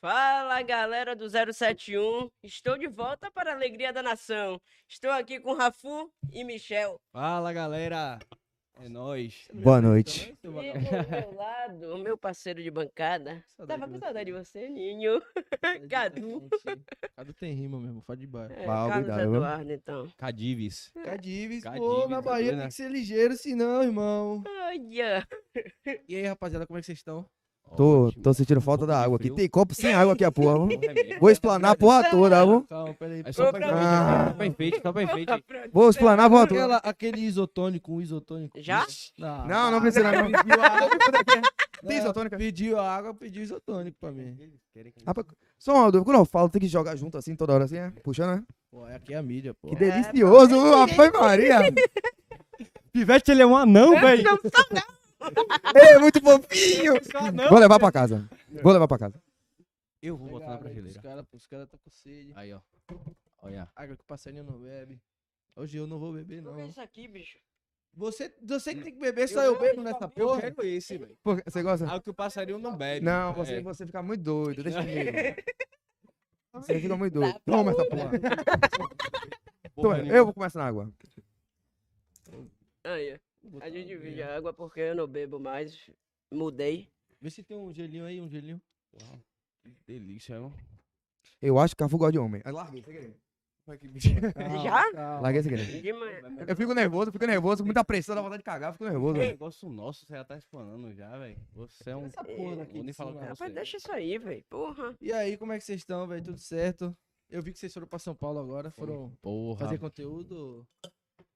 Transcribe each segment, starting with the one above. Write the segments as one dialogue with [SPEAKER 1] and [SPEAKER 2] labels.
[SPEAKER 1] Fala galera do 071, estou de volta para a alegria da nação. Estou aqui com Rafu e Michel.
[SPEAKER 2] Fala galera, é nóis.
[SPEAKER 3] Boa noite.
[SPEAKER 1] E do meu lado, o meu parceiro de bancada.
[SPEAKER 2] Saudade
[SPEAKER 1] Tava com
[SPEAKER 2] de você. né?
[SPEAKER 1] saudade de você, Ninho. Cadu.
[SPEAKER 2] Cadu tem rima mesmo, fode de baixo.
[SPEAKER 1] É,
[SPEAKER 3] Bah,
[SPEAKER 1] Carlos
[SPEAKER 3] obrigado, viu?
[SPEAKER 1] Eduardo, então.
[SPEAKER 2] Cadives.
[SPEAKER 3] Cadives,
[SPEAKER 2] Cadives,
[SPEAKER 3] pô, na
[SPEAKER 2] tá
[SPEAKER 3] Bahia
[SPEAKER 2] doendo,
[SPEAKER 3] tem
[SPEAKER 2] né?
[SPEAKER 3] que ser ligeiro, senão, irmão.
[SPEAKER 1] Olha,
[SPEAKER 2] E aí rapaziada, como é que vocês estão?
[SPEAKER 3] Tô,
[SPEAKER 2] Ótimo.
[SPEAKER 3] tô sentindo falta
[SPEAKER 2] pouco
[SPEAKER 3] da
[SPEAKER 2] de
[SPEAKER 3] água aqui.
[SPEAKER 2] frio.
[SPEAKER 3] Tem copo sem água aqui, a porra. viu?
[SPEAKER 2] Bom
[SPEAKER 4] É
[SPEAKER 2] remédio.
[SPEAKER 3] Vou explanar a porra toda, viu?
[SPEAKER 4] um
[SPEAKER 2] Calma, peraí.
[SPEAKER 1] só pra
[SPEAKER 2] enfeite,
[SPEAKER 3] Ah.
[SPEAKER 2] só pra
[SPEAKER 4] é
[SPEAKER 2] enfeite, só pra enfeite.
[SPEAKER 3] Vou explanar a porra toda.
[SPEAKER 2] Aquela, aquele isotônico, um isotônico.
[SPEAKER 1] Já?
[SPEAKER 2] Não,
[SPEAKER 3] Não, não precisa, não.
[SPEAKER 2] Pediu a água,
[SPEAKER 3] né? Tem isotônico?
[SPEAKER 2] Pediu a água, pediu isotônico pra mim.
[SPEAKER 3] Rapaz, só uma dúvida. Quando eu falo, tem que jogar junto assim, toda hora assim, né? Puxando, né?
[SPEAKER 2] Pô, aqui é a mídia, pô.
[SPEAKER 3] Que delicioso, viu? rapaz Maria.
[SPEAKER 4] Pivete, ele é um anão, velho.
[SPEAKER 3] É muito fofinho. Vou levar pra casa. Vou levar pra casa.
[SPEAKER 4] Eu vou
[SPEAKER 2] Pega
[SPEAKER 4] botar na
[SPEAKER 2] água aí pros
[SPEAKER 4] prateleira.
[SPEAKER 2] cara, pô, Os caras estão com sede.
[SPEAKER 4] Aí, ó. Olha.
[SPEAKER 2] Água que o passarinho não bebe. Hoje eu não vou beber, não.
[SPEAKER 1] olha isso aqui, bicho.
[SPEAKER 2] Você, você que tem que beber, só
[SPEAKER 1] Eu
[SPEAKER 2] eu,
[SPEAKER 1] não,
[SPEAKER 2] bebo
[SPEAKER 1] eu
[SPEAKER 2] nessa
[SPEAKER 1] só
[SPEAKER 2] porra.
[SPEAKER 4] quero esse, velho.
[SPEAKER 3] Pô, Você gosta?
[SPEAKER 4] Algo que o passarinho não bebe.
[SPEAKER 3] Não, você,
[SPEAKER 4] É.
[SPEAKER 3] você fica muito doido. Deixa comigo. Você fica muito doido. Toma essa porra.
[SPEAKER 4] Porra,
[SPEAKER 3] Toma,
[SPEAKER 4] nenhuma.
[SPEAKER 3] Eu vou começar na água.
[SPEAKER 1] Aí,
[SPEAKER 2] Vou botar
[SPEAKER 1] a gente
[SPEAKER 2] um
[SPEAKER 1] divide
[SPEAKER 2] gelinho.
[SPEAKER 1] a água porque eu não bebo mais. Mudei.
[SPEAKER 2] Vê se tem um gelinho aí, um gelinho.
[SPEAKER 4] Delícia, mano.
[SPEAKER 3] Eu acho que Cafu gosta de homem. Aí Larguei, você quer? Ah,
[SPEAKER 1] Já?
[SPEAKER 3] Larguei, você quer?
[SPEAKER 1] De manhã.
[SPEAKER 3] Eu fico nervoso, fico nervoso, com muita pressão, dá vontade de cagar, fico nervoso.
[SPEAKER 4] É um negócio nosso, você já tá explanando já, velho. Você é um.
[SPEAKER 2] Essa porra aqui
[SPEAKER 4] Vou nem
[SPEAKER 2] de
[SPEAKER 4] falar
[SPEAKER 2] cima.
[SPEAKER 4] com você.
[SPEAKER 1] Rapaz, deixa isso aí, velho. Porra.
[SPEAKER 2] E aí, como é que vocês estão, velho? Tudo certo? Eu vi que vocês foram pra São Paulo agora, foram
[SPEAKER 4] Porra.
[SPEAKER 2] fazer conteúdo.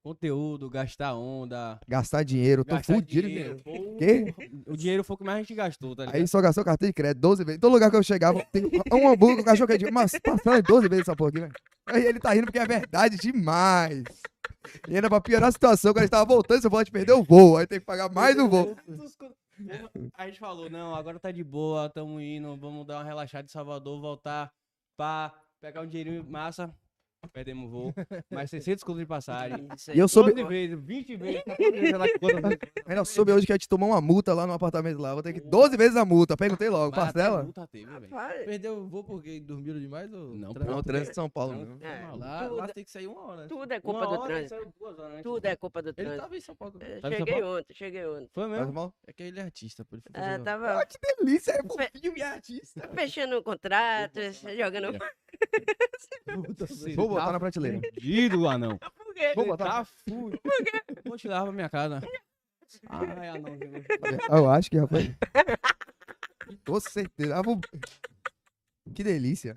[SPEAKER 4] conteúdo, gastar onda.
[SPEAKER 3] Gastar dinheiro, tô
[SPEAKER 4] gastar
[SPEAKER 3] fudido.
[SPEAKER 4] dinheiro.
[SPEAKER 3] mesmo.
[SPEAKER 4] Porra.
[SPEAKER 3] Quê?
[SPEAKER 4] O dinheiro foi o que mais a gente gastou, tá ligado?
[SPEAKER 3] Aí só gastou carteira de crédito 12 vezes. Todo lugar que eu chegava, tem um hambúrguer, um cachorro quente, mas passando 12 vezes essa porra aqui, velho. Aí ele tá rindo porque é verdade demais. E ainda pra piorar a situação, quando a gente tava voltando, se eu voltar perder o voo, aí tem que pagar mais um voo.
[SPEAKER 4] A gente falou, não, agora tá de boa, tamo indo, vamos dar uma relaxada em Salvador, voltar pra pegar um dinheirinho massa. Perdemos o voo. Mais 600 conto de passagem.
[SPEAKER 1] Isso
[SPEAKER 3] E eu soube,
[SPEAKER 4] 12 vezes, 20 vezes, 14 vezes, sei lá que quantas vezes.
[SPEAKER 3] ainda eu soube hoje que a gente tomou uma multa lá no apartamento lá. Vou ter que 12 vezes a multa. Perguntei logo,
[SPEAKER 4] Mas até
[SPEAKER 3] parcela?
[SPEAKER 4] multa teve, Ah, velho.
[SPEAKER 1] Rapaz,
[SPEAKER 2] Perdeu o voo porque dormiram demais ou.
[SPEAKER 4] Não,
[SPEAKER 2] tra-
[SPEAKER 4] pô.
[SPEAKER 3] Não, o trânsito de São Paulo,
[SPEAKER 4] Não,
[SPEAKER 3] não.
[SPEAKER 4] tá
[SPEAKER 1] É,
[SPEAKER 4] maluco.
[SPEAKER 2] Lá,
[SPEAKER 1] Tudo-
[SPEAKER 2] lá tem que sair uma hora. né?
[SPEAKER 1] tudo é
[SPEAKER 4] Uma
[SPEAKER 1] culpa do
[SPEAKER 4] hora,
[SPEAKER 1] trânsito.
[SPEAKER 4] saiu duas horas antes.
[SPEAKER 1] Tudo é culpa do
[SPEAKER 2] Ele
[SPEAKER 1] trânsito.
[SPEAKER 2] tava em São Paulo também.
[SPEAKER 1] É,
[SPEAKER 4] Tava em tá São
[SPEAKER 1] cheguei
[SPEAKER 4] Paulo? Tá
[SPEAKER 1] ontem, cheguei ontem.
[SPEAKER 4] Foi
[SPEAKER 3] Faz
[SPEAKER 4] mesmo?
[SPEAKER 3] mal?
[SPEAKER 2] É que ele é artista, pô. Ele foi
[SPEAKER 1] Ah,
[SPEAKER 2] fazer
[SPEAKER 1] tava
[SPEAKER 3] que delícia, é
[SPEAKER 1] Fe-
[SPEAKER 3] fofinho e artista.
[SPEAKER 1] fechando um contrato, jogando
[SPEAKER 4] É. Você
[SPEAKER 3] Vou botar
[SPEAKER 4] tá
[SPEAKER 3] na prateleira.
[SPEAKER 4] fudido, anão.
[SPEAKER 1] porque
[SPEAKER 3] Vou
[SPEAKER 4] Você
[SPEAKER 3] botar.
[SPEAKER 4] tá fudido. Vou te levar pra minha casa. Ai, anão.
[SPEAKER 3] Ah, Eu acho que, é, rapaz. Com certeza. Ah, vou- Que delícia.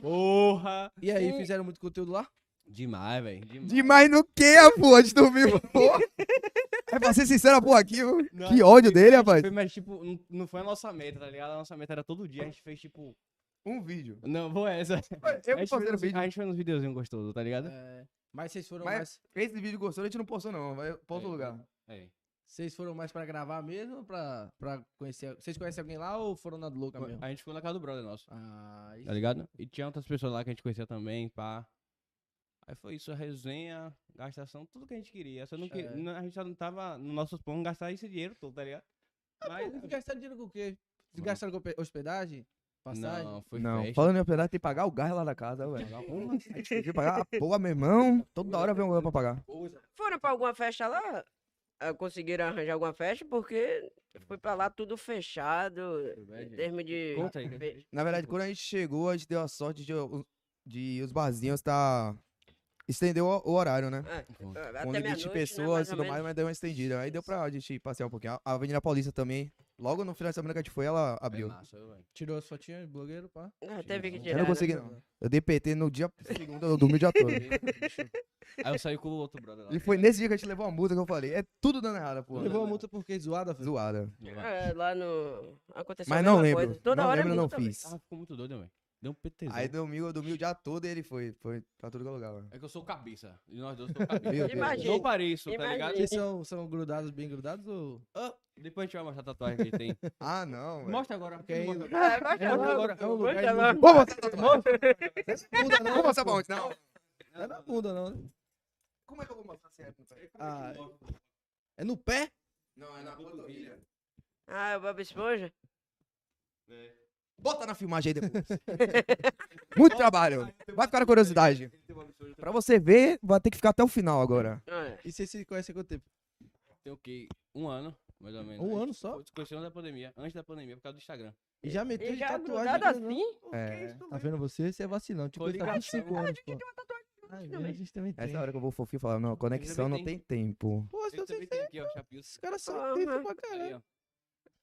[SPEAKER 4] Porra.
[SPEAKER 2] E aí, fizeram muito conteúdo lá?
[SPEAKER 4] Demais, velho. Demais.
[SPEAKER 3] Demais no que, pô? A gente dormiu, pô. É pra ser sincero, pô, aqui, viu?
[SPEAKER 4] Não,
[SPEAKER 3] Que ódio
[SPEAKER 4] foi-
[SPEAKER 3] dele,
[SPEAKER 4] a gente
[SPEAKER 3] rapaz.
[SPEAKER 4] foi, mas, tipo, não, não foi a nossa meta, tá ligado? A nossa meta era todo dia, a gente fez, tipo...
[SPEAKER 3] Um vídeo. assim,
[SPEAKER 4] Não, vou essa.
[SPEAKER 3] Eu
[SPEAKER 4] a,
[SPEAKER 3] que
[SPEAKER 4] gente fez
[SPEAKER 3] fazendo
[SPEAKER 4] uns-
[SPEAKER 3] vídeo.
[SPEAKER 4] a gente fez uns videozinhos gostosos, tá ligado?
[SPEAKER 2] É, mas vocês foram
[SPEAKER 3] Mas-
[SPEAKER 2] mais.
[SPEAKER 3] ah, Esse vídeo gostou, a gente não postou, não. Vai pra outro
[SPEAKER 4] É.
[SPEAKER 3] lugar.
[SPEAKER 4] É.
[SPEAKER 2] Vocês foram mais pra gravar mesmo ou pra, pra conhecer. Vocês conhecem alguém lá ou foram na louca mesmo?
[SPEAKER 4] A gente ficou na casa do brother nosso,
[SPEAKER 2] Ah, isso.
[SPEAKER 4] tá ligado? E tinha outras pessoas lá que a gente conhecia também, pá. Aí foi isso, a resenha, gastação, tudo que a gente queria. Só não que-
[SPEAKER 2] É.
[SPEAKER 4] não- A gente só não tava no nosso plano gastar esse dinheiro todo, tá ligado?
[SPEAKER 3] Ah,
[SPEAKER 4] Mas...
[SPEAKER 2] Pô, Gastaram dinheiro com o quê? Vocês
[SPEAKER 4] Mano.
[SPEAKER 2] gastaram com hospe- hospedagem? Passagem?
[SPEAKER 4] Não, foi
[SPEAKER 3] não,
[SPEAKER 4] festa.
[SPEAKER 3] falando em operar, tem que pagar o gás lá da casa, velho. Tem que pagar a porra, meu irmão. Toda hora vem um lugar pra pagar.
[SPEAKER 4] tá
[SPEAKER 1] foram pra alguma festa lá? Ah, Conseguiram arranjar alguma festa? Porque fui pra lá tudo fechado. Em termos de.
[SPEAKER 4] Conta aí,
[SPEAKER 1] fe-
[SPEAKER 3] Na verdade, quando a gente chegou, a gente deu a sorte de, o- de os barzinhos tá. Estendeu o o horário, né?
[SPEAKER 1] Ah, até
[SPEAKER 3] Com
[SPEAKER 1] meia-noite,
[SPEAKER 3] limite de
[SPEAKER 1] né,
[SPEAKER 3] pessoas e
[SPEAKER 1] ou
[SPEAKER 3] tudo
[SPEAKER 1] menos.
[SPEAKER 3] mais, mas deu uma estendida. Aí deu pra gente passear um pouquinho. A Avenida Paulista também. Logo no final de semana que a gente foi, ela
[SPEAKER 4] Foi
[SPEAKER 3] abriu.
[SPEAKER 4] É massa, velho.
[SPEAKER 2] Tirou as fotinhas de blogueiro, pá.
[SPEAKER 1] Ah, teve que
[SPEAKER 4] Eu não
[SPEAKER 1] tirar.
[SPEAKER 3] Eu não
[SPEAKER 1] né?
[SPEAKER 3] consegui, não. Eu dei PT no dia segundo, eu dormi o dia todo.
[SPEAKER 4] Aí eu saí com o outro brother lá. tá
[SPEAKER 3] E foi nesse dia que a gente levou a multa que eu falei. É tudo dando errado, pô.
[SPEAKER 2] Levou a multa porque zoada, velho.
[SPEAKER 3] Zoada.
[SPEAKER 1] É, lá no. Aconteceu
[SPEAKER 3] Mas
[SPEAKER 1] a
[SPEAKER 3] não
[SPEAKER 1] mesma
[SPEAKER 3] lembro.
[SPEAKER 1] coisa. Toda
[SPEAKER 3] não
[SPEAKER 1] hora é Ah,
[SPEAKER 3] lembro, não
[SPEAKER 1] multa, velho.
[SPEAKER 3] fiz.
[SPEAKER 4] Ah, ficou muito doido, velho. Deu um PTZ.
[SPEAKER 1] é.
[SPEAKER 3] Aí domingo, eu dormi o dia todo e ele foi. Foi pra tudo que eu lugar, velho.
[SPEAKER 4] É que eu sou cabeça. E nós dois somos cabeça.
[SPEAKER 3] Meu Deus.
[SPEAKER 1] Imagina.
[SPEAKER 4] Eu pareço, tá ligado?
[SPEAKER 1] Imagina.
[SPEAKER 2] Vocês são, são grudados, bem grudados ou.
[SPEAKER 4] Ah, depois a gente vai mostrar a tatuagem que ele tem.
[SPEAKER 3] Ah, não, velho.
[SPEAKER 4] Mostra agora.
[SPEAKER 2] Quem-
[SPEAKER 4] mostra.
[SPEAKER 1] Ah, vai
[SPEAKER 2] É um
[SPEAKER 1] lá,
[SPEAKER 2] lugar- é um lugar
[SPEAKER 1] vai
[SPEAKER 2] de-
[SPEAKER 1] lá.
[SPEAKER 3] Vamos mostrar pra
[SPEAKER 2] Não,
[SPEAKER 3] onde?
[SPEAKER 2] bunda não,
[SPEAKER 3] Vamos mostrar pra onde? é Não.
[SPEAKER 2] não é na bunda, não. né?
[SPEAKER 3] Como é que eu vou mostrar certo?
[SPEAKER 2] Ah, é no pé?
[SPEAKER 3] Não, é na cotovia.
[SPEAKER 1] Ah, o Bob Esponja?
[SPEAKER 3] Bota na filmagem aí depois. Muito trabalho. Vai ficar na curiosidade. Pra você ver, vai ter que ficar até o final agora.
[SPEAKER 1] É.
[SPEAKER 2] E vocês se conhecem há quanto tempo?
[SPEAKER 4] Tem o quê? Um ano, mais ou menos.
[SPEAKER 2] Um
[SPEAKER 4] Antes-
[SPEAKER 2] ano só?
[SPEAKER 4] Foi Questão da pandemia. Antes da pandemia, por causa do Instagram.
[SPEAKER 2] E já meteu
[SPEAKER 1] E
[SPEAKER 2] de
[SPEAKER 4] é
[SPEAKER 1] já
[SPEAKER 2] tatuagem.
[SPEAKER 1] grudado
[SPEAKER 2] né?
[SPEAKER 1] assim?
[SPEAKER 3] É.
[SPEAKER 2] Tá vendo você? Você é vacilão. Te
[SPEAKER 4] Tô
[SPEAKER 2] conheço há
[SPEAKER 4] ligado.
[SPEAKER 2] 25
[SPEAKER 4] Ah,
[SPEAKER 2] anos, pô. Ah, é mesmo,
[SPEAKER 4] né?
[SPEAKER 1] também.
[SPEAKER 2] a gente também tem.
[SPEAKER 3] Essa hora que eu vou fofinho falar, não, conexão não tem tempo.
[SPEAKER 2] Pô,
[SPEAKER 4] Ele
[SPEAKER 2] vocês
[SPEAKER 4] também tem aqui, ó, Chapils.
[SPEAKER 2] Os caras são
[SPEAKER 1] Porra.
[SPEAKER 2] tensos pra
[SPEAKER 4] Aí,
[SPEAKER 2] caralho.
[SPEAKER 4] ó.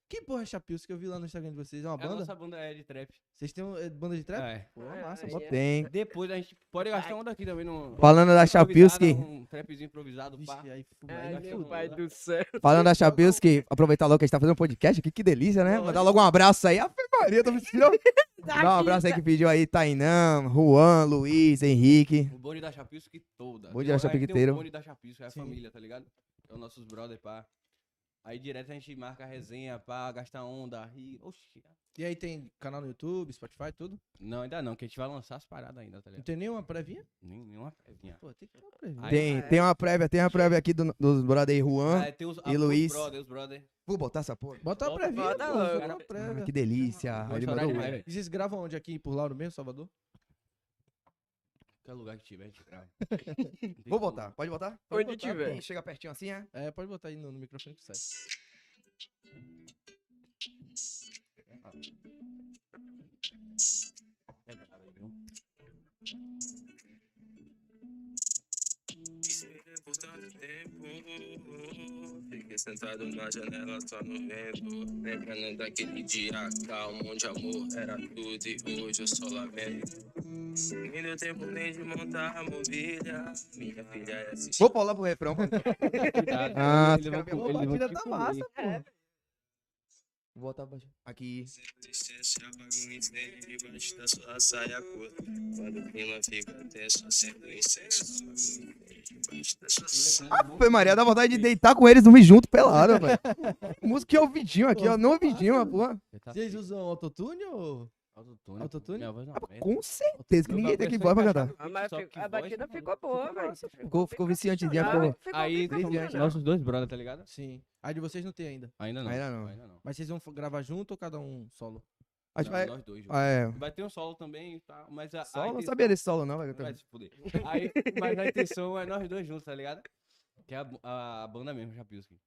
[SPEAKER 2] Que porra é Chapils que eu vi lá no Instagram de vocês? É uma
[SPEAKER 4] É a
[SPEAKER 2] banda?
[SPEAKER 4] nossa banda é de trap.
[SPEAKER 2] Vocês têm um- é banda de trap?
[SPEAKER 4] É.
[SPEAKER 2] Pô, massa.
[SPEAKER 1] Aí
[SPEAKER 3] Não
[SPEAKER 2] bota-
[SPEAKER 1] é.
[SPEAKER 3] tem.
[SPEAKER 4] Depois a gente pode gastar um daqui também no.
[SPEAKER 3] Falando da Chapilski,
[SPEAKER 4] Um trapzinho improvisado, pá.
[SPEAKER 2] Vixe, é. aí fu- aí
[SPEAKER 1] Ai,
[SPEAKER 4] Vai
[SPEAKER 1] meu
[SPEAKER 4] fuder.
[SPEAKER 2] fudeu.
[SPEAKER 1] pai do céu.
[SPEAKER 3] falando da Chapilski, aproveitar logo que a gente tá fazendo um podcast aqui, que delícia, né? Mandar logo um abraço aí. Ave Maria, tô me sentindo.
[SPEAKER 4] Tá
[SPEAKER 3] Dá um abraço aí que pediu aí, Tainan, Juan, Luiz, Henrique.
[SPEAKER 4] O bonde da Chapisco toda. Tem
[SPEAKER 3] Bonde
[SPEAKER 4] o-
[SPEAKER 3] da
[SPEAKER 4] aí
[SPEAKER 3] Chapisco
[SPEAKER 4] tem
[SPEAKER 3] inteiro.
[SPEAKER 4] O bonde da Chapisco é a
[SPEAKER 2] Sim.
[SPEAKER 4] família, tá ligado? É os nossos brother, pá. Aí direto a gente marca a resenha, pá, gasta onda, ri. Oxi.
[SPEAKER 2] E aí tem canal no YouTube, Spotify, tudo?
[SPEAKER 4] Não, ainda não, que a gente vai lançar as paradas ainda, tá
[SPEAKER 2] Não
[SPEAKER 4] ligado?
[SPEAKER 2] tem nenhuma prévinha?
[SPEAKER 4] Nem- Nenhuma prévinha.
[SPEAKER 2] Pô, tem que ter uma prévinha.
[SPEAKER 4] Aí-
[SPEAKER 3] Tem,
[SPEAKER 1] vai.
[SPEAKER 3] tem uma prévia, tem uma prévia aqui do- dos brother Juan.
[SPEAKER 4] Ah, tem os,
[SPEAKER 3] Luiz.
[SPEAKER 4] Os brother, os brother.
[SPEAKER 3] Vou botar essa porra. Ah,
[SPEAKER 2] Bota uma
[SPEAKER 4] Bota-
[SPEAKER 2] prévinha,
[SPEAKER 1] bota
[SPEAKER 2] pô,
[SPEAKER 1] logo.
[SPEAKER 2] joga
[SPEAKER 4] Cara,
[SPEAKER 2] uma prévia.
[SPEAKER 3] Que delícia.
[SPEAKER 4] Vou
[SPEAKER 3] Ele
[SPEAKER 4] chorar
[SPEAKER 3] mandou
[SPEAKER 4] demais,
[SPEAKER 3] um.
[SPEAKER 4] velho.
[SPEAKER 2] E vocês gravam onde? Aqui por Lauro mesmo, Salvador?
[SPEAKER 4] Qualquer lugar que tiver, a gente grava.
[SPEAKER 3] Vou botar, pode botar?
[SPEAKER 2] Pode
[SPEAKER 1] Onde
[SPEAKER 2] botar, pô.
[SPEAKER 1] tiver.
[SPEAKER 3] Chega pertinho assim, é?
[SPEAKER 2] É, pode botar aí no, no microfone que sai.
[SPEAKER 5] Isso é por tanto tempo. Fiquei sentado na janela só no vento. Lembrando daquele dia calmo onde amor era tudo e hoje eu só lamento. Nem deu tempo nem de montar a mobília. Minha filha assistiu.
[SPEAKER 3] Vou pular pro refrão. Vou
[SPEAKER 4] Cuidado.
[SPEAKER 3] Ah,
[SPEAKER 4] ele vai-
[SPEAKER 2] Pô, a
[SPEAKER 4] ele vai
[SPEAKER 2] batida
[SPEAKER 4] te
[SPEAKER 2] tá
[SPEAKER 4] comer.
[SPEAKER 2] massa, pô.
[SPEAKER 3] botar baixo. Aqui.
[SPEAKER 5] Existência apaga um incêndio debaixo da sua saia curta. Quando o clima fica tenso, acende o incenso. Apaga um incêndio debaixo da sua saia
[SPEAKER 4] é
[SPEAKER 3] Ave Maria, dá vontade de deitar com eles, dormir junto, pelado, velho. Música que é o vidinho aqui, ó. Não é o vidinho, mas, porra.
[SPEAKER 4] Ele tá
[SPEAKER 2] Vocês usam autotune ou...
[SPEAKER 4] Autotune.
[SPEAKER 2] Autotune?
[SPEAKER 4] Minha voz é uma
[SPEAKER 3] Ah, pô,
[SPEAKER 4] merda.
[SPEAKER 3] Com certeza que
[SPEAKER 4] Meu bagulho
[SPEAKER 3] ninguém tem
[SPEAKER 4] é
[SPEAKER 3] aqui
[SPEAKER 4] só
[SPEAKER 3] voz pra
[SPEAKER 4] encaixar
[SPEAKER 3] cantar.
[SPEAKER 1] Ah, mas
[SPEAKER 4] Só
[SPEAKER 1] fi-
[SPEAKER 4] que
[SPEAKER 1] a
[SPEAKER 4] voz,
[SPEAKER 1] batida
[SPEAKER 4] mano.
[SPEAKER 1] ficou boa, velho.
[SPEAKER 3] Ficou, ficou viciantezinha.
[SPEAKER 1] Ah,
[SPEAKER 3] Ficou...
[SPEAKER 1] ficou
[SPEAKER 4] Aí,
[SPEAKER 1] bem
[SPEAKER 4] são
[SPEAKER 3] né?
[SPEAKER 1] profissional.
[SPEAKER 4] nossos dois brother, tá ligado?
[SPEAKER 2] Sim. A de vocês não tem ainda.
[SPEAKER 4] Ainda não.
[SPEAKER 3] Ainda não.
[SPEAKER 4] Ainda não.
[SPEAKER 2] Mas vocês vão f- gravar junto ou cada um solo?
[SPEAKER 3] Acho que vai.
[SPEAKER 4] Nós dois.
[SPEAKER 3] Ah, é.
[SPEAKER 4] Vai ter um solo também, tá? Mas a,
[SPEAKER 3] Solo?
[SPEAKER 4] a
[SPEAKER 3] Não
[SPEAKER 4] intenção-
[SPEAKER 3] sabia desse solo, não, velho.
[SPEAKER 4] Vai se fuder. Aí, mas a intenção é nós dois juntos, tá ligado? Que é a, bu- a- a banda mesmo, Chapilski.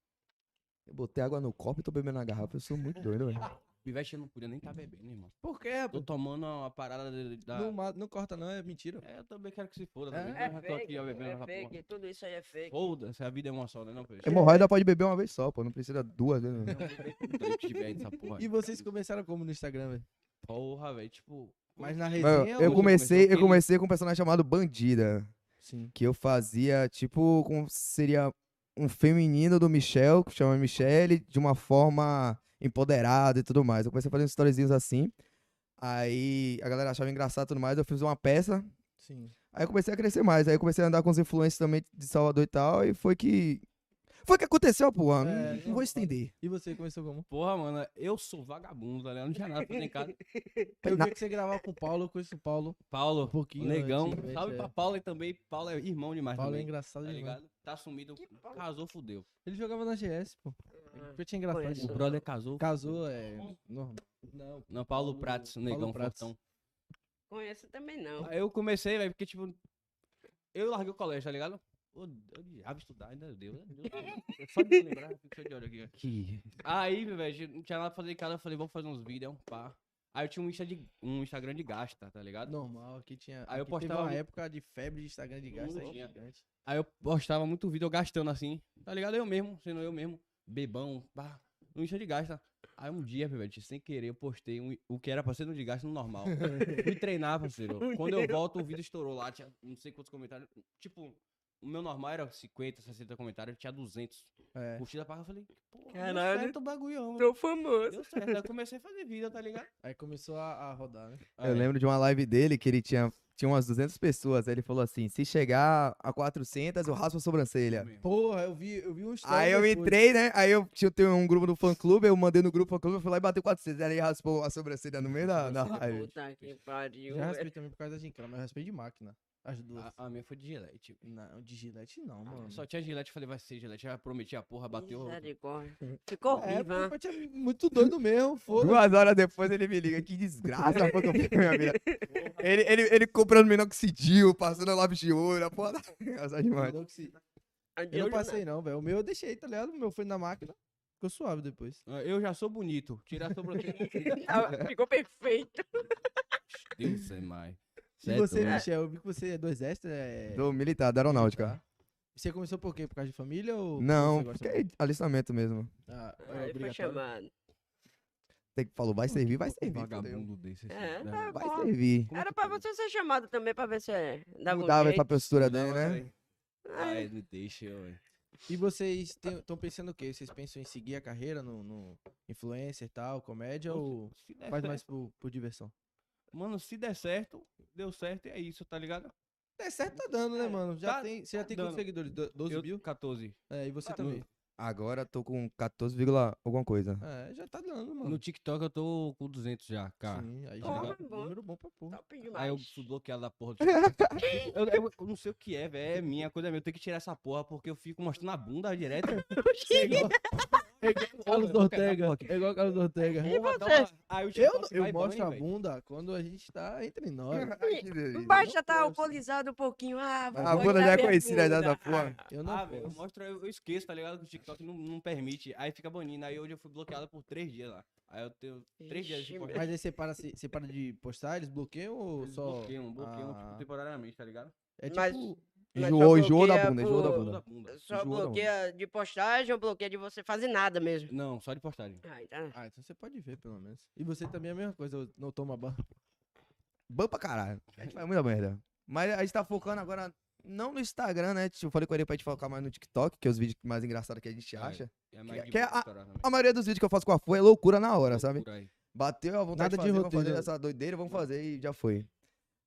[SPEAKER 3] Eu botei água no copo e tô bebendo na garrafa. Eu sou muito doido, velho.
[SPEAKER 4] Pivete eu não podia nem tá bebendo, irmão.
[SPEAKER 2] Por quê,
[SPEAKER 4] Tô tomando uma parada de- da.
[SPEAKER 2] Não, ma- não corta não, é mentira.
[SPEAKER 4] É, eu também quero que se foda.
[SPEAKER 2] É?
[SPEAKER 4] Também.
[SPEAKER 1] É
[SPEAKER 4] eu já tô
[SPEAKER 1] fake,
[SPEAKER 4] aqui, ó, bebendo
[SPEAKER 1] é
[SPEAKER 4] essa porra.
[SPEAKER 1] fake, tudo isso aí é fake.
[SPEAKER 4] Foda-se, a vida é uma só, né, não, peixe?
[SPEAKER 3] Hemorroida pode beber uma vez só, pô. Não precisa duas né? vezes. não.
[SPEAKER 2] É E vocês começaram como no Instagram, velho?
[SPEAKER 4] Porra, velho, tipo.
[SPEAKER 2] Mas na
[SPEAKER 3] Mano,
[SPEAKER 2] resenha...
[SPEAKER 4] é
[SPEAKER 3] Eu
[SPEAKER 2] ou-
[SPEAKER 3] comecei, eu
[SPEAKER 4] aquele-
[SPEAKER 3] comecei com um personagem chamado Bandida.
[SPEAKER 2] Sim.
[SPEAKER 3] que eu fazia, tipo, como seria um feminino do Michel, que chama Michele, de uma forma empoderada e tudo mais. Eu comecei a fazer uns storyzinhos assim. Aí a galera achava engraçado e tudo mais. Eu fiz uma peça.
[SPEAKER 2] Sim.
[SPEAKER 3] Aí eu comecei a crescer mais. Aí eu comecei a andar com os influencers também de Salvador e tal. E foi que. Foi que aconteceu, pô. Não-
[SPEAKER 2] É,
[SPEAKER 3] não vou
[SPEAKER 2] normal.
[SPEAKER 3] estender.
[SPEAKER 2] E você começou como?
[SPEAKER 4] Porra, mano, eu sou vagabundo, tá ligado? Não tinha nada pra fazer em casa.
[SPEAKER 2] Eu
[SPEAKER 3] Na-
[SPEAKER 2] vi que você gravava com o Paulo, eu conheço o Paulo. um
[SPEAKER 4] Paulo,
[SPEAKER 2] pouquinho,
[SPEAKER 4] negão.
[SPEAKER 2] antigamente,
[SPEAKER 4] Salve
[SPEAKER 2] é.
[SPEAKER 4] pra Paulo aí também. Paulo é irmão demais,
[SPEAKER 2] Paulo é
[SPEAKER 4] também,
[SPEAKER 2] engraçado
[SPEAKER 4] tá
[SPEAKER 2] demais.
[SPEAKER 4] ligado? Tá sumido,
[SPEAKER 1] Que Paulo?
[SPEAKER 4] casou, fudeu.
[SPEAKER 2] Ele jogava na GS, pô.
[SPEAKER 4] É.
[SPEAKER 1] Ah,
[SPEAKER 2] Eu tinha engraçado.
[SPEAKER 1] conheço.
[SPEAKER 4] O
[SPEAKER 2] demais.
[SPEAKER 4] brother casou.
[SPEAKER 2] Casou, é normal. Não,
[SPEAKER 4] Não, Paulo
[SPEAKER 2] Paulo-
[SPEAKER 4] Pratos,
[SPEAKER 2] Paulo
[SPEAKER 4] negão
[SPEAKER 2] Prates.
[SPEAKER 4] fortão.
[SPEAKER 1] Conheço também não.
[SPEAKER 4] Aí eu comecei, velho, porque, tipo, eu larguei o colégio, tá ligado? Ô, eu diabo estudar, ainda deu. né? Deu- Só de lembrar, eu fico cheio de olho aqui. ó. Aí, velho, não tinha nada pra fazer em casa, eu falei, vamos fazer uns vídeos, é um pá. Aí eu tinha um, Insta de, um Instagram de gasta, tá ligado?
[SPEAKER 2] normal, aqui tinha.
[SPEAKER 4] Aí eu
[SPEAKER 2] aqui teve
[SPEAKER 4] postava
[SPEAKER 2] uma
[SPEAKER 4] um-
[SPEAKER 2] época de febre de Instagram de gasto. aí,
[SPEAKER 4] Tinha.
[SPEAKER 2] gigante.
[SPEAKER 4] Aí eu postava muito vídeo eu gastando assim, tá ligado? Eu mesmo, sendo eu mesmo, bebão, pá, no Insta de gasta. Aí um dia, velho, sem querer, eu postei um- o que era pra ser no de gasta no normal. Fui treinar, parceiro. Quando eu volto, o vídeo estourou lá, tinha não sei quantos comentários. Tipo, o meu normal era 50, 60 comentários, tinha 200.
[SPEAKER 2] É.
[SPEAKER 4] Curtida pra cá, eu falei, pô,
[SPEAKER 1] Caralho.
[SPEAKER 4] deu certo o bagulhão, velho.
[SPEAKER 1] Tô famoso.
[SPEAKER 4] Deu certo. Aí eu comecei a fazer vida, tá ligado?
[SPEAKER 2] Aí começou a, a rodar, né?
[SPEAKER 3] Eu
[SPEAKER 4] Aí,
[SPEAKER 3] lembro de uma live dele que ele tinha, tinha umas 200 pessoas. Aí ele falou assim: se chegar a 400, eu raspo a sobrancelha.
[SPEAKER 4] mesmo.
[SPEAKER 2] Porra, eu vi, eu vi um story
[SPEAKER 3] Aí eu
[SPEAKER 2] depois.
[SPEAKER 3] entrei, né? Aí eu tinha tinha um grupo do fã clube, eu mandei no grupo do fã clube, eu fui lá e bateu 400. Aí ele
[SPEAKER 1] é
[SPEAKER 3] raspou a sobrancelha no meio da, da live.
[SPEAKER 1] Puta que pariu. é
[SPEAKER 2] Já
[SPEAKER 1] velho.
[SPEAKER 2] raspei também por causa da gincana, mas eu raspei de máquina. As duas.
[SPEAKER 4] A, a minha foi de gilete. velho.
[SPEAKER 2] Não, de gilete não, mano.
[SPEAKER 4] Ah, Só tinha gilete, eu falei, vai ser gilete. Já prometi a porra, bateu.
[SPEAKER 1] Misericórdia. Ficou
[SPEAKER 2] É,
[SPEAKER 1] horrível, né?
[SPEAKER 2] porque eu tinha muito doido mesmo, foda
[SPEAKER 3] Duas horas depois ele me liga. Que desgraça foi que eu fiz na minha vida. Ele, ele, ele comprando minoxidil, passando lápis de ouro, a porra da... Nossa, demais.
[SPEAKER 2] Eu não passei não, velho. O meu eu deixei, tá ligado? O meu foi na máquina. Ficou suave depois.
[SPEAKER 4] Ah, Eu já sou bonito. Tirar a sobrancelha.
[SPEAKER 1] Ah, Ficou perfeito.
[SPEAKER 4] Deus é mais.
[SPEAKER 2] E você, Michel, eu vi que você é do exército, é...
[SPEAKER 3] né? Do militar, da aeronáutica.
[SPEAKER 2] Você começou por quê? Por causa de família ou...
[SPEAKER 3] Não,
[SPEAKER 2] você gosta
[SPEAKER 3] porque é alistamento mesmo.
[SPEAKER 2] muito? Ah, é
[SPEAKER 1] Aí foi
[SPEAKER 2] obrigatório?
[SPEAKER 1] chamado.
[SPEAKER 3] Tem que falou, vai servir, vai servir. fudeu.
[SPEAKER 4] Vagabundo desse. assim,
[SPEAKER 1] É,
[SPEAKER 4] né?
[SPEAKER 1] tá
[SPEAKER 3] Vai
[SPEAKER 1] bom.
[SPEAKER 3] servir.
[SPEAKER 4] Como
[SPEAKER 1] Era
[SPEAKER 4] que
[SPEAKER 1] pra
[SPEAKER 4] pode?
[SPEAKER 1] você ser chamado também pra ver se é. Dava um
[SPEAKER 3] Mudava
[SPEAKER 1] jeito.
[SPEAKER 3] essa postura dele,
[SPEAKER 4] Não,
[SPEAKER 3] né?
[SPEAKER 1] Ah,
[SPEAKER 4] Ai, me deixa, velho.
[SPEAKER 2] E vocês estão pensando o quê? Vocês pensam em seguir a carreira no, no influencer e tal, comédia ou
[SPEAKER 4] Se der
[SPEAKER 2] faz
[SPEAKER 4] certo-
[SPEAKER 2] mais por, por diversão?
[SPEAKER 4] Mano, se der certo, deu certo e é isso, tá ligado?
[SPEAKER 2] É certo, tá dando, né, mano? Já
[SPEAKER 4] Tá-
[SPEAKER 2] tem, você já
[SPEAKER 4] tá
[SPEAKER 2] tem quantos
[SPEAKER 4] dando.
[SPEAKER 2] seguidores? Do- 12
[SPEAKER 4] eu,
[SPEAKER 2] mil?
[SPEAKER 4] 14.
[SPEAKER 2] É, e você
[SPEAKER 4] tá
[SPEAKER 2] também.
[SPEAKER 3] Agora tô com 14, vírgula alguma coisa.
[SPEAKER 2] É, já tá dando, mano.
[SPEAKER 4] No TikTok eu tô com 200 já, cara.
[SPEAKER 2] Sim, aí
[SPEAKER 4] Porra, Tá
[SPEAKER 2] já dá
[SPEAKER 1] bom.
[SPEAKER 2] um número bom pra porra.
[SPEAKER 1] Top demais.
[SPEAKER 4] Aí eu fui bloqueado da porra do TikTok. eu, eu- eu não sei o que é, velho. É minha coisa minha. Eu tenho que tirar essa porra porque eu fico mostrando a bunda direto.
[SPEAKER 2] Carlos Ortega, é igual Carlos Ortega.
[SPEAKER 4] Porra, dá
[SPEAKER 1] você?
[SPEAKER 4] uma- Aí o
[SPEAKER 2] Eu,
[SPEAKER 4] TikTok
[SPEAKER 2] eu
[SPEAKER 4] vai
[SPEAKER 2] mostro
[SPEAKER 4] banho,
[SPEAKER 2] a
[SPEAKER 4] velho.
[SPEAKER 2] bunda quando a gente tá entre nós.
[SPEAKER 3] Ai, que delícia.
[SPEAKER 1] Baixa
[SPEAKER 2] não
[SPEAKER 1] tá
[SPEAKER 2] posso.
[SPEAKER 1] alcoolizado um pouquinho. Ah, vou
[SPEAKER 3] A bunda
[SPEAKER 1] botar
[SPEAKER 3] já é
[SPEAKER 1] minha
[SPEAKER 3] conhecida já
[SPEAKER 1] bunda.
[SPEAKER 3] da porra.
[SPEAKER 2] Eu não
[SPEAKER 4] Ah, velho, eu
[SPEAKER 2] posso.
[SPEAKER 4] mostro, eu, eu esqueço, tá ligado? Que o TikTok não, não permite. Aí fica banindo. Aí hoje eu fui bloqueado por três dias lá. Aí eu tenho três dias
[SPEAKER 1] Ixi,
[SPEAKER 4] de postar.
[SPEAKER 2] Mas aí você para, se- você para de postar, eles bloqueiam ou
[SPEAKER 4] Eles
[SPEAKER 2] só...
[SPEAKER 4] Bloqueiam, bloqueiam,
[SPEAKER 2] Ah.
[SPEAKER 4] tipo, temporariamente, tá ligado?
[SPEAKER 2] É
[SPEAKER 1] Mas-
[SPEAKER 2] tipo...
[SPEAKER 1] Mas só
[SPEAKER 3] Enjoou, enjoou da
[SPEAKER 1] bloqueia
[SPEAKER 3] bunda, enjoou da
[SPEAKER 1] por-
[SPEAKER 3] bunda.
[SPEAKER 4] Toda bunda.
[SPEAKER 1] Só
[SPEAKER 3] Enjoou da bunda.
[SPEAKER 1] bloqueia de postagem ou bloqueia de você fazer nada mesmo.
[SPEAKER 4] Não, só de postagem.
[SPEAKER 1] Ah, então.
[SPEAKER 2] Ah, então você pode ver, pelo menos. E você também é a mesma coisa, eu não toma banho.
[SPEAKER 3] Bom pra caralho. A gente faz muita merda. Mas a gente tá focando agora, não no Instagram, né? Tipo, Eu falei com ele pra gente focar mais no TikTok, que é os vídeos mais engraçados que a gente
[SPEAKER 4] É.
[SPEAKER 3] acha.
[SPEAKER 4] É mais de
[SPEAKER 3] que é
[SPEAKER 4] boa
[SPEAKER 3] a-
[SPEAKER 4] estourar também.
[SPEAKER 3] A maioria dos vídeos que eu faço com a Fua é loucura na hora, sabe?
[SPEAKER 4] Loucura aí.
[SPEAKER 3] Bateu a vontade de
[SPEAKER 2] Nada de
[SPEAKER 3] fazer, vamos
[SPEAKER 2] roteiro.
[SPEAKER 3] fazer essa doideira, vamos fazer e já foi.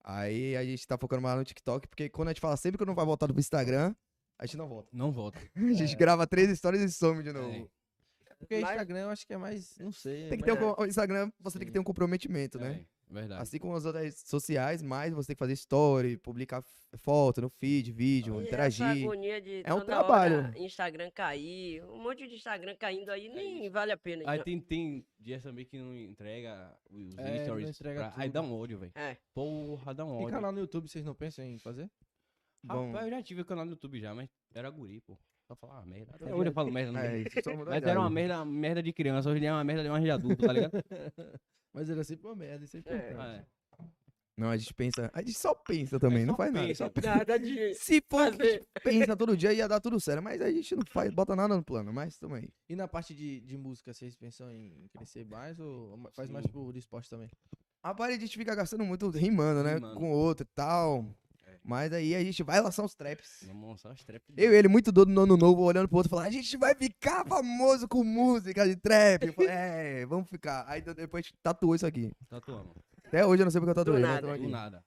[SPEAKER 3] Aí a gente tá focando mais no TikTok, porque quando a gente fala sempre que não vai voltar pro Instagram, a gente não volta.
[SPEAKER 4] Não volta.
[SPEAKER 3] A gente grava três histórias e some de novo.
[SPEAKER 4] É.
[SPEAKER 2] Porque
[SPEAKER 1] Mas-
[SPEAKER 2] Instagram eu acho que é mais, não sei. é
[SPEAKER 3] Tem que ter
[SPEAKER 2] mais-
[SPEAKER 3] um, com- o Instagram, você tem que
[SPEAKER 4] Sim.
[SPEAKER 3] ter um comprometimento, né?
[SPEAKER 4] É, verdade.
[SPEAKER 3] Assim como as outras redes sociais, mais você tem que fazer story, publicar f- foto no feed, vídeo,
[SPEAKER 1] E Essa
[SPEAKER 3] interagir.
[SPEAKER 1] agonia de
[SPEAKER 3] É um
[SPEAKER 1] toda hora
[SPEAKER 3] trabalho.
[SPEAKER 1] Instagram cair, um monte de Instagram caindo aí, nem vale a pena.
[SPEAKER 4] Aí
[SPEAKER 1] então.
[SPEAKER 4] tem, tem dias também que não entrega os
[SPEAKER 2] É, não
[SPEAKER 4] stories.
[SPEAKER 2] entrega
[SPEAKER 4] pra- Aí
[SPEAKER 2] tudo.
[SPEAKER 4] dá um ódio, velho.
[SPEAKER 1] É.
[SPEAKER 4] Porra, dá um
[SPEAKER 2] E
[SPEAKER 4] ódio.
[SPEAKER 2] canal no YouTube vocês não pensam em fazer?
[SPEAKER 3] Bom,
[SPEAKER 4] Rapaz, eu já tive canal no YouTube já, mas era guri, pô. Só falava merda. Até
[SPEAKER 2] É
[SPEAKER 4] hoje eu falo merda. Não
[SPEAKER 3] é,
[SPEAKER 4] é,
[SPEAKER 3] isso só muda a
[SPEAKER 4] mas era uma
[SPEAKER 3] idade.
[SPEAKER 4] merda, merda de criança, hoje em dia é uma merda de mais de adulto, tá ligado?
[SPEAKER 2] Mas era sempre uma merda, isso é importante.
[SPEAKER 4] Ah, é.
[SPEAKER 3] Não, a gente pensa. A gente só pensa também, não
[SPEAKER 4] só
[SPEAKER 3] faz nada.
[SPEAKER 4] pensa.
[SPEAKER 3] só pensa.
[SPEAKER 1] Nada de.
[SPEAKER 3] Se for que a
[SPEAKER 1] fazer.
[SPEAKER 3] gente pensa todo dia, ia dar tudo certo. Mas a gente não faz, bota nada no plano, mas também.
[SPEAKER 2] E na parte de, de música, vocês pensam em crescer mais ou ma- faz mais
[SPEAKER 4] Sim.
[SPEAKER 2] por esporte também?
[SPEAKER 3] Rapaz, a gente fica gastando muito rimando, né?
[SPEAKER 4] Rimando.
[SPEAKER 3] Com outro e tal.
[SPEAKER 4] É.
[SPEAKER 3] Mas aí a gente vai lançar os
[SPEAKER 2] É.
[SPEAKER 3] traps.
[SPEAKER 4] Vamos lançar os trap.
[SPEAKER 3] Eu e ele, muito doido no ano novo, olhando pro outro, falando: a gente vai ficar famoso com música de trap. Eu falei, é, vamos ficar. Aí de- depois a gente tatuou isso aqui.
[SPEAKER 4] Tatuando.
[SPEAKER 3] Até hoje eu não sei porque eu tatuei, mas
[SPEAKER 1] nada.
[SPEAKER 3] tamo
[SPEAKER 4] Tá Do
[SPEAKER 3] aqui.
[SPEAKER 4] nada.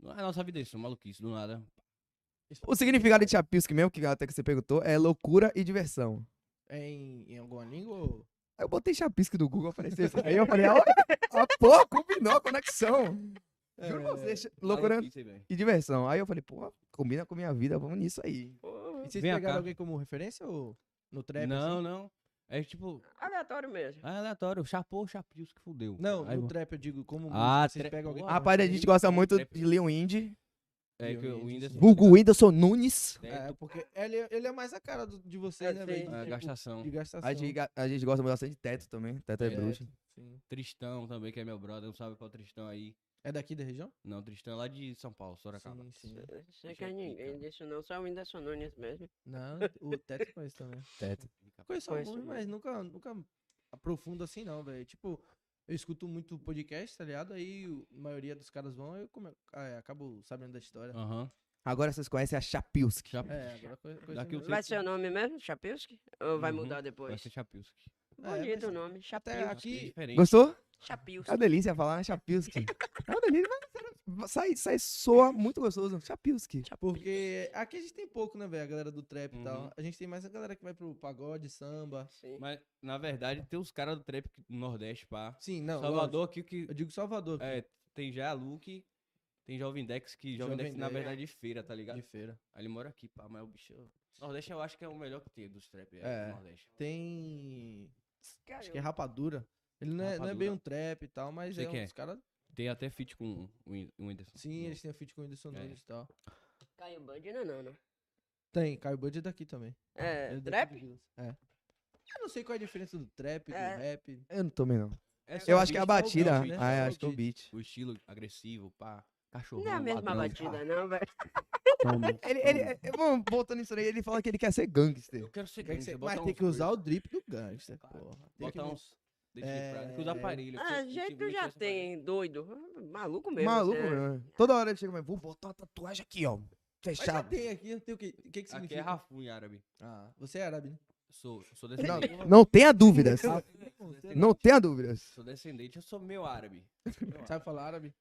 [SPEAKER 4] Não é nossa vida isso, maluquice, do nada.
[SPEAKER 2] Tá
[SPEAKER 3] O significado de Chapisk mesmo, que até que você perguntou, é loucura e diversão.
[SPEAKER 2] É em, em alguma língua ou...
[SPEAKER 3] Aí eu botei Chapisk do Google, apareceu isso. Aí eu falei, olha, a pô, combinou a conexão.
[SPEAKER 4] É,
[SPEAKER 3] Juro pra você, cha-
[SPEAKER 2] né?
[SPEAKER 3] loucura
[SPEAKER 4] Maluquice, velho.
[SPEAKER 3] e diversão. Aí eu falei, pô, combina com minha vida, vamos nisso aí.
[SPEAKER 1] Pô,
[SPEAKER 2] E vocês
[SPEAKER 4] Vem
[SPEAKER 2] pegaram
[SPEAKER 4] cá.
[SPEAKER 2] alguém como referência ou no trap?
[SPEAKER 4] Não,
[SPEAKER 2] assim?
[SPEAKER 4] não. É tipo,
[SPEAKER 1] aleatório mesmo.
[SPEAKER 4] é aleatório, chapou, chapios que fudeu.
[SPEAKER 2] Não,
[SPEAKER 4] Aí,
[SPEAKER 2] no
[SPEAKER 4] eu-
[SPEAKER 2] trap eu digo
[SPEAKER 4] Ah,
[SPEAKER 2] como música, vocês
[SPEAKER 4] trap-
[SPEAKER 2] pegam alguém
[SPEAKER 4] Porra,
[SPEAKER 2] como
[SPEAKER 3] Rapaz, a gente
[SPEAKER 2] referência?
[SPEAKER 3] gosta muito de Leon Indy,
[SPEAKER 4] é que o
[SPEAKER 2] Leonidas.
[SPEAKER 4] Whindersson.
[SPEAKER 3] vulgo Whindersson Nunes.
[SPEAKER 2] assim, É, porque ele, ele é mais a cara do- de vocês,
[SPEAKER 1] É,
[SPEAKER 2] né, velho?
[SPEAKER 1] sim.
[SPEAKER 4] É,
[SPEAKER 2] De-
[SPEAKER 4] gastação.
[SPEAKER 2] De gastação.
[SPEAKER 3] A gente, ga- a gente gosta bastante de Teto também, Teto é
[SPEAKER 4] Teto.
[SPEAKER 3] bruxo.
[SPEAKER 2] Sim.
[SPEAKER 4] Tristão também, que é meu brother. Um salve pra Tristão aí.
[SPEAKER 2] É daqui da região?
[SPEAKER 4] Não, Tristão é lá de São Paulo, Sorocaba.
[SPEAKER 2] Sim, sim.
[SPEAKER 1] Não sei
[SPEAKER 4] Hoje
[SPEAKER 1] que
[SPEAKER 4] é
[SPEAKER 1] é ninguém
[SPEAKER 4] pica.
[SPEAKER 1] disso não, só o Whindersson Nunes mesmo.
[SPEAKER 2] Não, o teto conheço também.
[SPEAKER 3] Teto.
[SPEAKER 2] Conheço
[SPEAKER 1] Conheço
[SPEAKER 2] alguns,
[SPEAKER 1] também.
[SPEAKER 2] mas nunca, nunca aprofundo assim, não, velho. Tipo, eu escuto muito podcast, tá ligado? Aí o- a maioria dos caras vão eu come- ah, é, acabo sabendo da história.
[SPEAKER 4] Aham.
[SPEAKER 3] Agora vocês conhecem a Chapisk.
[SPEAKER 4] Chap-
[SPEAKER 2] É, agora conhe- conheço
[SPEAKER 4] Daqui eu
[SPEAKER 2] mais.
[SPEAKER 4] sei
[SPEAKER 1] Vai
[SPEAKER 4] que-
[SPEAKER 1] ser o nome mesmo, Chapilski? Ou vai
[SPEAKER 4] Uhum,
[SPEAKER 1] mudar
[SPEAKER 4] Vai
[SPEAKER 1] depois?
[SPEAKER 4] ser Chapilski.
[SPEAKER 2] Ah, é,
[SPEAKER 1] Bonito o
[SPEAKER 2] mas
[SPEAKER 1] nome,
[SPEAKER 2] Até
[SPEAKER 1] Chapilski.
[SPEAKER 4] Acho que é
[SPEAKER 2] aqui.
[SPEAKER 4] diferente.
[SPEAKER 3] Gostou? É uma
[SPEAKER 1] Chapilski.
[SPEAKER 3] delícia falar, né? Chapilski. É uma delícia, mas sai, sai, soa muito gostoso. Chapilski.
[SPEAKER 2] Porque aqui a gente tem pouco, né, velho? A galera do trap e
[SPEAKER 4] Uhum.
[SPEAKER 2] tal. A gente tem mais a galera que vai pro pagode, samba.
[SPEAKER 1] Sim.
[SPEAKER 4] Mas, na verdade, tem os caras do trap que- do Nordeste, pá.
[SPEAKER 2] Sim, não.
[SPEAKER 4] Salvador É, tá aqui, o que
[SPEAKER 2] lógico. Eu digo Salvador.
[SPEAKER 4] É, tem já a Luke, Tem Jovem Dex que Jovem,
[SPEAKER 2] Jovem
[SPEAKER 4] Dex, na
[SPEAKER 2] Dex.
[SPEAKER 4] verdade, é de feira, tá ligado?
[SPEAKER 2] de feira.
[SPEAKER 4] Aí ele mora aqui, pá, mas o bicho. Nordeste eu acho que é o melhor que tem dos trap. É,
[SPEAKER 2] É.
[SPEAKER 4] do Nordeste.
[SPEAKER 2] Tem. Acho que é
[SPEAKER 1] Caiu.
[SPEAKER 2] rapadura. Ele não é, não é bem
[SPEAKER 4] Rapadura.
[SPEAKER 2] um trap e tal, mas
[SPEAKER 4] Sei
[SPEAKER 2] é
[SPEAKER 4] quem é.
[SPEAKER 2] uns caras.
[SPEAKER 4] Tem até feat com o Whin- o Whindersson.
[SPEAKER 2] Sim,
[SPEAKER 4] No-
[SPEAKER 2] eles têm o feat com o Whindersson
[SPEAKER 4] É.
[SPEAKER 2] Nunes e tal.
[SPEAKER 1] Caio Band não, não, não.
[SPEAKER 2] Tem, Caio Bud é daqui também.
[SPEAKER 1] É,
[SPEAKER 2] Ele
[SPEAKER 1] trap?
[SPEAKER 2] daqui de Minas. É. Eu não sei qual é a diferença do trap,
[SPEAKER 1] É.
[SPEAKER 2] do rap.
[SPEAKER 3] Eu não tomei, não.
[SPEAKER 4] É só
[SPEAKER 3] Eu
[SPEAKER 4] o
[SPEAKER 3] acho que é a
[SPEAKER 4] beat, só o
[SPEAKER 3] batida.
[SPEAKER 4] beat, né?
[SPEAKER 3] Ah, é,
[SPEAKER 4] Só o
[SPEAKER 3] acho que é o
[SPEAKER 4] beat.
[SPEAKER 3] beat.
[SPEAKER 4] O estilo agressivo, pá. Cachorrão,
[SPEAKER 1] Não é a mesma
[SPEAKER 4] um ladrão,
[SPEAKER 1] batida,
[SPEAKER 4] pá.
[SPEAKER 1] não, velho.
[SPEAKER 3] Ele, ele, é- vamos voltando nisso aí, ele fala que ele quer ser gangster.
[SPEAKER 4] Eu quero ser
[SPEAKER 2] Quer que
[SPEAKER 4] gangster,
[SPEAKER 2] você-
[SPEAKER 4] botar
[SPEAKER 2] Mas tem
[SPEAKER 4] uns
[SPEAKER 2] que usar
[SPEAKER 4] coisa.
[SPEAKER 2] o drip do gangster,
[SPEAKER 4] Claro.
[SPEAKER 2] porra. Tem que
[SPEAKER 4] Botar um uns. Deixa de frase. Tem que
[SPEAKER 2] É.
[SPEAKER 4] usar aparelho. assim, tipo,
[SPEAKER 1] Ah, jeito já tem, doido. hum, Maluco mesmo.
[SPEAKER 3] Maluco,
[SPEAKER 4] é.
[SPEAKER 1] você-
[SPEAKER 3] mano. Toda hora ele chega, mas vou botar uma tatuagem aqui, ó.
[SPEAKER 2] Mas já
[SPEAKER 3] Fechado.
[SPEAKER 2] tem aqui, tem o que? O que, que
[SPEAKER 4] Aqui é
[SPEAKER 2] significa?
[SPEAKER 4] Rafu em árabe.
[SPEAKER 2] Ah, você é árabe, né?
[SPEAKER 4] Sou, sou
[SPEAKER 3] Não,
[SPEAKER 4] descendente.
[SPEAKER 3] não tenha dúvidas.
[SPEAKER 4] Descendente.
[SPEAKER 3] Não tenha dúvidas.
[SPEAKER 4] Sou descendente, eu sou meu árabe.
[SPEAKER 2] Sabe falar árabe?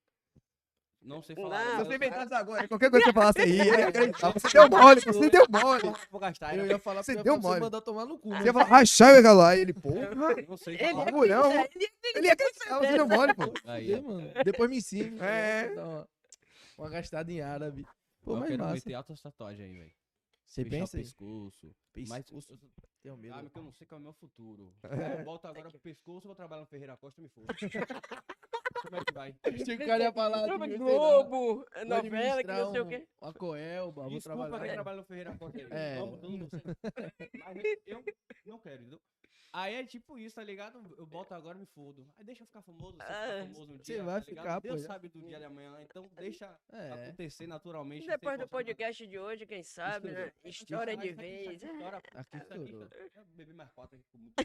[SPEAKER 4] Não sei
[SPEAKER 1] Não,
[SPEAKER 4] falar.
[SPEAKER 1] eu
[SPEAKER 3] Se
[SPEAKER 4] árabe,
[SPEAKER 3] você
[SPEAKER 1] sei
[SPEAKER 4] eu sou
[SPEAKER 3] inventasse agora, qualquer coisa que você falasse aí, ele ia acreditar. Você
[SPEAKER 2] um
[SPEAKER 3] deu mole, você deu mole.
[SPEAKER 4] árabe, Vou gastar.
[SPEAKER 2] Eu
[SPEAKER 4] Tá árabe.
[SPEAKER 2] ia falar
[SPEAKER 3] Você
[SPEAKER 2] pra você,
[SPEAKER 3] deu
[SPEAKER 2] pra
[SPEAKER 3] mole.
[SPEAKER 2] você mandar tomar no cu. né?
[SPEAKER 3] Você ia falar, rachar o lá, ele, pô.
[SPEAKER 4] Não sei
[SPEAKER 1] Ele
[SPEAKER 4] falar.
[SPEAKER 1] é
[SPEAKER 3] Bagulhão.
[SPEAKER 1] pica, ele
[SPEAKER 3] Ele ia acreditar, você deu mole, pô.
[SPEAKER 4] Aí,
[SPEAKER 2] Aí, mano. Depois me ensina.
[SPEAKER 3] É.
[SPEAKER 2] Dá uma, uma gastada em árabe. Pô,
[SPEAKER 4] eu
[SPEAKER 2] mas
[SPEAKER 4] quero
[SPEAKER 2] massa.
[SPEAKER 4] meter altas tatuagens aí, velho.
[SPEAKER 2] Você
[SPEAKER 4] Fechar o
[SPEAKER 2] pensa isso?
[SPEAKER 4] pescoço. Mas
[SPEAKER 2] Tenho medo.
[SPEAKER 4] Ah, meu, que eu não sei qual é o meu futuro. Eu volto agora pro pescoço, vou trabalhar no Ferreira Costa e me foda. Como é que vai?
[SPEAKER 2] Se o cara ia falar de
[SPEAKER 1] Sobre
[SPEAKER 2] sei lá,
[SPEAKER 1] Globo,
[SPEAKER 2] vou
[SPEAKER 1] novela, que não sei o
[SPEAKER 2] administrar
[SPEAKER 1] quê.
[SPEAKER 2] um- Uma coelba, vou
[SPEAKER 4] Desculpa né? quem
[SPEAKER 2] trabalhar.
[SPEAKER 4] trabalha no Ferreira Costa. aí.
[SPEAKER 2] É.
[SPEAKER 4] Eu amo todo mundo. Mas eu não quero, entendeu? Aí é tipo isso, tá ligado? Eu boto agora e me fodo. Aí deixa eu ficar famoso, se eu
[SPEAKER 1] Ah,
[SPEAKER 4] ficar famoso um dia,
[SPEAKER 2] você vai
[SPEAKER 4] tá ligado?
[SPEAKER 2] ficar, pô,
[SPEAKER 4] Deus
[SPEAKER 2] já.
[SPEAKER 4] sabe do dia de amanhã, né? então deixa
[SPEAKER 2] É.
[SPEAKER 4] acontecer naturalmente. sem
[SPEAKER 1] Depois
[SPEAKER 2] né?
[SPEAKER 1] do
[SPEAKER 4] forçar nada.
[SPEAKER 1] podcast de hoje, quem sabe, né? História de vez.
[SPEAKER 4] História
[SPEAKER 2] Aqui estourou.
[SPEAKER 4] Bebi mais quatro aqui com muito.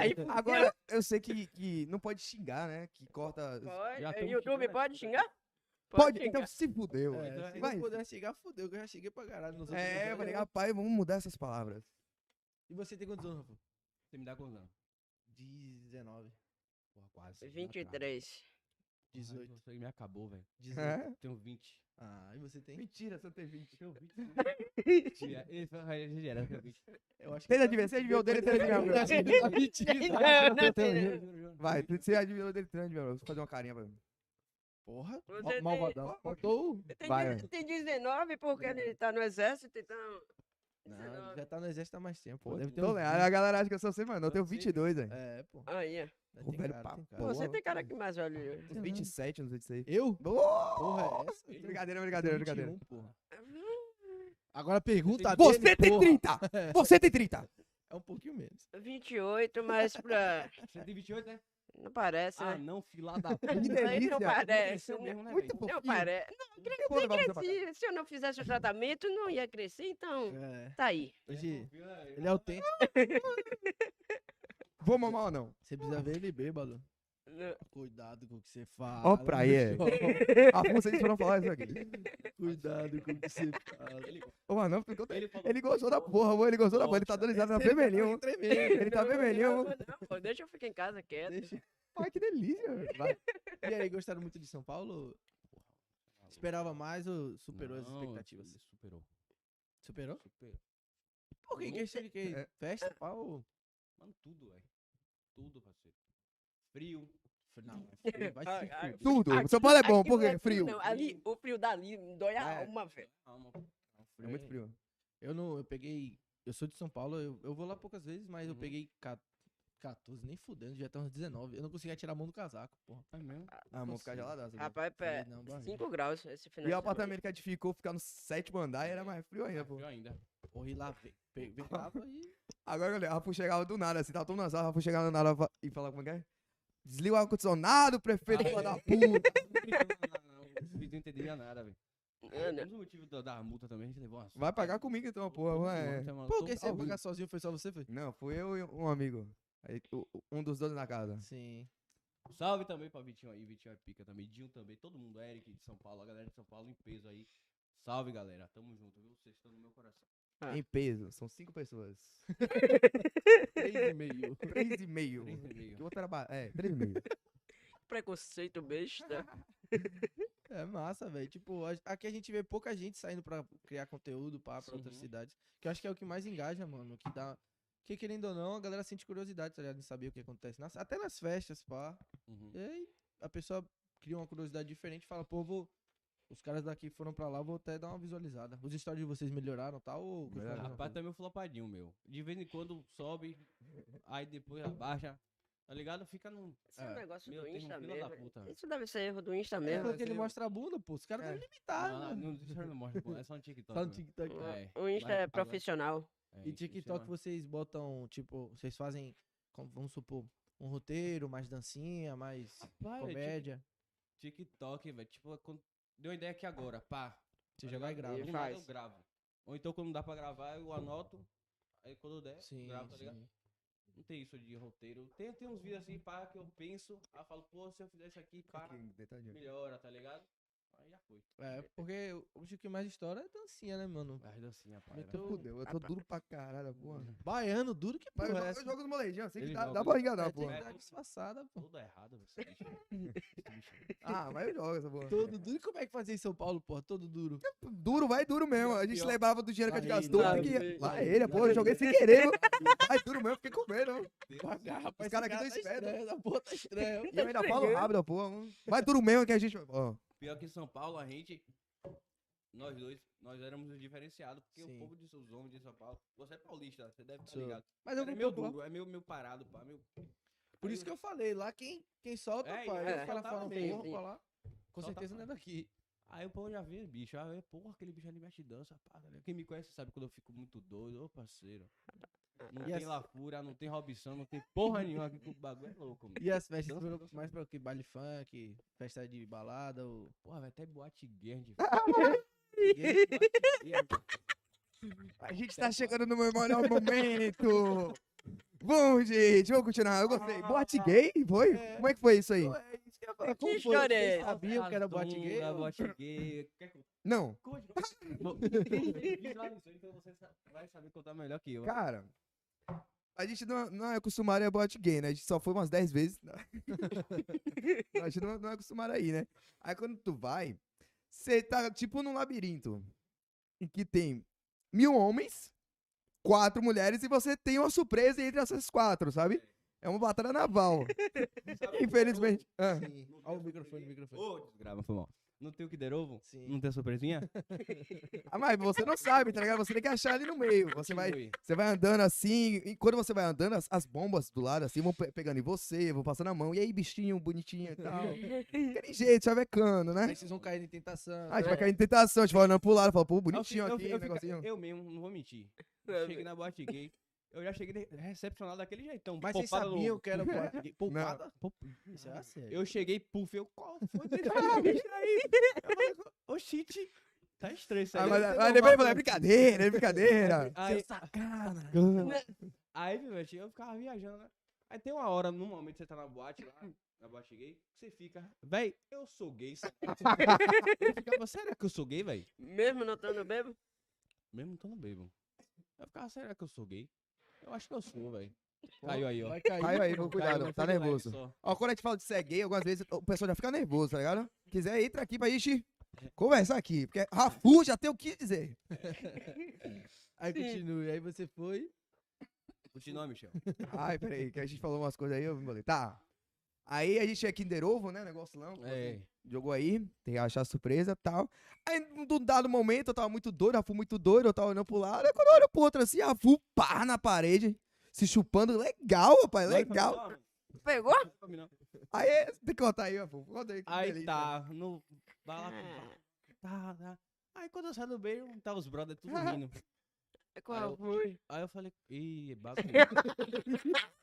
[SPEAKER 1] Aí
[SPEAKER 3] Agora, eu sei que, que não pode xingar, né? Que corta.
[SPEAKER 4] Já
[SPEAKER 1] pode. É,
[SPEAKER 4] tem um
[SPEAKER 1] YouTube
[SPEAKER 4] xingando
[SPEAKER 1] pode
[SPEAKER 4] aqui,
[SPEAKER 1] xingar?
[SPEAKER 3] Pode,
[SPEAKER 1] xingar.
[SPEAKER 3] então se fudeu.
[SPEAKER 2] É,
[SPEAKER 4] então é
[SPEAKER 2] se
[SPEAKER 3] vai.
[SPEAKER 2] não puder chegar, fudeu, que eu já cheguei pra caralho. nos outros
[SPEAKER 3] É, eu
[SPEAKER 2] episódios.
[SPEAKER 3] falei, rapaz, vamos mudar essas palavras.
[SPEAKER 2] E você tem quantos anos, Rafa?
[SPEAKER 4] Você me dá quantos anos?
[SPEAKER 2] 19.
[SPEAKER 4] Porra, quase.
[SPEAKER 1] 23.
[SPEAKER 2] 18.
[SPEAKER 4] Você me acabou, velho.
[SPEAKER 2] 18.
[SPEAKER 4] Tenho 20.
[SPEAKER 2] Ah, e você tem?
[SPEAKER 3] Mentira, você tem 20.
[SPEAKER 4] Tenho 20. Mentira. é Ele foi a era, tenho 20.
[SPEAKER 2] Eu acho
[SPEAKER 3] Vocês adivinham, vocês adivinham o dele, vocês adivinham o
[SPEAKER 2] né?
[SPEAKER 3] meu.
[SPEAKER 1] Não, não, não.
[SPEAKER 3] Vai, você adivinhou o dele, vocês adivinham o meu. Vou fazer uma carinha pra mim.
[SPEAKER 2] Porra,
[SPEAKER 1] Você
[SPEAKER 2] mal-
[SPEAKER 1] tem-
[SPEAKER 2] malvadão. Faltou um. o-
[SPEAKER 1] Tem,
[SPEAKER 3] Vai,
[SPEAKER 1] de- tem 19 porque ele tá no exército, então.
[SPEAKER 2] Não, ele
[SPEAKER 1] 19.
[SPEAKER 2] já tá no exército há mais tempo.
[SPEAKER 3] Pô,
[SPEAKER 2] Pô, então é, deve ter um
[SPEAKER 3] tô
[SPEAKER 2] uns
[SPEAKER 3] lendo. A galera acha que eu sou sem, mano. Eu tenho
[SPEAKER 4] Eu sei,
[SPEAKER 3] 22, velho.
[SPEAKER 2] É, pô.
[SPEAKER 1] Aí, ó.
[SPEAKER 2] Mas
[SPEAKER 3] Pô,
[SPEAKER 2] tem
[SPEAKER 3] velho,
[SPEAKER 2] cara,
[SPEAKER 3] pra
[SPEAKER 2] tem cara.
[SPEAKER 3] Pô,
[SPEAKER 1] Você
[SPEAKER 3] eu-
[SPEAKER 1] tem cara que mais velho. né? hoje.
[SPEAKER 3] Uns 27, uns 26.
[SPEAKER 2] Eu?
[SPEAKER 3] Oh!
[SPEAKER 2] Porra, é essa? Eu tenho
[SPEAKER 3] é Brincadeira, brincadeira, brincadeira.
[SPEAKER 2] 21, porra. Agora a pergunta
[SPEAKER 3] Você
[SPEAKER 2] dele,
[SPEAKER 3] tem
[SPEAKER 2] tá porra,
[SPEAKER 3] 30! Você tem 30!
[SPEAKER 2] um, É um pouquinho menos.
[SPEAKER 1] 28, mas pra.
[SPEAKER 4] Você tem 28, né?
[SPEAKER 1] Não parece,
[SPEAKER 4] Ah,
[SPEAKER 1] né?
[SPEAKER 4] não, fila da puta.
[SPEAKER 1] Mas
[SPEAKER 3] Que delícia! É,
[SPEAKER 1] não parece.
[SPEAKER 4] Cresceu
[SPEAKER 1] né?
[SPEAKER 4] mesmo, né,
[SPEAKER 3] Muito é
[SPEAKER 4] velho?
[SPEAKER 3] bom.
[SPEAKER 1] Não parece.
[SPEAKER 3] Pô, levar
[SPEAKER 2] é
[SPEAKER 3] você pra cá.
[SPEAKER 1] Se, se eu não fizesse o tratamento, não ia crescer, então.
[SPEAKER 2] É.
[SPEAKER 1] Tá aí.
[SPEAKER 2] Hoje,
[SPEAKER 4] Fila-
[SPEAKER 2] ele é autêntico.
[SPEAKER 3] Vou mamar ou não?
[SPEAKER 2] Você precisa ver ele bêbado.
[SPEAKER 1] Não,
[SPEAKER 2] Cuidado com o que você fala.
[SPEAKER 3] Ó pra aí.
[SPEAKER 2] pessoal.
[SPEAKER 3] Afonso, eles foram falar isso aqui.
[SPEAKER 2] Cuidado com o que você fala.
[SPEAKER 4] Ele,
[SPEAKER 3] O Anão ficou.
[SPEAKER 4] ele falou.
[SPEAKER 3] Ele gostou da porra, mano. Ele gostou da porra. Ele tá dando risada, tá vermelhinho.
[SPEAKER 2] Tremendo.
[SPEAKER 3] Ele tá
[SPEAKER 1] não, não,
[SPEAKER 3] vermelhinho.
[SPEAKER 1] não, pô, deixa eu ficar em casa quieto.
[SPEAKER 2] Deixa.
[SPEAKER 3] Ai, que delícia, velho.
[SPEAKER 2] Vai. E aí, gostaram muito de São Paulo? Esperava mais ou superou as
[SPEAKER 4] Não,
[SPEAKER 2] expectativas?
[SPEAKER 4] ele Superou.
[SPEAKER 2] Superou?
[SPEAKER 4] Superou.
[SPEAKER 2] Por quê?
[SPEAKER 4] Não
[SPEAKER 2] Que que- que-
[SPEAKER 3] É.
[SPEAKER 2] Festa, pau?
[SPEAKER 4] Mano, tudo, velho. Tudo, parceiro. Frio.
[SPEAKER 2] Não, é frio, vai
[SPEAKER 1] Ah,
[SPEAKER 2] ser
[SPEAKER 1] ah,
[SPEAKER 2] frio.
[SPEAKER 3] Tudo.
[SPEAKER 1] Aqui-
[SPEAKER 3] O São Paulo é bom,
[SPEAKER 1] aqui
[SPEAKER 3] por
[SPEAKER 1] não
[SPEAKER 3] quê? Frio.
[SPEAKER 1] Não, ali, o frio dali dói a
[SPEAKER 3] É.
[SPEAKER 1] alma, velho.
[SPEAKER 4] Calma.
[SPEAKER 3] É muito frio.
[SPEAKER 2] Eu não, eu peguei. Eu sou de São Paulo, eu, eu vou lá poucas vezes, mas eu
[SPEAKER 4] Uhum.
[SPEAKER 2] peguei ca- 14, nem fudendo, já tá uns 19. Eu não conseguia tirar a mão do casaco, porra.
[SPEAKER 4] É mesmo?
[SPEAKER 3] Ah, mão ficar
[SPEAKER 2] consigo.
[SPEAKER 3] geladaça. velho.
[SPEAKER 1] Rapaz, é
[SPEAKER 2] Falei,
[SPEAKER 1] pé,
[SPEAKER 2] não, barriga.
[SPEAKER 1] 5 graus esse final de
[SPEAKER 3] E o
[SPEAKER 1] semana.
[SPEAKER 3] apartamento que a gente ficou, ficar no sétimo andar, era mais frio ainda,
[SPEAKER 4] Tá
[SPEAKER 3] pô.
[SPEAKER 4] frio ainda.
[SPEAKER 2] Corri lá, ve- pe- pegava e.
[SPEAKER 3] Agora, olha, o Rafa chegava do nada, assim, tava todo mundo na sala, o Rafa chegava do nada fa- e falava como é que é? Desliga o ar-condicionado, prefeito,
[SPEAKER 4] Ah,
[SPEAKER 3] filha
[SPEAKER 4] é.
[SPEAKER 3] da puta.
[SPEAKER 4] Não, não, não, não, não entendia nada, velho.
[SPEAKER 1] Ah, não.
[SPEAKER 4] Um dos motivos da, da multa também, a gente levou uma
[SPEAKER 3] Vai pagar comigo então, porra. Ué.
[SPEAKER 2] Por que você
[SPEAKER 3] alguém-
[SPEAKER 2] pagar sozinho? Foi só você, foi?
[SPEAKER 3] Não, foi eu e um amigo. Aí, o- o- um dos donos da casa.
[SPEAKER 2] Sim.
[SPEAKER 4] Salve também pra Vitinho aí, Vitinho é pica também, Dinho também, todo mundo, Eric de São Paulo, a galera de São Paulo em peso aí. Salve, galera, tamo junto, viu? Vocês estão no meu coração.
[SPEAKER 1] Ah.
[SPEAKER 3] Em peso, são cinco pessoas.
[SPEAKER 2] Três e
[SPEAKER 3] Três e meio.
[SPEAKER 2] meio.
[SPEAKER 4] Três e meio.
[SPEAKER 3] Que eu vou trabalhar. É, três e meio.
[SPEAKER 1] Preconceito besta.
[SPEAKER 2] É massa, velho. Tipo, a- aqui a gente vê pouca gente saindo pra criar conteúdo pá, pra outras
[SPEAKER 4] Sim.
[SPEAKER 2] cidades. Que eu acho que é o que mais engaja, mano. Que dá. Que querendo ou não, a galera sente curiosidade, tá ligado? Em saber o que acontece. nas- Até nas festas, pá.
[SPEAKER 4] Uhum.
[SPEAKER 2] E aí a pessoa cria uma curiosidade diferente e fala, pô, vou, Os caras daqui foram pra lá, eu vou até dar uma visualizada. Os stories de vocês melhoraram, tá?
[SPEAKER 3] Melhoraram.
[SPEAKER 2] Ou... continuaram?
[SPEAKER 4] Rapaz, tá meio flopadinho, meu. De vez em quando sobe, aí depois abaixa. Tá ligado? Fica num.
[SPEAKER 1] Esse é um
[SPEAKER 2] É,
[SPEAKER 1] negócio
[SPEAKER 4] meu
[SPEAKER 1] do
[SPEAKER 4] termo,
[SPEAKER 1] Insta
[SPEAKER 4] fila da
[SPEAKER 1] mesmo.
[SPEAKER 4] puta.
[SPEAKER 1] Isso deve ser erro do Insta
[SPEAKER 2] É
[SPEAKER 1] mesmo.
[SPEAKER 2] porque ele
[SPEAKER 3] Esse-
[SPEAKER 2] mostra a bunda, pô. Os caras
[SPEAKER 3] É.
[SPEAKER 2] devem limitar,
[SPEAKER 4] não,
[SPEAKER 2] mano.
[SPEAKER 4] não, isso não mostra, pô. É só um TikTok.
[SPEAKER 2] Só no
[SPEAKER 4] mesmo.
[SPEAKER 2] TikTok.
[SPEAKER 1] O-
[SPEAKER 4] É,
[SPEAKER 1] Hum, o Insta
[SPEAKER 4] vai-
[SPEAKER 1] é profissional.
[SPEAKER 4] É,
[SPEAKER 2] E
[SPEAKER 4] isso aí
[SPEAKER 2] TikTok
[SPEAKER 4] mesmo.
[SPEAKER 2] vocês botam, tipo, vocês fazem, como- vamos supor, um roteiro, mais dancinha, mais
[SPEAKER 4] Rapaz, é
[SPEAKER 2] comédia.
[SPEAKER 4] tik- TikTok, velho. Tipo, quando- deu uma ideia aqui agora, pá.
[SPEAKER 2] Você
[SPEAKER 4] tá
[SPEAKER 2] já vai e
[SPEAKER 4] ligado?
[SPEAKER 2] grava.
[SPEAKER 4] Do
[SPEAKER 1] E
[SPEAKER 4] nada
[SPEAKER 1] faz.
[SPEAKER 4] Eu gravo. Ou então quando não dá pra gravar, eu anoto. Aí quando der,
[SPEAKER 2] Sim,
[SPEAKER 4] gravo, tá ligado?
[SPEAKER 2] sim.
[SPEAKER 4] Não tem isso de roteiro. Tem, tem uns vídeos assim, pá, que eu penso, aí eu falo, pô, se eu fizer isso aqui, pá,
[SPEAKER 3] Aqui, deitadinho.
[SPEAKER 4] melhora, tá ligado? Aí já foi.
[SPEAKER 2] É, porque hoje o que mais estoura é dancinha, né, mano?
[SPEAKER 4] As dancinhas, pá.
[SPEAKER 2] Meteu-
[SPEAKER 3] Tu fudeu, eu tô duro pra caralho, porra.
[SPEAKER 2] Baiano, duro que
[SPEAKER 3] Mas
[SPEAKER 2] porra
[SPEAKER 3] eu,
[SPEAKER 2] é
[SPEAKER 3] jogo-
[SPEAKER 2] essa?
[SPEAKER 3] eu jogo no molejão, assim que
[SPEAKER 4] Ele
[SPEAKER 3] dá,
[SPEAKER 4] joga.
[SPEAKER 3] dá pra enganar,
[SPEAKER 2] É, tem
[SPEAKER 3] porra.
[SPEAKER 2] que dar disfarçada, pô.
[SPEAKER 4] Toda errada, velho. esse bicho aí. Esse bicho aí.
[SPEAKER 3] Ah, mas eu jogo essa porra.
[SPEAKER 2] Todo duro. E como é que fazia em São Paulo, porra? Todo duro.
[SPEAKER 3] Duro, vai duro mesmo. A gente
[SPEAKER 4] Pior.
[SPEAKER 3] lembrava do dinheiro que a gente
[SPEAKER 2] Vai
[SPEAKER 3] gastou.
[SPEAKER 1] ele,
[SPEAKER 3] tem
[SPEAKER 1] vai
[SPEAKER 3] que...
[SPEAKER 1] ele.
[SPEAKER 3] Lá ele, porra, eu joguei sem querer. mano. Vai duro mesmo, fiquei com medo. mano.
[SPEAKER 2] Rapaz,
[SPEAKER 3] Os caras aqui
[SPEAKER 2] esse
[SPEAKER 3] tão
[SPEAKER 4] é
[SPEAKER 2] tá
[SPEAKER 3] espertos.
[SPEAKER 2] estranho, Essa porra tá estranha.
[SPEAKER 3] E eu ainda falo rápido, porra. mano. Tá Vai duro mesmo que a gente. Ó, tá
[SPEAKER 4] Pior que em São Paulo, a gente. Nós dois, nós éramos os diferenciados, porque
[SPEAKER 2] Sim.
[SPEAKER 4] o povo de os homens de São Paulo. Você é paulista, você deve estar
[SPEAKER 2] Sou.
[SPEAKER 4] ligado.
[SPEAKER 2] Mas
[SPEAKER 4] Cara,
[SPEAKER 2] eu vou
[SPEAKER 4] é meu
[SPEAKER 2] procurar.
[SPEAKER 4] duro, é meu, meu parado, pá. Meu...
[SPEAKER 2] Por isso que eu falei, lá quem, quem solta,
[SPEAKER 4] É,
[SPEAKER 2] pai.
[SPEAKER 1] é,
[SPEAKER 2] Os caras
[SPEAKER 4] soltava
[SPEAKER 2] falam,
[SPEAKER 4] mesmo.
[SPEAKER 2] porra, pra lá. Com
[SPEAKER 4] Solta
[SPEAKER 2] certeza não é
[SPEAKER 4] pra-
[SPEAKER 2] daqui.
[SPEAKER 4] tá Aí o povo já vê, bicho. Aí, porra, aquele bicho ali mete dança, pá. tá ligado? Quem me conhece sabe quando eu fico muito doido, ô parceiro. Não
[SPEAKER 2] E
[SPEAKER 4] tem
[SPEAKER 2] assim-
[SPEAKER 4] lafura, não tem Robson, não tem porra nenhuma aqui, que o bagulho é louco, mano.
[SPEAKER 2] E as festas
[SPEAKER 4] Dança,
[SPEAKER 2] foram
[SPEAKER 4] dança.
[SPEAKER 2] mais pra que baile funk, festa de balada ou.
[SPEAKER 4] Porra, vai até boate grande.
[SPEAKER 2] Ninguém-
[SPEAKER 3] a gente tá chegando no meu melhor momento. Bom, gente, vamos continuar. Eu gostei. Boate gay? Foi?
[SPEAKER 2] É.
[SPEAKER 3] Como Ah, é que foi isso aí?
[SPEAKER 2] Não, é isso que eu ia falar. Como foi?
[SPEAKER 1] história é
[SPEAKER 2] Vocês
[SPEAKER 1] essa?
[SPEAKER 2] sabiam que era boate gay?
[SPEAKER 4] Era
[SPEAKER 2] ou-
[SPEAKER 4] boate gay. Quer que eu
[SPEAKER 3] Não,
[SPEAKER 4] conte? Bom, você visualizou, então você sa- vai saber contar melhor que eu.
[SPEAKER 3] cara. A gente não, não é acostumado a boate gay, né? A gente só foi umas 10 vezes. né? a gente não, não é acostumado aí, né? Aí quando tu vai, você tá tipo num labirinto em que tem mil homens, quatro mulheres e você tem uma surpresa entre essas quatro, sabe? É uma batalha naval.
[SPEAKER 4] Sabe o que
[SPEAKER 3] Infelizmente. Ah,
[SPEAKER 2] Sim.
[SPEAKER 4] Não tem
[SPEAKER 2] Olha o
[SPEAKER 4] a
[SPEAKER 2] microfone, o
[SPEAKER 4] surpresinha?
[SPEAKER 2] microfone.
[SPEAKER 4] Ô, desgrava, foi mal. Não tem o que der ovo?
[SPEAKER 2] Sim.
[SPEAKER 4] Não tem a surpresinha?
[SPEAKER 3] Ah, mas você não sabe, tá ligado? Você tem que achar ali no meio. Você vai,
[SPEAKER 4] Continue.
[SPEAKER 3] você vai andando assim, e quando você vai andando, as, as bombas do lado assim vão pe- pegando em você, vão passando a mão. E aí, bichinho, bonitinho e tal. Aquele jeito, chavecando, né?
[SPEAKER 2] Aí vocês vão cair em tentação.
[SPEAKER 3] Ah, a gente vai cair em tentação, a gente vai olhando pro lado, fala, pô,
[SPEAKER 4] Aí é. eu
[SPEAKER 3] bonitinho
[SPEAKER 4] fico- eu
[SPEAKER 3] aqui,
[SPEAKER 4] fico- eu fico-
[SPEAKER 3] negocinho.
[SPEAKER 4] Eu mesmo, não vou mentir.
[SPEAKER 1] É,
[SPEAKER 4] Cheguei na boate gay, eu já cheguei de- recepcionado daquele jeitão.
[SPEAKER 2] Mas vocês
[SPEAKER 4] poupado no-
[SPEAKER 2] sabiam que era boate gay? Poupada?
[SPEAKER 4] Poup-
[SPEAKER 2] Isso é sério.
[SPEAKER 4] Eu cheguei, puf, eu, qual foi desse bicho aí? Eu falei, ô shit, tá estranho isso aí.
[SPEAKER 3] Ah, mas, mas depois ele falou, é brincadeira, é brincadeira.
[SPEAKER 4] Aí,
[SPEAKER 2] sacana.
[SPEAKER 4] aí, velho, eu ficava viajando, né? Aí tem uma hora, num momento, você tá na boate lá, na boate gay, que você fica, véi, eu sou gay, sabe? Eu ficava, será que eu sou gay, véi?
[SPEAKER 1] Mesmo não estando bebo?
[SPEAKER 4] Mesmo tão bebo. Eu ficava, será que eu sou gay? Eu acho que eu sou, véi. Caiu aí, ó.
[SPEAKER 2] Vai cair.
[SPEAKER 3] Caiu aí,
[SPEAKER 2] pô.
[SPEAKER 3] vou cuidado,
[SPEAKER 4] mas
[SPEAKER 3] tá
[SPEAKER 4] foi de leve
[SPEAKER 3] nervoso.
[SPEAKER 4] só.
[SPEAKER 3] Ó, quando a gente fala de ser gay, algumas vezes o pessoal já fica nervoso, tá ligado? Quiser, entra aqui pra gente conversar aqui, porque Rafu já tem o que dizer.
[SPEAKER 2] Aí continue. Aí você foi.
[SPEAKER 4] Continua, Michel.
[SPEAKER 3] Ai, peraí, que a gente falou umas coisas aí, eu me falei, tá. Aí a gente é Kinder Ovo, né, negócio lá,
[SPEAKER 4] É.
[SPEAKER 3] jogou aí, tem que achar a surpresa e tal. Aí, num dado momento, eu tava muito doido, Rafu muito doido, eu tava olhando pro lado, aí quando eu olho pro outro assim, Rafu, pá, na parede, se chupando, legal, rapaz, legal.
[SPEAKER 1] Pegou?
[SPEAKER 3] Aí, tem que contar aí, Rafu, conta aí. que
[SPEAKER 4] Aí
[SPEAKER 3] delícia.
[SPEAKER 4] tá, no. Vai lá com- Tá, tá. Aí quando eu saio do beijo, tá os brother tudo rindo.
[SPEAKER 1] É
[SPEAKER 4] Aí
[SPEAKER 1] Qual
[SPEAKER 4] eu-
[SPEAKER 1] foi?
[SPEAKER 4] Aí eu falei, ih, é bagulho. É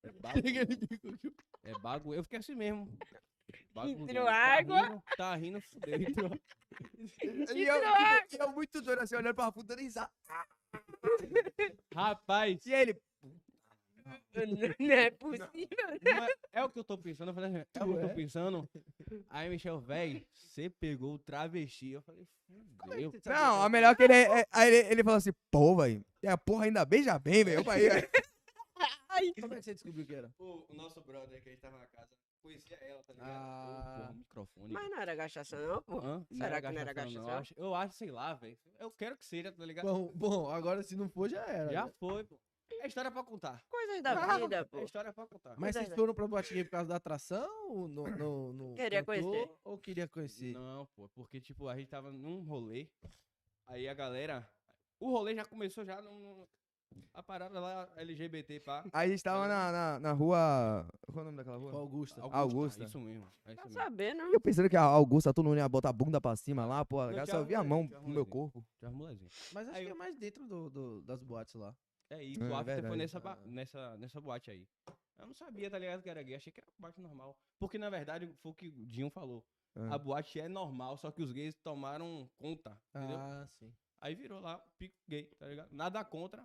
[SPEAKER 2] Chega,
[SPEAKER 4] bagulho.
[SPEAKER 2] ele ficou aqui.
[SPEAKER 4] É bagulho. Eu fiquei assim mesmo. Bagulho.
[SPEAKER 1] Entrou
[SPEAKER 4] Tá
[SPEAKER 1] água.
[SPEAKER 4] rindo, Tá rindo, fudeu. entrou.
[SPEAKER 3] E eu, e eu muito é doido assim, olhando pra Rafu, dando risada.
[SPEAKER 4] Rapaz,
[SPEAKER 3] E ele,
[SPEAKER 1] Não é possível.
[SPEAKER 4] não é, é o que eu tô pensando. Eu falei, assim, é o que eu
[SPEAKER 2] é?
[SPEAKER 4] tô pensando. Aí, Michel, velho, você pegou o travesti. Eu falei,
[SPEAKER 1] é
[SPEAKER 4] fudeu.
[SPEAKER 3] Não, a melhor que ele. é- é- Aí ele, ele falou assim, pô, velho. E a porra ainda beija bem, velho. Eu falei,
[SPEAKER 2] Como é que você descobriu que era?
[SPEAKER 4] Tipo, o, o nosso brother que a gente tava na casa conhecia ela, tá ligado?
[SPEAKER 2] Ah.
[SPEAKER 4] Ô, porra, microfone.
[SPEAKER 1] Mas não era gastação, não, pô.
[SPEAKER 4] Hã? Não
[SPEAKER 1] Será que não era
[SPEAKER 4] gastação,
[SPEAKER 1] gastação?
[SPEAKER 4] Eu acho, eu acho, sei lá, velho. Eu quero que seja, tá ligado?
[SPEAKER 2] Bom, bom, agora se não for, já era.
[SPEAKER 4] Já
[SPEAKER 2] né?
[SPEAKER 4] foi, pô. É história pra contar.
[SPEAKER 1] Coisas da vida, pô.
[SPEAKER 4] É história pra contar.
[SPEAKER 2] Mas
[SPEAKER 1] Pois
[SPEAKER 2] vocês
[SPEAKER 1] é.
[SPEAKER 2] foram pra Boate Gay por causa da atração? Ou no, no, no
[SPEAKER 1] Queria conhecer.
[SPEAKER 2] Ou queria conhecer?
[SPEAKER 4] Não, pô, porque, tipo, a gente tava num rolê. Aí a galera. O rolê já começou já num. A parada lá LGBT, pá.
[SPEAKER 3] Aí a gente tava na, na, na rua. Qual é o nome daquela
[SPEAKER 2] Com a
[SPEAKER 3] rua?
[SPEAKER 2] Augusta.
[SPEAKER 3] Augusta.
[SPEAKER 4] Isso mesmo. É isso
[SPEAKER 1] Tá
[SPEAKER 4] mesmo.
[SPEAKER 1] sabendo?
[SPEAKER 3] Eu pensando que a Augusta, todo mundo ia botar a bunda pra cima lá, pô.
[SPEAKER 4] Não,
[SPEAKER 3] Eu
[SPEAKER 4] tinha
[SPEAKER 3] só vi a
[SPEAKER 4] arrumadinho,
[SPEAKER 3] mão
[SPEAKER 4] tinha
[SPEAKER 3] no meu
[SPEAKER 4] arrumadinho.
[SPEAKER 3] corpo.
[SPEAKER 4] Tinha as molezinhas.
[SPEAKER 2] Mas acho
[SPEAKER 4] Aí
[SPEAKER 2] que é
[SPEAKER 4] eu-
[SPEAKER 2] mais dentro do, do- das boates lá.
[SPEAKER 4] É, e o
[SPEAKER 3] É,
[SPEAKER 4] after
[SPEAKER 3] verdade.
[SPEAKER 4] foi nessa, ba- nessa, nessa boate aí. Eu não sabia, tá ligado, que era gay. Achei que era boate normal. Porque, na verdade, foi o que o Dinho falou.
[SPEAKER 3] Ah.
[SPEAKER 4] A boate é normal, só que os gays tomaram conta, entendeu?
[SPEAKER 2] Ah, sim.
[SPEAKER 4] Aí virou lá, pico gay, tá ligado? Nada contra,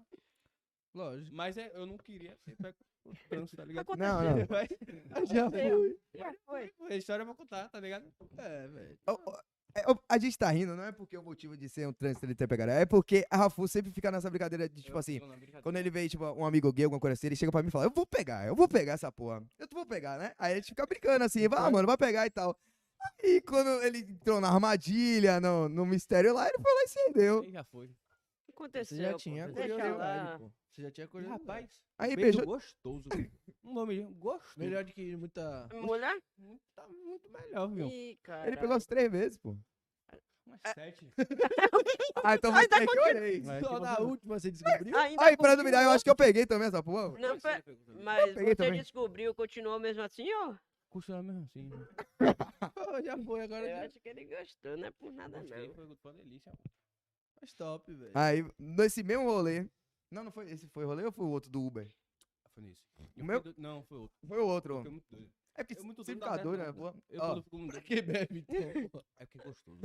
[SPEAKER 2] Lógico.
[SPEAKER 4] mas é, eu não queria ser pego por trânsito, tá ligado?
[SPEAKER 1] Aconteceu.
[SPEAKER 3] Não, não.
[SPEAKER 4] Mas-
[SPEAKER 3] Já
[SPEAKER 1] Aconteceu.
[SPEAKER 3] fui.
[SPEAKER 1] Ué, foi.
[SPEAKER 4] Pô, a história pra contar, tá ligado?
[SPEAKER 2] É, velho.
[SPEAKER 3] Ó, ó, é, ó, A gente tá rindo, não é porque o motivo de ser um trânsito ele ter pegado. É porque a Rafu sempre fica nessa brincadeira de, tipo
[SPEAKER 4] Eu
[SPEAKER 3] assim,
[SPEAKER 4] tô na brincadeira.
[SPEAKER 3] Quando ele vê, tipo, um amigo gay, alguma coisa assim, ele chega pra mim e fala, eu vou pegar, eu vou pegar essa porra. Eu vou pegar, né? Aí a gente fica brincando assim, vai, mano, vai pegar e tal. Aí quando ele entrou na armadilha, no, no mistério lá, ele foi lá e se rendeu.
[SPEAKER 4] Aí já foi.
[SPEAKER 2] Você
[SPEAKER 1] Aconteceu.
[SPEAKER 2] já
[SPEAKER 1] pô.
[SPEAKER 2] tinha
[SPEAKER 1] Deixa lá.
[SPEAKER 2] curiosidade, pô. Você já tinha curiosidade.
[SPEAKER 4] Rapaz,
[SPEAKER 3] Aí
[SPEAKER 4] beijo
[SPEAKER 3] beijou.
[SPEAKER 4] gostoso. Um nome gostoso.
[SPEAKER 2] Melhor do que muita...
[SPEAKER 1] Mulher?
[SPEAKER 4] Tá muito melhor, viu?
[SPEAKER 1] Ih, cara.
[SPEAKER 3] Ele pegou as três vezes, pô.
[SPEAKER 4] Umas sete.
[SPEAKER 3] Ah, então você é que eu olhei.
[SPEAKER 4] Mas
[SPEAKER 2] Só
[SPEAKER 4] que
[SPEAKER 2] na
[SPEAKER 4] você-
[SPEAKER 2] última você descobriu?
[SPEAKER 1] Ainda
[SPEAKER 3] Aí, pra
[SPEAKER 1] continua-
[SPEAKER 3] duvidar, eu acho que eu peguei também essa porra. mano.
[SPEAKER 1] então Não, pe-
[SPEAKER 4] Mas...
[SPEAKER 1] mas
[SPEAKER 3] peguei
[SPEAKER 1] você
[SPEAKER 3] também.
[SPEAKER 1] descobriu, continuou mesmo assim, ó?
[SPEAKER 4] Costuma mesmo assim. né?
[SPEAKER 2] Pô, já foi, agora
[SPEAKER 1] Eu
[SPEAKER 2] já. tá
[SPEAKER 1] acho que ele gostou, não é por nada
[SPEAKER 4] Gostei,
[SPEAKER 1] não.
[SPEAKER 4] foi uma delícia.
[SPEAKER 2] Mas top, velho.
[SPEAKER 3] Aí, nesse mesmo rolê. Não, não foi. Esse foi o rolê ou foi o outro do Uber?
[SPEAKER 4] Ah, Foi nesse.
[SPEAKER 3] O meu-
[SPEAKER 4] fiquei doido- Não, foi outro.
[SPEAKER 3] Foi o outro.
[SPEAKER 4] Foi muito doido.
[SPEAKER 3] É porque
[SPEAKER 4] Eu muito
[SPEAKER 3] se
[SPEAKER 4] doido dá
[SPEAKER 3] ficar
[SPEAKER 4] certo,
[SPEAKER 3] doido,
[SPEAKER 4] não,
[SPEAKER 3] né?
[SPEAKER 4] pô.
[SPEAKER 3] porra?
[SPEAKER 4] Eu
[SPEAKER 3] Ó,
[SPEAKER 4] todo fico muito doido.
[SPEAKER 2] Quem bebe, então, pô.
[SPEAKER 4] É porque é gostoso.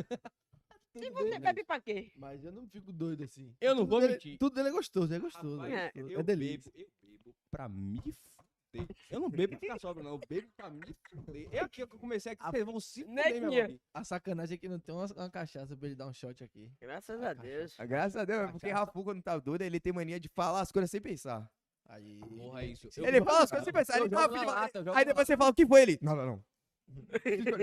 [SPEAKER 1] E você bebe pra quê?
[SPEAKER 2] né? Mas eu não fico doido assim.
[SPEAKER 4] Eu não
[SPEAKER 2] Tudo
[SPEAKER 4] vou
[SPEAKER 2] dele-
[SPEAKER 4] mentir.
[SPEAKER 2] Tudo dele é gostoso, é gostoso. é,
[SPEAKER 1] Rapaz,
[SPEAKER 2] gostoso,
[SPEAKER 4] Eu
[SPEAKER 2] é delícia.
[SPEAKER 4] Bebo, eu bebo pra me fuder. Eu não bebo pra ficar sóbrio, não. Eu bebo pra me fuder. É aqui que eu comecei aqui.
[SPEAKER 2] A-
[SPEAKER 4] Vocês vão se
[SPEAKER 1] Né,
[SPEAKER 4] fuder, meu
[SPEAKER 1] Tinha?
[SPEAKER 4] amigo.
[SPEAKER 2] A sacanagem é que não tem uma, uma cachaça pra ele dar um shot aqui.
[SPEAKER 1] Graças a Deus.
[SPEAKER 3] Graças a Deus, é porque
[SPEAKER 4] Cachaça.
[SPEAKER 3] Rafu, quando tá doido, ele tem mania de falar as coisas sem pensar.
[SPEAKER 2] Aí.
[SPEAKER 4] Porra, é isso.
[SPEAKER 2] Eu
[SPEAKER 3] Ele
[SPEAKER 2] jogo
[SPEAKER 3] fala as
[SPEAKER 2] na
[SPEAKER 3] coisas sem
[SPEAKER 2] lata,
[SPEAKER 3] pensar,
[SPEAKER 2] eu
[SPEAKER 3] ele
[SPEAKER 2] jogo
[SPEAKER 3] fala,
[SPEAKER 2] na
[SPEAKER 3] "Filho,
[SPEAKER 2] lata, eu jogo
[SPEAKER 3] Aí
[SPEAKER 2] na
[SPEAKER 3] depois você fala, o que foi ele? Não, não, não. não, não,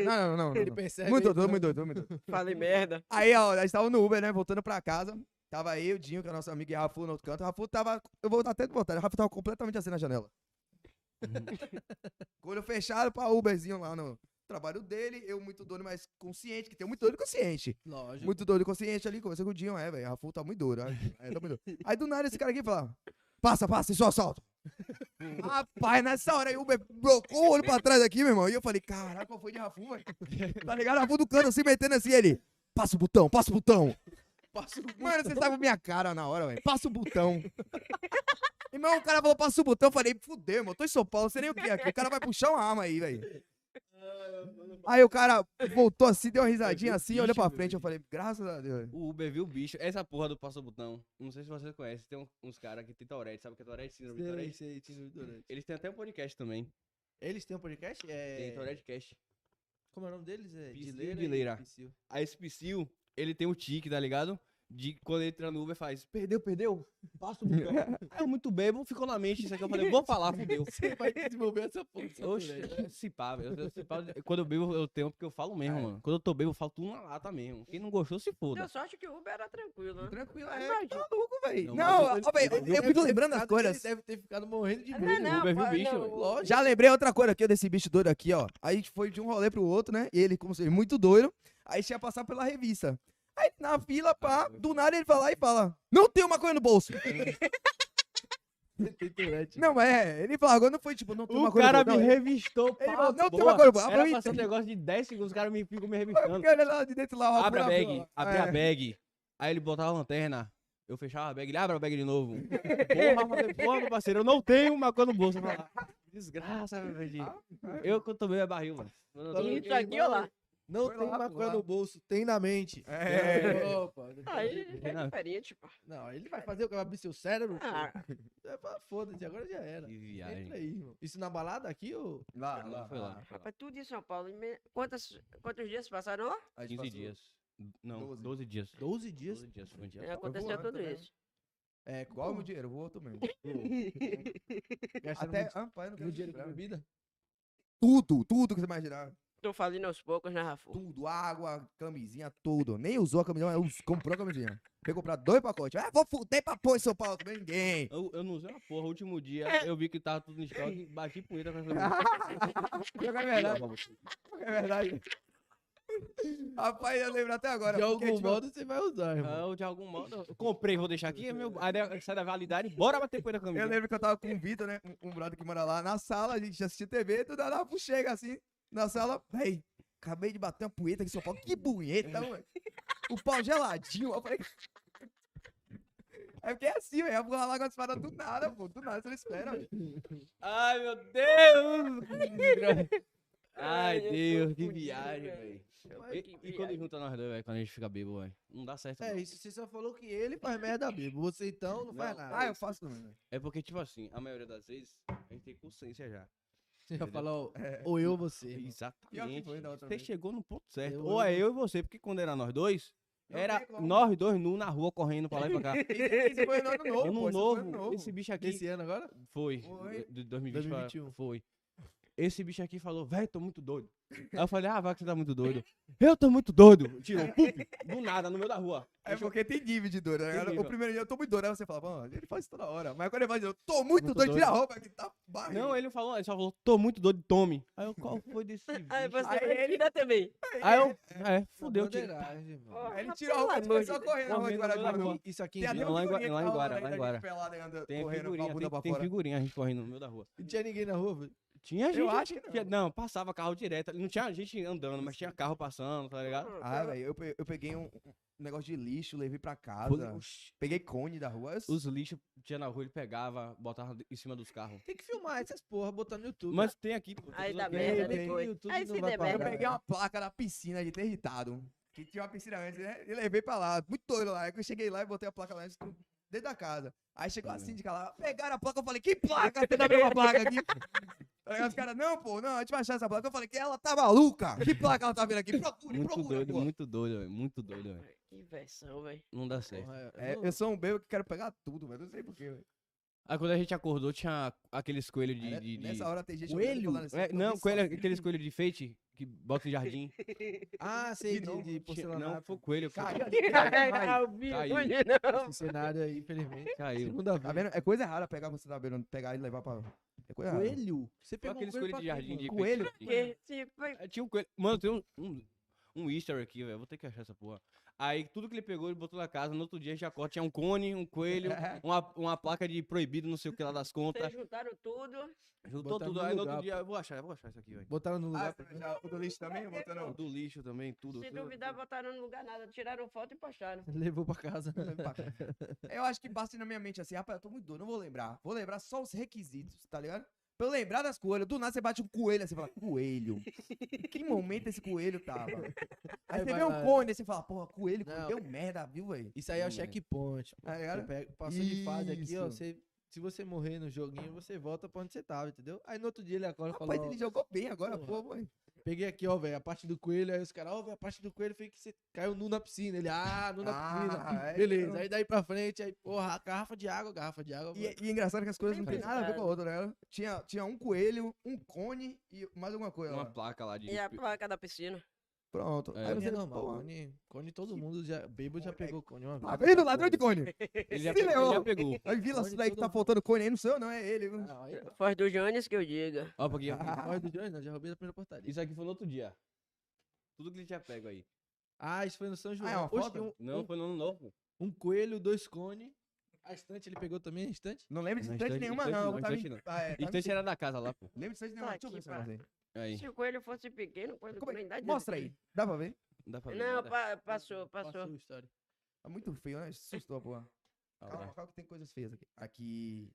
[SPEAKER 3] não, não,
[SPEAKER 2] Ele
[SPEAKER 3] não.
[SPEAKER 2] percebe.
[SPEAKER 3] Muito doido, muito doido, muito doido.
[SPEAKER 1] Falei merda.
[SPEAKER 3] Aí, ó, a gente tava no Uber, né? Voltando pra casa. Tava eu, o Dinho, que é nosso amigo, e Rafu no outro canto. Rafu tava. Eu vou até botar. Rafu tava completamente assim na janela. Com o olho fechado pra Uberzinho lá no trabalho dele. Eu muito doido, mas consciente, que tem muito doido e consciente.
[SPEAKER 2] Lógico.
[SPEAKER 3] Muito doido e consciente ali. Conversei com o Dinho, é, velho. Rafu tá muito doido. Aí, aí tá muito doido. Aí do nada esse cara aqui fala: passa, passa, isso é um assalto. Rapaz, nessa hora aí o Uber blocou o olho pra trás aqui, meu irmão. E eu falei, caraca, qual foi de Rafu, velho? Tá ligado? Rafu do canto assim, metendo assim, ele. Passa o botão, passa o botão.
[SPEAKER 2] Passa o
[SPEAKER 3] Mano, você sabe a minha cara na hora, velho. Passa o botão. Irmão, o cara falou, passa o botão. Eu falei, fudeu, irmão. Tô em São Paulo, não sei nem o que é aqui. O cara vai puxar uma arma aí, velho. Aí o cara voltou assim, deu uma risadinha
[SPEAKER 2] é
[SPEAKER 3] assim, olhou pra frente. Eu falei, graças a Deus.
[SPEAKER 4] O Uber viu o bicho. Essa porra do passa botão. Não sei se vocês conhecem. Tem um- uns caras que tem Tourette. Sabe o que é Tourette? Síndrome de
[SPEAKER 2] Sei,
[SPEAKER 4] Tourette.
[SPEAKER 2] sei, Tino Durante.
[SPEAKER 4] Eles têm até um podcast também.
[SPEAKER 2] Eles têm um podcast?
[SPEAKER 4] Tem
[SPEAKER 2] É.
[SPEAKER 4] Tourette Cast.
[SPEAKER 2] Como é o nome deles? É.
[SPEAKER 4] Piscil
[SPEAKER 2] Dileira
[SPEAKER 4] e Dileira.
[SPEAKER 2] e Piscil.
[SPEAKER 4] A Espicil, ele tem um tique, tá ligado? De quando ele entra no Uber faz, perdeu, perdeu, passa o botão. Aí eu muito bebo, ficou na mente isso aqui, eu falei, vou falar, fudeu. é
[SPEAKER 2] Você vai desenvolver essa função.
[SPEAKER 4] Oxe, se pá, velho. eu- se pá, Quando eu bebo, eu tenho, porque eu falo mesmo, mano. Quando eu tô bebo, eu falo tudo na lata mesmo. Quem não gostou, se
[SPEAKER 1] Deu
[SPEAKER 4] foda.
[SPEAKER 1] sorte que o Uber era tranquilo, né?
[SPEAKER 3] Tranquilo,
[SPEAKER 1] é,
[SPEAKER 3] é.
[SPEAKER 1] que
[SPEAKER 3] maluco, velho.
[SPEAKER 4] Não,
[SPEAKER 3] Não,
[SPEAKER 4] mas
[SPEAKER 3] ó, velho, eu fico lembrando as coisas.
[SPEAKER 2] Ele é deve ter ficado morrendo de
[SPEAKER 1] Não,
[SPEAKER 2] medo.
[SPEAKER 1] Ah, não,
[SPEAKER 4] Uber viu o
[SPEAKER 1] pô,
[SPEAKER 4] bicho,
[SPEAKER 1] não,
[SPEAKER 4] velho.
[SPEAKER 1] o-
[SPEAKER 3] Já lembrei outra coisa aqui, ó, desse bicho doido aqui, ó. Aí a gente foi de um rolê pro outro, né? E ele, como se muito doido. Aí a gente ia passar pela revista. Aí na fila, pá, do nada ele vai lá e fala: Não tem uma coisa no bolso.
[SPEAKER 2] Tem Tourette.
[SPEAKER 3] Não, mas é, ele falou, agora não foi tipo, não tem uma
[SPEAKER 4] O
[SPEAKER 3] coisa
[SPEAKER 4] cara
[SPEAKER 3] no bolso.
[SPEAKER 4] me
[SPEAKER 3] não, ele-
[SPEAKER 4] revistou,
[SPEAKER 3] ele
[SPEAKER 4] pá,
[SPEAKER 3] falou, não, tem
[SPEAKER 4] boa.
[SPEAKER 3] uma coisa no bolso.
[SPEAKER 4] Era
[SPEAKER 3] Eu
[SPEAKER 4] pra ser um
[SPEAKER 3] entendi.
[SPEAKER 4] negócio de 10 segundos, os caras me ficam me
[SPEAKER 3] Foi
[SPEAKER 4] revistando.
[SPEAKER 3] porque olha lá de dentro lá, ó.
[SPEAKER 4] Abre a
[SPEAKER 3] fui lá,
[SPEAKER 4] bag,
[SPEAKER 3] ó.
[SPEAKER 4] abre
[SPEAKER 3] É.
[SPEAKER 4] a bag. Aí ele botava a lanterna. Eu fechava a bag, ele abre a bag de novo. Porra, eu falei, porra, meu parceiro, eu não tenho uma coisa no bolso. Eu falava, Desgraça, meu velho. Eu quando tomei a barril, mano. Quando eu
[SPEAKER 2] Falou
[SPEAKER 4] tomei-
[SPEAKER 1] Isso aqui, ó lá.
[SPEAKER 2] Não
[SPEAKER 3] Foi
[SPEAKER 2] tem
[SPEAKER 3] lá,
[SPEAKER 2] maconha
[SPEAKER 3] pô, lá.
[SPEAKER 2] no bolso, tem na mente.
[SPEAKER 3] É.
[SPEAKER 2] Tem na- Opa, depois-
[SPEAKER 1] Aí é
[SPEAKER 4] Não.
[SPEAKER 1] diferente, pô.
[SPEAKER 2] Não, ele vai fazer o que? Vai abrir seu cérebro? pô?
[SPEAKER 1] Ah,
[SPEAKER 2] É, pá, Foda-se, agora já era.
[SPEAKER 4] Que
[SPEAKER 2] Tá, Entra
[SPEAKER 4] viagem.
[SPEAKER 2] aí, irmão. Isso na balada aqui ou.
[SPEAKER 3] Lá,
[SPEAKER 4] Não,
[SPEAKER 3] lá.
[SPEAKER 4] foi lá. foi lá.
[SPEAKER 1] rapaz, tudo em São Paulo. em me- Quantas, quantos dias passaram lá?
[SPEAKER 3] A gente
[SPEAKER 4] 15
[SPEAKER 3] passou
[SPEAKER 4] dias. Não,
[SPEAKER 3] Doze.
[SPEAKER 4] 12 dias.
[SPEAKER 2] 12 dias?
[SPEAKER 4] 12 dias. Foi um
[SPEAKER 1] É,
[SPEAKER 4] dia.
[SPEAKER 1] aconteceu
[SPEAKER 3] tá voando
[SPEAKER 1] tudo
[SPEAKER 3] também.
[SPEAKER 1] isso.
[SPEAKER 2] É,
[SPEAKER 3] Igual o
[SPEAKER 2] como?
[SPEAKER 3] meu dinheiro, eu vou outro mesmo.
[SPEAKER 2] Gastando
[SPEAKER 3] Até.
[SPEAKER 2] Até...
[SPEAKER 3] Ah, pai, eu não
[SPEAKER 2] no
[SPEAKER 3] quero
[SPEAKER 2] dinheiro com
[SPEAKER 3] lembrar.
[SPEAKER 2] bebida?
[SPEAKER 3] Tudo, tudo que você imaginar.
[SPEAKER 1] Tô fazendo aos poucos, né, Rafa?
[SPEAKER 3] Tudo, água, camisinha, tudo. Nem usou a camisinha, mas us- comprou a camisinha. Foi comprar dois pacotes. Ah, vou fuder pra pôr em São Paulo, também ninguém.
[SPEAKER 4] Eu, eu não usei uma porra. O último dia eu vi que tava tudo no estoque. Bati punheta com essa
[SPEAKER 3] Ah,
[SPEAKER 4] mulher.
[SPEAKER 3] Pior que é verdade, pior que é verdade. Rapaz, eu lembro até agora.
[SPEAKER 2] De
[SPEAKER 3] porque,
[SPEAKER 2] algum
[SPEAKER 3] tipo,
[SPEAKER 2] modo você vai usar, irmão.
[SPEAKER 4] Ah, Eu, de algum modo, eu comprei, vou deixar aqui. É meu, aí da- sai da validade, bora bater punheta com a
[SPEAKER 3] Eu
[SPEAKER 4] camisa.
[SPEAKER 3] lembro que eu tava com o Vitor, né? Um, um brother que mora lá na sala, a gente assistia TV, do nada Rafa chega assim, na sala, véi, acabei de bater uma punheta aqui em São Paulo, que punheta, mano. O pau geladinho, eu falei. É porque é assim, velho. Eu vou lá com as paradas do nada, pô. Do nada, você não espera, velho.
[SPEAKER 4] Ai, meu Deus! Ai, Deus, que viagem, velho. E, e quando junta nós dois, velho, quando a gente fica bêbado, velho. Não dá certo.
[SPEAKER 2] É
[SPEAKER 4] não.
[SPEAKER 2] isso, você só falou que ele faz merda mesmo. Você então não faz nada.
[SPEAKER 3] Ah, eu faço também, velho.
[SPEAKER 4] É porque, tipo assim, a maioria das vezes a gente tem consciência já.
[SPEAKER 2] Você já
[SPEAKER 4] entendeu?
[SPEAKER 2] falou,
[SPEAKER 3] É.
[SPEAKER 2] ou eu ou você. irmão.
[SPEAKER 3] Pior que
[SPEAKER 4] Exatamente.
[SPEAKER 3] foi da outra
[SPEAKER 4] Você
[SPEAKER 3] vez.
[SPEAKER 4] chegou no ponto certo.
[SPEAKER 2] Eu-
[SPEAKER 4] Ou
[SPEAKER 2] eu-
[SPEAKER 4] é eu e você, porque quando era nós dois,
[SPEAKER 3] Não
[SPEAKER 4] era
[SPEAKER 3] tem como.
[SPEAKER 4] nós dois nu na rua correndo pra lá e pra cá.
[SPEAKER 3] Esse foi ano novo,
[SPEAKER 4] ano
[SPEAKER 3] pô. esse
[SPEAKER 4] novo,
[SPEAKER 3] foi ano novo.
[SPEAKER 4] esse bicho aqui
[SPEAKER 2] Esse ano agora?
[SPEAKER 4] foi,
[SPEAKER 3] Foi.
[SPEAKER 4] de 2020 pra-
[SPEAKER 2] 2021.
[SPEAKER 4] foi. Esse bicho aqui falou, velho, tô muito doido. Aí eu falei, ah, vai que você tá muito doido. Eu tô muito doido. Tirou, pup, do nada, no meio da rua.
[SPEAKER 3] É porque tem nível de dor, né?
[SPEAKER 4] Tem
[SPEAKER 3] cara? O
[SPEAKER 4] nível.
[SPEAKER 3] primeiro dia eu tô muito doido, aí você fala, mano, ele faz isso toda hora. Mas quando ele faz, eu tô muito,
[SPEAKER 4] Muito
[SPEAKER 3] doido, tira a
[SPEAKER 4] doido.
[SPEAKER 3] roupa que tá barriga.
[SPEAKER 4] Não, é- ele não falou, ele só falou, tô muito doido, tome. Aí eu, qual foi desse
[SPEAKER 1] Aí
[SPEAKER 4] bicho?
[SPEAKER 1] você
[SPEAKER 3] Aí
[SPEAKER 1] vai tirar também.
[SPEAKER 4] Aí eu, é, fudeu, tira.
[SPEAKER 2] Bandeiragem, irmão.
[SPEAKER 1] Porra,
[SPEAKER 3] Aí ele tirou a roupa,
[SPEAKER 1] pelo amor
[SPEAKER 3] ele começou
[SPEAKER 1] de Deus.
[SPEAKER 3] correndo na rua de
[SPEAKER 4] Correndo na
[SPEAKER 3] Guarajuba.
[SPEAKER 4] rua.
[SPEAKER 2] Isso aqui em
[SPEAKER 3] Tem até
[SPEAKER 4] Não, lá em
[SPEAKER 3] uma
[SPEAKER 4] Gua-
[SPEAKER 3] figurinha
[SPEAKER 4] lá em
[SPEAKER 3] que tá
[SPEAKER 4] Guara,
[SPEAKER 3] rolando
[SPEAKER 4] lá em
[SPEAKER 3] aí,
[SPEAKER 4] Guara.
[SPEAKER 3] gente pelada aí andando-
[SPEAKER 4] Tem
[SPEAKER 3] correndo com a
[SPEAKER 4] figurinha,
[SPEAKER 3] bunda pra
[SPEAKER 4] tem, tem
[SPEAKER 3] fora.
[SPEAKER 4] figurinha a gente correndo no meio da rua.
[SPEAKER 2] Não tinha ninguém na rua, velho.
[SPEAKER 4] Tinha gente.
[SPEAKER 3] Eu acho que
[SPEAKER 4] tinha- não, passava carro direto. Não tinha gente andando, mas tinha carro passando, tá ligado?
[SPEAKER 3] Ah, velho, eu, pe- eu peguei um, um negócio de lixo, levei pra casa.
[SPEAKER 4] Foi- oxi,
[SPEAKER 3] Peguei cone da rua. eu-
[SPEAKER 4] Os lixos tinha na rua, ele pegava, botava de- em cima dos carros.
[SPEAKER 2] Tem que filmar essas porra, botar no YouTube.
[SPEAKER 4] Mas tem aqui, pô. tem
[SPEAKER 1] Aí
[SPEAKER 4] tudo
[SPEAKER 1] dá
[SPEAKER 4] aqui.
[SPEAKER 2] Tem,
[SPEAKER 1] merda né?
[SPEAKER 2] tem,
[SPEAKER 1] depois.
[SPEAKER 2] YouTube
[SPEAKER 1] Aí
[SPEAKER 2] não
[SPEAKER 1] se né?
[SPEAKER 2] vai
[SPEAKER 1] der
[SPEAKER 2] parar,
[SPEAKER 3] Eu
[SPEAKER 1] merda.
[SPEAKER 3] peguei uma placa da piscina de ter irritado. Que tinha uma piscina antes, né? E levei pra lá, muito doido lá. Aí que eu cheguei lá e botei a placa lá dentro, dentro da casa. Aí chegou
[SPEAKER 4] Hum.
[SPEAKER 3] a síndica lá, pegaram a placa, eu falei, que placa? Você tá vendo uma placa aqui? Aí os caras, não, pô, não, a gente vai achar essa placa. Eu falei, que ela tá maluca? Que placa ela tá vendo aqui? Procure,
[SPEAKER 4] Muito
[SPEAKER 3] procura,
[SPEAKER 4] doido,
[SPEAKER 3] pô.
[SPEAKER 4] muito doido, velho. Muito doido, velho.
[SPEAKER 1] Que versão, velho.
[SPEAKER 3] Tá
[SPEAKER 4] Não dá certo.
[SPEAKER 2] Porra,
[SPEAKER 3] É, eu sou um bebo que quero pegar tudo, mas não sei porquê, velho.
[SPEAKER 4] Aí quando a gente acordou, tinha aqueles coelhos de.
[SPEAKER 3] Aí,
[SPEAKER 4] de, de...
[SPEAKER 3] Nessa hora tem gente olhando e
[SPEAKER 4] Coelho?
[SPEAKER 3] falando assim,
[SPEAKER 4] É,
[SPEAKER 3] "Tô
[SPEAKER 4] não,
[SPEAKER 3] bem
[SPEAKER 4] coelho,
[SPEAKER 3] sozinho".
[SPEAKER 4] aqueles coelhos de enfeite que bota em jardim.
[SPEAKER 2] Ah, sei,
[SPEAKER 3] De
[SPEAKER 2] de,
[SPEAKER 3] novo,
[SPEAKER 2] de porcelanato.
[SPEAKER 4] não, foi coelho. foi-
[SPEAKER 3] Caiu ali,
[SPEAKER 1] É,
[SPEAKER 3] tá
[SPEAKER 1] Ao vivo,
[SPEAKER 4] Caiu.
[SPEAKER 1] não.
[SPEAKER 2] Esse cenário aí, infelizmente.
[SPEAKER 4] Caiu.
[SPEAKER 2] Segunda
[SPEAKER 3] Tá
[SPEAKER 2] vez.
[SPEAKER 3] vendo? É coisa errada pegar você tá vendo, pegar e levar pra. É coisa errada.
[SPEAKER 2] Coelho?
[SPEAKER 4] Foi
[SPEAKER 2] Você pegou um
[SPEAKER 4] aqueles coelhos de
[SPEAKER 2] pra quê,
[SPEAKER 4] jardim de
[SPEAKER 2] mano?
[SPEAKER 4] enfeite
[SPEAKER 2] Coelho?
[SPEAKER 4] de jardim.
[SPEAKER 1] Porque se
[SPEAKER 3] Tá.
[SPEAKER 1] foi-
[SPEAKER 4] É, Tinha um coelho. Mano, tem um, um, um Easter aqui, velho. Vou ter que achar essa porra. Aí tudo que ele pegou, ele botou na casa. No outro dia já corta. Tinha um cone, um coelho, uma, uma placa de proibido, não sei o que lá das contas.
[SPEAKER 1] Vocês juntaram tudo.
[SPEAKER 4] Juntou
[SPEAKER 2] Botar
[SPEAKER 4] tudo.
[SPEAKER 2] no
[SPEAKER 4] Aí no outro
[SPEAKER 2] lugar,
[SPEAKER 4] dia, eu vou achar, eu vou achar isso aqui, velho.
[SPEAKER 2] Botaram no
[SPEAKER 3] Ah,
[SPEAKER 2] lugar.
[SPEAKER 3] você já- o do lixo também? Botando.
[SPEAKER 4] Do lixo também, tudo.
[SPEAKER 1] Se
[SPEAKER 4] tudo,
[SPEAKER 1] duvidar,
[SPEAKER 4] tudo.
[SPEAKER 1] botaram no lugar nada. Tiraram foto e postaram.
[SPEAKER 2] Levou pra casa.
[SPEAKER 3] Eu acho que passa na minha mente assim, rapaz, eu tô muito doido, não vou lembrar. Vou lembrar só os requisitos, tá ligado? Pra eu lembrar das coelhas, do nada você bate um coelho assim e fala, coelho. Em que momento esse coelho tava? Aí
[SPEAKER 2] Aí
[SPEAKER 3] você
[SPEAKER 2] vai
[SPEAKER 3] vê um
[SPEAKER 2] lá.
[SPEAKER 3] cone e você fala, porra, coelho,
[SPEAKER 2] Não.
[SPEAKER 3] deu merda, viu, velho?
[SPEAKER 2] Isso aí é o
[SPEAKER 4] Hum, velho.
[SPEAKER 2] checkpoint. pô.
[SPEAKER 3] Tá
[SPEAKER 2] Você
[SPEAKER 3] ligado?
[SPEAKER 2] pega- Passou de fase aqui, ó.
[SPEAKER 3] Isso.
[SPEAKER 2] você- se você morrer no joguinho, você volta pra onde você tava, entendeu? Aí no outro dia ele acorda e fala,
[SPEAKER 3] Rapaz,
[SPEAKER 2] ó,
[SPEAKER 3] ele jogou bem agora,
[SPEAKER 2] Porra.
[SPEAKER 3] pô, mãe.
[SPEAKER 2] peguei aqui, ó, velho, a parte do coelho. Aí os caras, ó, velho, a parte do coelho foi que você caiu nu na piscina. Ele, ah, nu na piscina.
[SPEAKER 3] Ah, é,
[SPEAKER 2] Beleza,
[SPEAKER 3] então.
[SPEAKER 2] aí daí pra frente, aí, porra, garrafa de água, garrafa de água.
[SPEAKER 3] E, e é engraçado que as coisas não
[SPEAKER 1] Bem
[SPEAKER 3] tem nada a ver com a
[SPEAKER 1] pensado.
[SPEAKER 3] outra, né? Tinha, tinha um coelho, um cone e mais alguma coisa.
[SPEAKER 4] Uma
[SPEAKER 3] lá.
[SPEAKER 4] placa lá de.
[SPEAKER 1] E a placa da piscina.
[SPEAKER 3] Pronto.
[SPEAKER 4] É.
[SPEAKER 2] Aí
[SPEAKER 3] Aí
[SPEAKER 2] você
[SPEAKER 3] você
[SPEAKER 2] é normal,
[SPEAKER 3] pô,
[SPEAKER 2] cone, cone todo mundo já, bêbado já
[SPEAKER 3] Cone,
[SPEAKER 2] pegou cone uma
[SPEAKER 3] Tá
[SPEAKER 2] vez.
[SPEAKER 3] vendo, ladrão de cone?
[SPEAKER 4] Ele já
[SPEAKER 3] Se
[SPEAKER 4] pegou. Ele já
[SPEAKER 3] leão.
[SPEAKER 4] pegou.
[SPEAKER 3] Aí Vila
[SPEAKER 2] Cone
[SPEAKER 3] isso daí que
[SPEAKER 2] todo
[SPEAKER 3] tá faltando cone aí, não sou eu, não, é ele. viu?
[SPEAKER 2] Ah, aí,
[SPEAKER 1] Faz do Jones que eu diga.
[SPEAKER 4] Ó, porque
[SPEAKER 2] Olha do Jones, não, já roubei da primeira portaria.
[SPEAKER 4] isso é- aqui foi no outro dia. Tudo que ele tinha pego aí.
[SPEAKER 2] Ah, isso foi no São João.
[SPEAKER 3] é uma
[SPEAKER 2] Oxe,
[SPEAKER 3] foto?
[SPEAKER 2] um-
[SPEAKER 4] Não,
[SPEAKER 2] um-
[SPEAKER 4] foi no ano novo.
[SPEAKER 2] Um coelho, dois cones. A estante ele pegou também, a estante?
[SPEAKER 3] Não lembro de
[SPEAKER 4] Não,
[SPEAKER 3] estante
[SPEAKER 4] estante-
[SPEAKER 3] nenhuma,
[SPEAKER 4] estante
[SPEAKER 3] não.
[SPEAKER 4] não,
[SPEAKER 3] eu tava em-
[SPEAKER 4] estante não.
[SPEAKER 3] Ah, é, tava em-
[SPEAKER 4] Instante era da casa lá, pô.
[SPEAKER 3] Lembro de estante nenhuma.
[SPEAKER 1] Tá
[SPEAKER 3] Deixa eu ver se
[SPEAKER 1] aqui,
[SPEAKER 3] eu sei.
[SPEAKER 4] Aí.
[SPEAKER 1] Se o coelho fosse pequeno, quando
[SPEAKER 3] Como é?
[SPEAKER 1] nem dá dinheiro.
[SPEAKER 3] Mostra aí. Dá pra ver?
[SPEAKER 4] Não dá pra ver
[SPEAKER 1] Não,
[SPEAKER 4] nada.
[SPEAKER 1] pa- passou, passou.
[SPEAKER 2] a história.
[SPEAKER 3] Tá muito feio, né? Assustou a porra.
[SPEAKER 4] Ó lá.
[SPEAKER 3] Calma, calma que tem coisas feias aqui. Aqui.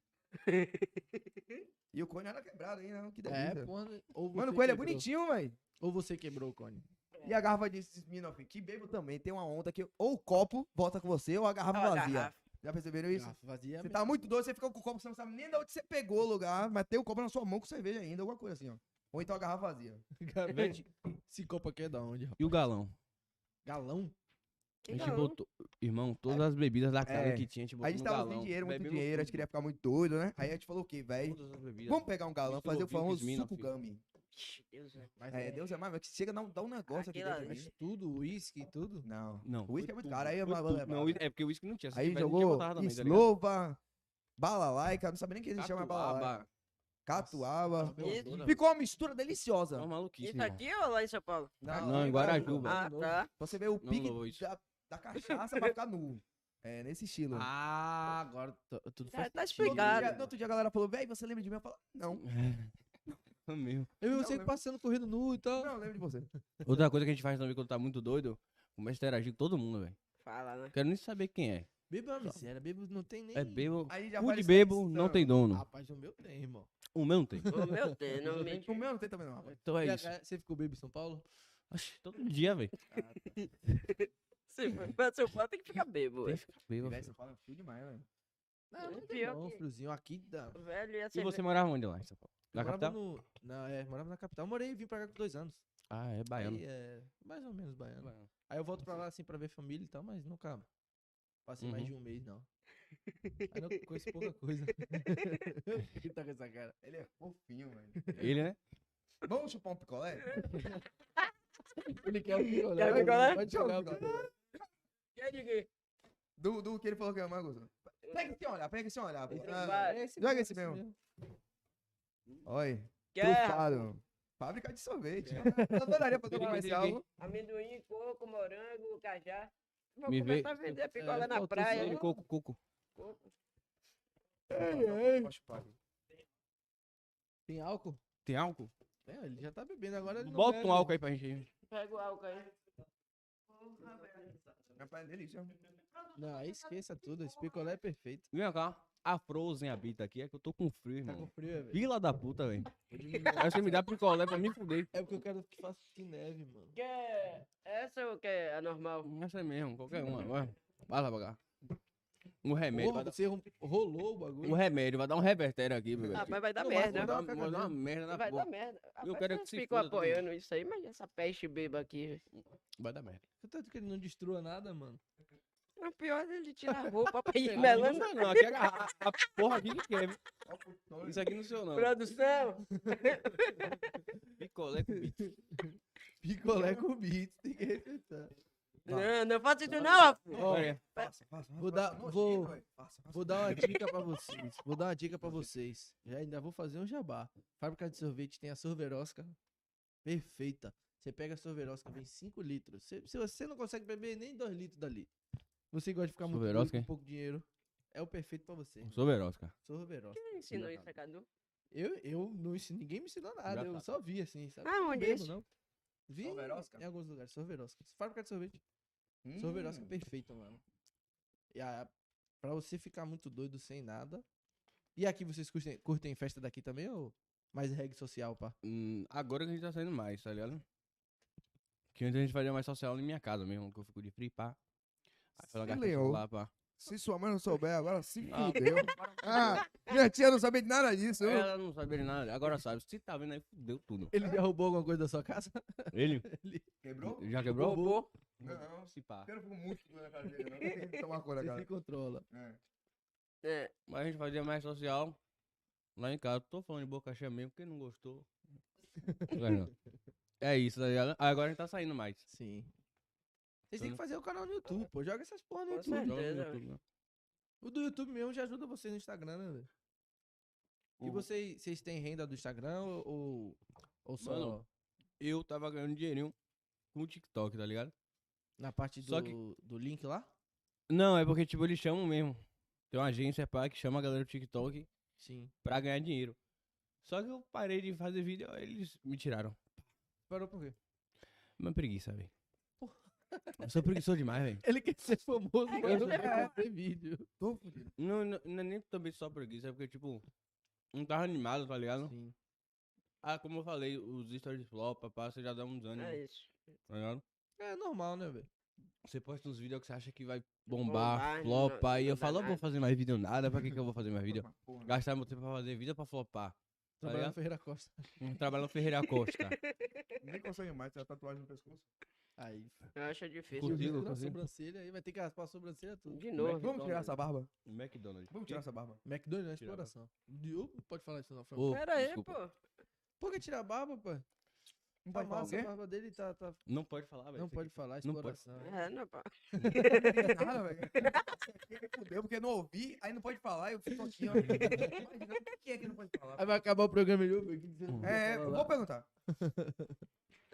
[SPEAKER 3] e o cone era quebrado aí, não. Que
[SPEAKER 2] É,
[SPEAKER 3] delícia.
[SPEAKER 2] porra. né? Ou
[SPEAKER 3] Mano,
[SPEAKER 2] você
[SPEAKER 3] o coelho é
[SPEAKER 2] quebrou-
[SPEAKER 3] bonitinho, velho.
[SPEAKER 2] Ou você quebrou o cone.
[SPEAKER 3] E a garrafa de 19, que bebo também. Tem uma onda que ou o copo volta com você ou a garrafa
[SPEAKER 1] Ó, a
[SPEAKER 3] vazia.
[SPEAKER 1] garrafa.
[SPEAKER 3] Já perceberam isso?
[SPEAKER 2] Garrafa vazia.
[SPEAKER 3] Você tá muito doido, você fica com o copo, você não sabe nem de onde você pegou o lugar, mas tem o copo na sua mão com cerveja ainda, alguma coisa assim, ó. Ou então a garrafa vazia.
[SPEAKER 2] Vende. né? Esse copo aqui é da onde? rapaz?
[SPEAKER 4] E o galão?
[SPEAKER 2] Galão?
[SPEAKER 1] Que
[SPEAKER 4] a gente
[SPEAKER 1] galão.
[SPEAKER 4] botou. Irmão, todas as bebidas da casa
[SPEAKER 3] é.
[SPEAKER 4] que tinha, a gente botou
[SPEAKER 3] A gente
[SPEAKER 4] no
[SPEAKER 3] tava
[SPEAKER 4] galão.
[SPEAKER 3] sem dinheiro, muito
[SPEAKER 4] Bebemos
[SPEAKER 3] dinheiro, a gente
[SPEAKER 4] tudo,
[SPEAKER 3] queria ficar muito doido, né? Aí a gente falou o quê, velho?
[SPEAKER 4] todas as bebidas.
[SPEAKER 3] Vamos pegar um galão,
[SPEAKER 4] Misturou
[SPEAKER 3] fazer o
[SPEAKER 4] vinho com
[SPEAKER 3] famoso
[SPEAKER 4] Smirnoff.
[SPEAKER 3] suco gummy.
[SPEAKER 1] Ixi, Deus, é-
[SPEAKER 2] Mas
[SPEAKER 3] É, Deus é mais, mas que chega a dar um, dar um negócio aqui
[SPEAKER 1] Aquilo
[SPEAKER 3] dentro
[SPEAKER 1] ali.
[SPEAKER 3] de mim.
[SPEAKER 2] Tudo, uísque, tudo.
[SPEAKER 3] Não.
[SPEAKER 4] Não.
[SPEAKER 3] O uísque
[SPEAKER 4] foi
[SPEAKER 3] é muito
[SPEAKER 4] tudo,
[SPEAKER 3] caro, aí é
[SPEAKER 4] foi
[SPEAKER 3] uma-
[SPEAKER 4] tudo.
[SPEAKER 3] é
[SPEAKER 4] Não,
[SPEAKER 3] uma-
[SPEAKER 4] é porque o uísque não tinha. Se
[SPEAKER 3] Aí
[SPEAKER 4] tivesse, a gente
[SPEAKER 3] jogou
[SPEAKER 4] botava também, tá ligado?
[SPEAKER 3] Slova, Balalaica, não sabe nem o que
[SPEAKER 2] Tá
[SPEAKER 3] ele chama Balalaica.
[SPEAKER 2] é.
[SPEAKER 4] Catuaba.
[SPEAKER 3] Catuaba.
[SPEAKER 1] Isso.
[SPEAKER 2] Não,
[SPEAKER 3] Ficou uma mistura deliciosa.
[SPEAKER 4] É Uma maluquice,
[SPEAKER 1] Isso
[SPEAKER 4] irmão.
[SPEAKER 1] aqui ou lá em São Paulo?
[SPEAKER 4] Não, em Guarajuba.
[SPEAKER 1] Ah, tá.
[SPEAKER 3] Você vê o
[SPEAKER 4] Não
[SPEAKER 3] pique
[SPEAKER 4] louvou isso.
[SPEAKER 3] da, da cachaça pra ficar nu. É, nesse estilo.
[SPEAKER 2] Ah, agora t- tudo
[SPEAKER 1] Tá,
[SPEAKER 2] faz
[SPEAKER 1] tá
[SPEAKER 3] No outro dia-
[SPEAKER 1] explicado.
[SPEAKER 3] no outro dia a galera falou, véi, você lembra de mim? Eu falo, não.
[SPEAKER 4] É mesmo.
[SPEAKER 2] Eu
[SPEAKER 3] Não,
[SPEAKER 2] sei
[SPEAKER 3] né?
[SPEAKER 2] que passando correndo nu e tal.
[SPEAKER 3] Não, lembro de você.
[SPEAKER 4] Outra coisa que a gente faz também quando tá muito doido, começa a interagir com todo mundo, velho.
[SPEAKER 1] Fala, né?
[SPEAKER 4] Quero nem saber quem é.
[SPEAKER 2] Bebo é uma miséria, bebo não tem nem.
[SPEAKER 4] É bebo.
[SPEAKER 3] Aí já
[SPEAKER 4] Cu
[SPEAKER 3] vale
[SPEAKER 4] de
[SPEAKER 3] essa
[SPEAKER 4] bebo
[SPEAKER 3] lição.
[SPEAKER 4] não tem
[SPEAKER 3] Ah,
[SPEAKER 4] dono.
[SPEAKER 2] Rapaz, o meu tem, irmão.
[SPEAKER 4] O meu não tem.
[SPEAKER 1] Ô, Oh, meu Deus, não
[SPEAKER 3] Não
[SPEAKER 1] me...
[SPEAKER 3] tem- O meu não tem também, não. rapaz.
[SPEAKER 4] Então é
[SPEAKER 2] E a
[SPEAKER 4] isso.
[SPEAKER 2] cara- Você ficou bebo em São Paulo?
[SPEAKER 4] Oxi, todo dia, velho.
[SPEAKER 1] Se for pra São Paulo, tem que ficar bebo.
[SPEAKER 4] Tem
[SPEAKER 1] velho.
[SPEAKER 4] que ficar bebo,
[SPEAKER 3] Véi,
[SPEAKER 4] velho.
[SPEAKER 3] São Paulo é frio demais, velho.
[SPEAKER 1] É
[SPEAKER 2] Não, não tem
[SPEAKER 1] pior
[SPEAKER 2] não,
[SPEAKER 1] que-
[SPEAKER 2] friozinho. Aqui dá. Eu
[SPEAKER 1] Velho, assim, ia
[SPEAKER 4] E
[SPEAKER 1] ser...
[SPEAKER 4] você morava onde lá em São Paulo? Na
[SPEAKER 2] morava
[SPEAKER 4] capital?
[SPEAKER 2] no- Não, é, morava na capital. Morei e vim pra cá com dois anos.
[SPEAKER 4] Ah, é baiano.
[SPEAKER 2] Aí, é, mais ou menos baiano. Aí eu volto pra lá assim pra ver família e tal, mas nunca passei mais
[SPEAKER 4] Uhum.
[SPEAKER 2] de um mês, não. Aí não conheço pouca coisa. Ele tá com essa cara.
[SPEAKER 3] Ele é fofinho, velho.
[SPEAKER 4] Ele, né?
[SPEAKER 3] Vamos chupar um picolé?
[SPEAKER 2] Ele quer o picolé.
[SPEAKER 1] Quer o
[SPEAKER 2] mas não
[SPEAKER 1] picolé?
[SPEAKER 2] Pode
[SPEAKER 3] Quer o
[SPEAKER 2] jogar o
[SPEAKER 3] picolé?
[SPEAKER 2] picolé.
[SPEAKER 1] Quer dizer,
[SPEAKER 3] Do, do que ele falou que é mais gostoso. Pega esse olhar, pega esse olhar. pô.
[SPEAKER 1] Esse
[SPEAKER 3] Ah,
[SPEAKER 1] vai.
[SPEAKER 2] É,
[SPEAKER 3] Joga esse mesmo. Oi,
[SPEAKER 1] Quer
[SPEAKER 3] trufado. Fábrica de sorvete. Eu adoraria fazer um
[SPEAKER 4] Ele- ele-
[SPEAKER 3] comercial.
[SPEAKER 1] amendoim, coco, morango, cajá. Vou
[SPEAKER 4] Me vê- É,
[SPEAKER 1] começar a vender picolé na
[SPEAKER 2] faltou isso
[SPEAKER 1] praia.
[SPEAKER 2] aí.
[SPEAKER 1] né?
[SPEAKER 4] Ele, coco, coco.
[SPEAKER 1] Coco.
[SPEAKER 3] Posso chupar.
[SPEAKER 2] Tem álcool?
[SPEAKER 4] Tem álcool?
[SPEAKER 2] É, ele já tá bebendo agora. Ele não
[SPEAKER 4] Bota
[SPEAKER 2] bebe.
[SPEAKER 4] um álcool aí pra gente. aí.
[SPEAKER 1] Pega o álcool aí.
[SPEAKER 3] Rapaz, é delícia.
[SPEAKER 2] Não, aí esqueça tudo. Esse picolé é perfeito.
[SPEAKER 4] Vem cá. A Frozen habita aqui, é que eu tô com frio,
[SPEAKER 2] Tá com
[SPEAKER 4] irmão.
[SPEAKER 2] frio, velho.
[SPEAKER 4] Vila da puta, velho. Aí você me dá picolé pra me fuder.
[SPEAKER 2] É porque eu quero que faça de neve, mano.
[SPEAKER 1] Quer é essa ou quer a normal?
[SPEAKER 4] Essa é mesmo, qualquer uma. Vai, vai lá pra cá. Um remédio.
[SPEAKER 2] Porra,
[SPEAKER 4] vai dar-
[SPEAKER 2] você rom- rolou o bagulho.
[SPEAKER 4] Um remédio, vai dar um revertério aqui, velho.
[SPEAKER 1] Ah, mas vai dar
[SPEAKER 2] Não, mas
[SPEAKER 1] merda.
[SPEAKER 4] Vai dar
[SPEAKER 3] Não,
[SPEAKER 4] vai dar uma merda na
[SPEAKER 1] Vai dar
[SPEAKER 4] porra.
[SPEAKER 1] merda.
[SPEAKER 4] Eu
[SPEAKER 1] Rapaz,
[SPEAKER 4] quero
[SPEAKER 1] vocês
[SPEAKER 4] que se
[SPEAKER 1] ficam
[SPEAKER 4] foda todo mundo.
[SPEAKER 1] apoiando isso aí, mas essa peste beba aqui. velho.
[SPEAKER 4] Vai dar merda.
[SPEAKER 2] Tanto que ele não destrua nada, mano.
[SPEAKER 1] O pior é ele tirar a roupa pra ir
[SPEAKER 4] Aqui
[SPEAKER 1] melando.
[SPEAKER 4] Não, sei não, aqui é a, a- a porra aqui que quer. viu?
[SPEAKER 3] Ó, puto,
[SPEAKER 4] Isso aqui não sou não.
[SPEAKER 1] Produção!
[SPEAKER 4] Picolé com bicho.
[SPEAKER 2] Picolé com bits, tem que respeitar.
[SPEAKER 1] Não, não faça isso não, Afu.
[SPEAKER 2] Ó,
[SPEAKER 4] Olha,
[SPEAKER 3] Passa, passa,
[SPEAKER 2] Vou
[SPEAKER 3] passa.
[SPEAKER 2] dar-
[SPEAKER 3] Nojento,
[SPEAKER 2] vou-
[SPEAKER 3] velho. Passa, passa.
[SPEAKER 2] Vou dar uma dica pra vocês. Vou dar uma dica pra vocês. Já ainda vou fazer um jabá. Fábrica de sorvete tem a sorverosca perfeita. Você pega a sorverosca, vem 5 litros. Se, se você não consegue beber nem 2 litros dali. Você gosta de ficar muito doido
[SPEAKER 4] Sorverosca,
[SPEAKER 2] com
[SPEAKER 4] hein?
[SPEAKER 2] pouco dinheiro. É o perfeito pra você.
[SPEAKER 4] sou veroz, cara.
[SPEAKER 2] Sorverosca.
[SPEAKER 1] Quem ensinou isso a Cadu?
[SPEAKER 2] Eu, eu não ensinei, ninguém me ensinou nada. Eu
[SPEAKER 4] Engraçado.
[SPEAKER 2] só vi assim, sabe?
[SPEAKER 1] Ah,
[SPEAKER 2] Não
[SPEAKER 1] onde
[SPEAKER 2] bebo,
[SPEAKER 1] isso?
[SPEAKER 2] não. Vi
[SPEAKER 3] Sorverosca?
[SPEAKER 2] em alguns lugares. Sorverosca. Fábrica de sorvete.
[SPEAKER 3] Hum.
[SPEAKER 2] Sorverosca perfeita, mano. E a, pra você ficar muito doido sem nada. E aqui vocês curtem, curtem festa daqui também ou mais reggae social, pá?
[SPEAKER 4] Hum, agora que a gente tá saindo mais, tá ligado? Que antes a gente fazia mais social em minha casa mesmo, que eu fico de free pá. Aí foi uma
[SPEAKER 3] Se
[SPEAKER 4] gastação
[SPEAKER 3] leou.
[SPEAKER 4] lá, pá.
[SPEAKER 3] Se sua mãe não souber agora, se
[SPEAKER 4] Ah,
[SPEAKER 3] fudeu. Ah, minha tia não sabia de nada disso. viu?
[SPEAKER 4] Ela não sabia de nada, agora sabe. Se tá vendo aí, fudeu tudo.
[SPEAKER 2] Ele derrubou alguma coisa da sua casa?
[SPEAKER 4] Ele
[SPEAKER 3] Quebrou?
[SPEAKER 4] já quebrou?
[SPEAKER 1] Roubou.
[SPEAKER 3] Não, não.
[SPEAKER 4] Se pá.
[SPEAKER 3] Eu não fico muito doido na cara dele, não. Tem que tomar cor da
[SPEAKER 2] Você
[SPEAKER 3] cara.
[SPEAKER 2] se controla.
[SPEAKER 3] É.
[SPEAKER 1] É,
[SPEAKER 4] Mas a gente fazia mais social lá em casa. Tô falando de boca cheia mesmo, quem não gostou. Mas não. É isso, tá ligado? Agora a gente tá saindo mais.
[SPEAKER 2] Sim. Vocês têm que fazer o canal no YouTube, pô. Joga essas porra no
[SPEAKER 1] Com
[SPEAKER 2] YouTube.
[SPEAKER 1] certeza.
[SPEAKER 4] Joga no
[SPEAKER 1] velho.
[SPEAKER 4] YouTube, né?
[SPEAKER 2] O do YouTube mesmo já ajuda vocês no Instagram, né, velho? E
[SPEAKER 4] O-
[SPEAKER 2] vocês, vocês têm renda do Instagram ou, ou só
[SPEAKER 4] Mano. Eu tava ganhando dinheirinho com o TikTok, tá ligado?
[SPEAKER 2] na parte
[SPEAKER 4] Só
[SPEAKER 2] do,
[SPEAKER 4] que-
[SPEAKER 2] do link lá?
[SPEAKER 4] Não, é porque, tipo, eles chamam mesmo. Tem uma agência pá, que chama a galera do TikTok
[SPEAKER 2] Sim.
[SPEAKER 4] pra ganhar dinheiro. Só que eu parei de fazer vídeo, aí eles me tiraram.
[SPEAKER 2] Parou por quê?
[SPEAKER 4] Uma preguiça, velho. Eu sou preguiçoso demais, velho.
[SPEAKER 2] Ele quer ser famoso,
[SPEAKER 1] É,
[SPEAKER 2] mas não
[SPEAKER 1] é.
[SPEAKER 2] quer fazer vídeo.
[SPEAKER 3] Tô fudido.
[SPEAKER 4] Não, não, não é nem também só preguiça, é porque, tipo, não tava animado, tá ligado?
[SPEAKER 2] Sim.
[SPEAKER 4] Ah, como eu falei, os stories flop, pá, você já dá um desânimo,
[SPEAKER 1] é isso.
[SPEAKER 4] tá ligado?
[SPEAKER 2] É normal, né, velho?
[SPEAKER 4] Você posta uns vídeos que você acha que vai bombar,
[SPEAKER 1] Bombar, não-
[SPEAKER 4] flopa, e
[SPEAKER 1] não
[SPEAKER 4] eu
[SPEAKER 1] dá
[SPEAKER 4] falo, eu vou
[SPEAKER 1] nada."
[SPEAKER 4] fazer mais vídeo nada, pra que que eu vou fazer mais vídeo?
[SPEAKER 3] Uma porra.
[SPEAKER 4] Gastar meu tempo pra fazer vídeo pra flopar. Tá
[SPEAKER 2] Trabalhar na
[SPEAKER 4] ligado?
[SPEAKER 2] Ferreira Costa.
[SPEAKER 4] Trabalhando Ferreira Costa.
[SPEAKER 3] Nem consegue mais, tem a tatuagem no pescoço.
[SPEAKER 2] Aí,
[SPEAKER 1] Eu acho difícil.
[SPEAKER 4] Inclusive,
[SPEAKER 2] Inclusive, é
[SPEAKER 4] Consigo,
[SPEAKER 2] na
[SPEAKER 4] consigo.
[SPEAKER 2] sobrancelha, aí vai ter que raspar a sobrancelha tudo.
[SPEAKER 1] De novo. então. né?
[SPEAKER 3] Vamos tirar essa barba?
[SPEAKER 4] McDonald's.
[SPEAKER 3] Vamos tirar essa barba.
[SPEAKER 2] McDonald's né? na
[SPEAKER 4] Tirava.
[SPEAKER 2] exploração. Diogo, pode falar isso não, foi
[SPEAKER 4] Ô,
[SPEAKER 1] Pera aí,
[SPEAKER 4] desculpa.
[SPEAKER 1] pô.
[SPEAKER 2] Por que tirar a barba, pô?
[SPEAKER 3] Não
[SPEAKER 2] Tá
[SPEAKER 3] pode falar o
[SPEAKER 2] massa, a
[SPEAKER 3] quê?
[SPEAKER 2] barba dele tá. tá-
[SPEAKER 4] Não pode falar, velho.
[SPEAKER 2] Não
[SPEAKER 4] isso
[SPEAKER 2] pode
[SPEAKER 4] aqui.
[SPEAKER 2] falar,
[SPEAKER 4] Não pode.
[SPEAKER 2] exploração.
[SPEAKER 1] É, não, pá.
[SPEAKER 3] Não tem nada, velho. Isso aqui me fudeu, porque eu não ouvi, aí não pode falar, eu fico aqui, ó. Imaginando o que é que não pode falar.
[SPEAKER 2] Aí vai acabar o programa de novo.
[SPEAKER 3] É, eu vou perguntar.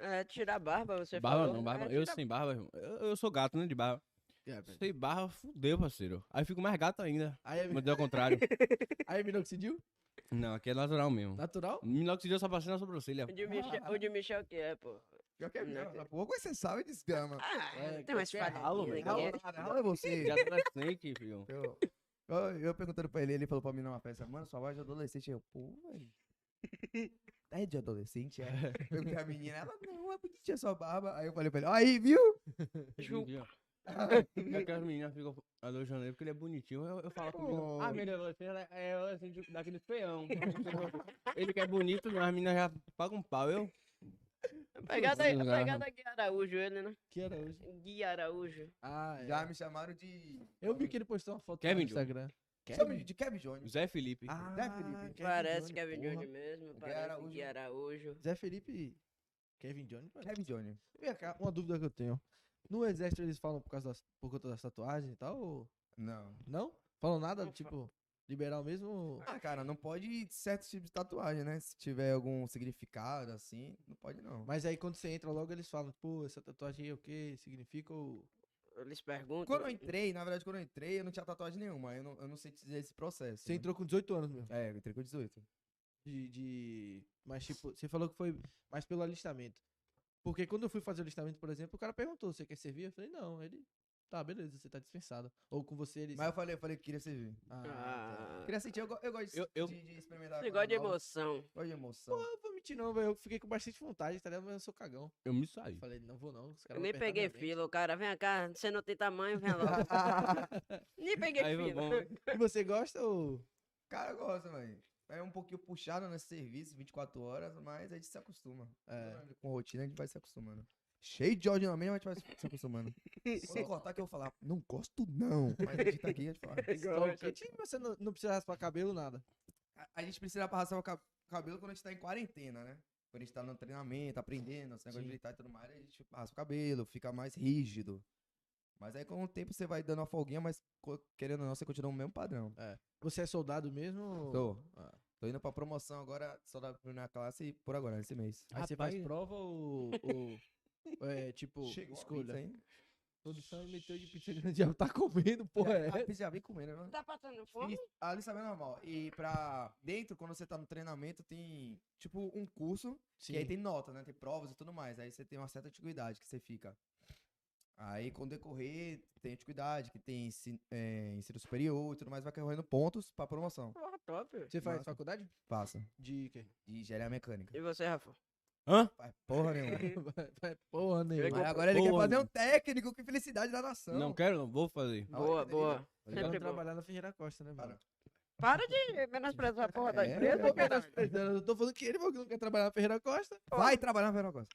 [SPEAKER 1] É, tirar a barba, você
[SPEAKER 4] Barba
[SPEAKER 1] falou.
[SPEAKER 4] não,
[SPEAKER 1] É,
[SPEAKER 4] barba. Eu
[SPEAKER 1] tirar-
[SPEAKER 4] sem barba, irmão. Eu, eu sou gato, né? De barba.
[SPEAKER 2] É,
[SPEAKER 4] Sem barba, fudeu, parceiro. Aí eu fico mais gato ainda.
[SPEAKER 2] Aí é-
[SPEAKER 4] Mas é o contrário.
[SPEAKER 2] aí é minoxidil?
[SPEAKER 4] Não, aqui é natural mesmo.
[SPEAKER 2] Natural?
[SPEAKER 4] Minoxidil eu só passei na sobrancelha.
[SPEAKER 1] O de Michel, o de Michel que é, pô.
[SPEAKER 3] Pior que é
[SPEAKER 1] Não,
[SPEAKER 3] mesmo,
[SPEAKER 1] que-
[SPEAKER 3] essa porra, como você sabe de grama?
[SPEAKER 1] Ah,
[SPEAKER 2] É,
[SPEAKER 1] tem umas
[SPEAKER 2] que é ralo,
[SPEAKER 1] fadinhas
[SPEAKER 2] velho.
[SPEAKER 1] aqui.
[SPEAKER 3] Caralho, é você.
[SPEAKER 4] De adolescente, filho.
[SPEAKER 3] Eu, eu, eu perguntando pra ele, ele falou pra mim numa festa, mano, sua voz de adolescente. Eu, pô, velho. É de adolescente, é. Perguntei a menina, ela, não, é porque tinha sua barba. Aí eu falei pra ele, aí, viu?
[SPEAKER 1] Ju-
[SPEAKER 4] Aquelas É meninas ficam a do janeiro porque ele é bonitinho. Eu, eu falo comigo. Ah, menina adolescente ela é adolescente daquele feião. ele que é bonito, mas as meninas já pagam um pau. Eu.
[SPEAKER 1] A Pegada, é,
[SPEAKER 4] Sim,
[SPEAKER 1] a
[SPEAKER 4] garra.
[SPEAKER 1] pegada Gui Araújo, ele, né?
[SPEAKER 2] Que era hoje.
[SPEAKER 1] Gui Araújo.
[SPEAKER 2] Ah,
[SPEAKER 3] Já
[SPEAKER 2] é.
[SPEAKER 3] me chamaram de.
[SPEAKER 2] Eu vi que ele postou uma foto no
[SPEAKER 4] Kevin Jones.
[SPEAKER 2] Instagram.
[SPEAKER 3] Chama de, de Kevin Jones.
[SPEAKER 4] Zé Felipe.
[SPEAKER 2] Ah.
[SPEAKER 3] Zé Felipe.
[SPEAKER 2] Kevin
[SPEAKER 1] parece
[SPEAKER 2] Jones,
[SPEAKER 1] Kevin
[SPEAKER 2] é porra.
[SPEAKER 1] Jones mesmo,
[SPEAKER 3] Gui
[SPEAKER 1] parece é
[SPEAKER 3] Araújo.
[SPEAKER 1] Gui Araújo.
[SPEAKER 2] Zé Felipe. Kevin Jones? parece.
[SPEAKER 3] Kevin Jones.
[SPEAKER 2] Vem cá, uma dúvida que eu tenho. No exército eles falam por causa das, por conta das tatuagens e tal? Ou...
[SPEAKER 3] Não.
[SPEAKER 2] Não? Falam nada,
[SPEAKER 1] Não fa-
[SPEAKER 2] tipo, liberal mesmo?
[SPEAKER 3] Ah, cara, não pode certos tipos de tatuagem, né? Se tiver algum significado assim, não pode não.
[SPEAKER 2] Mas aí quando você entra logo eles falam, pô, essa tatuagem aí é o que significa ou...
[SPEAKER 1] Eles perguntam.
[SPEAKER 3] Quando eu entrei, na verdade, quando eu entrei, eu não tinha tatuagem nenhuma. Eu não, eu não sei te dizer esse processo. né?
[SPEAKER 2] Você entrou com 18 anos mesmo.
[SPEAKER 3] É, eu entrei com 18.
[SPEAKER 2] De, de- Mas tipo, você falou que foi mais pelo alistamento. Porque quando eu fui fazer o alistamento, por exemplo, o cara perguntou, você quer servir? Eu falei, não, ele... Tá, beleza, você tá dispensado. Ou com você eles...
[SPEAKER 3] Mas eu falei, eu falei que queria servir.
[SPEAKER 2] Ah,
[SPEAKER 1] Ah,
[SPEAKER 3] Queria sentir, eu, go- eu gosto de-
[SPEAKER 4] Eu- eu-
[SPEAKER 3] De, de experimentar.
[SPEAKER 1] você
[SPEAKER 3] coisa
[SPEAKER 1] gosta de
[SPEAKER 3] nova.
[SPEAKER 1] emoção.
[SPEAKER 3] Gosto de emoção.
[SPEAKER 2] tá. não vou mentir não, velho. Eu fiquei com bastante vontade, tá ligado? Mas eu sou cagão.
[SPEAKER 4] Eu me
[SPEAKER 2] Eu
[SPEAKER 4] saí.
[SPEAKER 2] falei, não vou não. Os
[SPEAKER 1] Eu
[SPEAKER 2] caras vão
[SPEAKER 1] nem
[SPEAKER 2] apertar
[SPEAKER 1] peguei
[SPEAKER 2] minha mente."
[SPEAKER 1] fila, o cara, vem cá, você não tem tamanho, vem logo. nem peguei
[SPEAKER 4] Aí foi
[SPEAKER 1] fila.
[SPEAKER 4] bom.
[SPEAKER 2] E você gosta ou...
[SPEAKER 3] Cara, eu gosto, velho. É um pouquinho puxado nesse serviço, 24 horas, mas a gente se acostuma.
[SPEAKER 2] É.
[SPEAKER 3] Com rotina a gente vai se acostumando. Cheio de ódio na mente, mas a gente vai se acostumando. Quando eu cortar que eu vou falar, não gosto não. Mas a gente tá aqui, a gente fala.
[SPEAKER 2] Só o quê? Tipo, você não, não precisa raspar cabelo, nada.
[SPEAKER 3] A, a gente precisa passar o ca- cabelo quando a gente tá em quarentena, né? Quando a gente tá no treinamento, aprendendo, esse negócio de
[SPEAKER 2] Sim.
[SPEAKER 3] militar e tudo mais, a gente passa o cabelo, fica mais rígido. Mas aí com o tempo você vai dando uma folguinha, mas co- querendo ou não, você continua o mesmo padrão.
[SPEAKER 2] Você é soldado mesmo? ou-
[SPEAKER 3] Tô.
[SPEAKER 2] Ah.
[SPEAKER 3] Tô indo pra promoção agora, só da primeira classe e por agora, esse mês.
[SPEAKER 2] Aí você faz
[SPEAKER 4] Rapaz.
[SPEAKER 2] prova ou... ou, é, tipo, escolha.
[SPEAKER 3] hein?
[SPEAKER 2] Produção e meteu de pizza de tá comendo, porra.
[SPEAKER 3] Já-
[SPEAKER 2] É.
[SPEAKER 3] a pizza já vem comendo, né?
[SPEAKER 1] Tá passando fome?
[SPEAKER 3] E a lista é normal. E pra dentro, quando você tá no treinamento, tem tipo um curso
[SPEAKER 2] Sim.
[SPEAKER 3] Que aí tem nota, né? Tem provas e tudo mais. Aí você tem uma certa antiguidade que você fica. Aí, com o decorrer, tem antiguidade, que tem ensi- é, ensino superior e tudo mais, vai correndo pontos pra promoção.
[SPEAKER 1] Porra, top.
[SPEAKER 2] Você faz
[SPEAKER 3] Nossa.
[SPEAKER 2] faculdade?
[SPEAKER 3] Passa.
[SPEAKER 2] De quê?
[SPEAKER 3] De engenharia mecânica.
[SPEAKER 1] E você, Rafa?
[SPEAKER 4] Hã?
[SPEAKER 3] Faz porra nenhuma.
[SPEAKER 2] Vai-
[SPEAKER 1] Pegou
[SPEAKER 2] porra, nenhuma.
[SPEAKER 3] Mas agora ele quer
[SPEAKER 4] Porra,
[SPEAKER 3] fazer um
[SPEAKER 4] meu.
[SPEAKER 3] técnico, que felicidade da nação.
[SPEAKER 2] Então.
[SPEAKER 4] Não quero, não. Vou fazer.
[SPEAKER 3] Na
[SPEAKER 1] Boa,
[SPEAKER 3] hora que terminar.
[SPEAKER 1] boa.
[SPEAKER 2] Os caras
[SPEAKER 1] Sempre
[SPEAKER 2] vão
[SPEAKER 1] bom.
[SPEAKER 2] trabalhar na Ferreira Costa, né, mano?
[SPEAKER 3] Para.
[SPEAKER 1] Para de menosprezar a porra da
[SPEAKER 3] É,
[SPEAKER 1] empresa,
[SPEAKER 3] eu tô
[SPEAKER 1] cara.
[SPEAKER 2] tá Eu tô falando que ele falou que não quer trabalhar na Ferreira Costa.
[SPEAKER 3] Vai um trabalhar na Veracruz.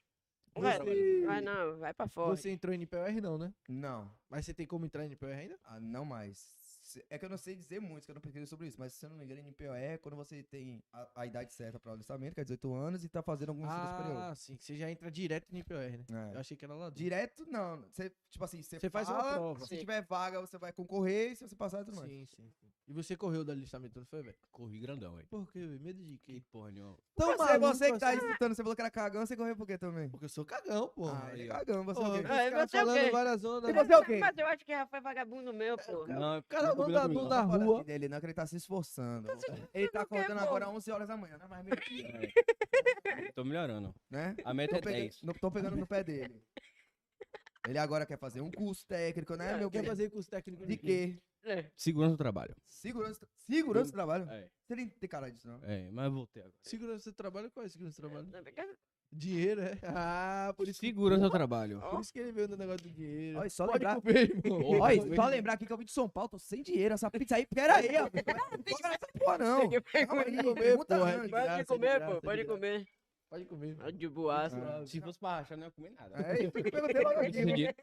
[SPEAKER 1] Vai,
[SPEAKER 2] Você-
[SPEAKER 1] vai não, vai pra fora.
[SPEAKER 2] Você entrou em NPR não, né?
[SPEAKER 3] Não,
[SPEAKER 2] Mas você tem como entrar em NPR ainda?
[SPEAKER 3] ah, não mais. Se- É que eu não sei dizer muito, que eu não pesquisei sobre isso, mas se eu não me engano, NPO é quando você tem a, a idade certa pra alistamento, que é 18 anos, e tá fazendo algum ensino superior.
[SPEAKER 2] Ah, sim. Que você já entra direto em NPR, né?
[SPEAKER 3] É.
[SPEAKER 2] Eu achei que era lá dentro.
[SPEAKER 3] Direto, não. Você, tipo assim, você
[SPEAKER 2] Você faz uma
[SPEAKER 3] fala,
[SPEAKER 2] prova.
[SPEAKER 3] Se
[SPEAKER 1] Sim.
[SPEAKER 3] tiver vaga, você vai concorrer e se você passar, tudo mais.
[SPEAKER 2] Sim, sim, sim. é. E você correu do alistamento, não foi, velho?
[SPEAKER 4] Corri grandão, velho.
[SPEAKER 2] Por quê, velho? Medo de
[SPEAKER 4] Que
[SPEAKER 2] quê?
[SPEAKER 4] porra nenhuma.
[SPEAKER 3] Então, você,
[SPEAKER 2] maluco,
[SPEAKER 3] você que tá
[SPEAKER 2] você-
[SPEAKER 3] disputando, você falou que era cagão, você correu por quê também?
[SPEAKER 2] Porque eu sou cagão, pô.
[SPEAKER 3] ah,
[SPEAKER 4] aí,
[SPEAKER 3] ele é
[SPEAKER 4] ó.
[SPEAKER 3] cagão, você
[SPEAKER 2] Pô,
[SPEAKER 3] é o
[SPEAKER 2] os
[SPEAKER 3] quê?
[SPEAKER 1] Ah,
[SPEAKER 2] caras
[SPEAKER 1] você é o
[SPEAKER 2] falando
[SPEAKER 1] quê?
[SPEAKER 2] várias né? zonas.
[SPEAKER 3] E você é o quê?
[SPEAKER 1] Mas eu acho que Rafa é vagabundo meu, pô.
[SPEAKER 4] Não,
[SPEAKER 2] O cara
[SPEAKER 4] não
[SPEAKER 2] manda
[SPEAKER 4] comigo,
[SPEAKER 2] andou
[SPEAKER 4] não.
[SPEAKER 2] na
[SPEAKER 3] Não fala
[SPEAKER 2] rua.
[SPEAKER 3] assim dele, não, que ele tá se esforçando. Ele tá
[SPEAKER 1] não quer,
[SPEAKER 3] contando
[SPEAKER 1] pô.
[SPEAKER 3] agora 11 horas da manhã, não é mais meio-dia,
[SPEAKER 4] Tô melhorando.
[SPEAKER 3] né?
[SPEAKER 4] A meta
[SPEAKER 3] Tô
[SPEAKER 4] é
[SPEAKER 3] pegando,
[SPEAKER 4] 10.
[SPEAKER 3] não tô pegando no pé dele. Ele agora quer fazer um curso técnico, né, meu
[SPEAKER 2] Quer
[SPEAKER 3] bem?
[SPEAKER 2] fazer um curso técnico
[SPEAKER 3] De quê?
[SPEAKER 1] É.
[SPEAKER 4] Segurança do trabalho.
[SPEAKER 3] Segurança, segurança do trabalho?
[SPEAKER 4] É,
[SPEAKER 3] Você nem tem cara disso, não.
[SPEAKER 4] é, mas voltei agora.
[SPEAKER 2] Segurança do trabalho? Qual é segurança do trabalho?
[SPEAKER 1] Não, porque-
[SPEAKER 2] Dinheiro, é? Ah, por isso, que,
[SPEAKER 4] Segurança do trabalho.
[SPEAKER 2] por isso que ele veio no negócio do dinheiro.
[SPEAKER 3] Olha, só
[SPEAKER 2] Pode
[SPEAKER 3] lembrar-
[SPEAKER 2] comer, irmão.
[SPEAKER 4] Porra,
[SPEAKER 3] Olha,
[SPEAKER 2] Pode
[SPEAKER 3] só
[SPEAKER 2] comer.
[SPEAKER 3] lembrar aqui que eu vim de São Paulo, tô sem dinheiro, essa pizza aí, pera aí, ó. Não, não tem que essa porra, não.
[SPEAKER 1] Tem que perguntar.
[SPEAKER 3] Calma aí,
[SPEAKER 2] comer,
[SPEAKER 3] pergunta
[SPEAKER 2] porra,
[SPEAKER 3] antes.
[SPEAKER 2] de graça,
[SPEAKER 1] Pode
[SPEAKER 2] de
[SPEAKER 1] comer,
[SPEAKER 2] graça,
[SPEAKER 1] pô,
[SPEAKER 2] de
[SPEAKER 1] pode
[SPEAKER 2] graça.
[SPEAKER 1] comer.
[SPEAKER 2] Pode comer. tipo,
[SPEAKER 1] Ah, De boaça.
[SPEAKER 4] Se fosse pra rachar, não ia comer nada.
[SPEAKER 3] É, Ah. eu perguntei logo
[SPEAKER 4] Eu
[SPEAKER 3] aqui.
[SPEAKER 4] preciso de
[SPEAKER 3] mano.
[SPEAKER 4] dinheiro.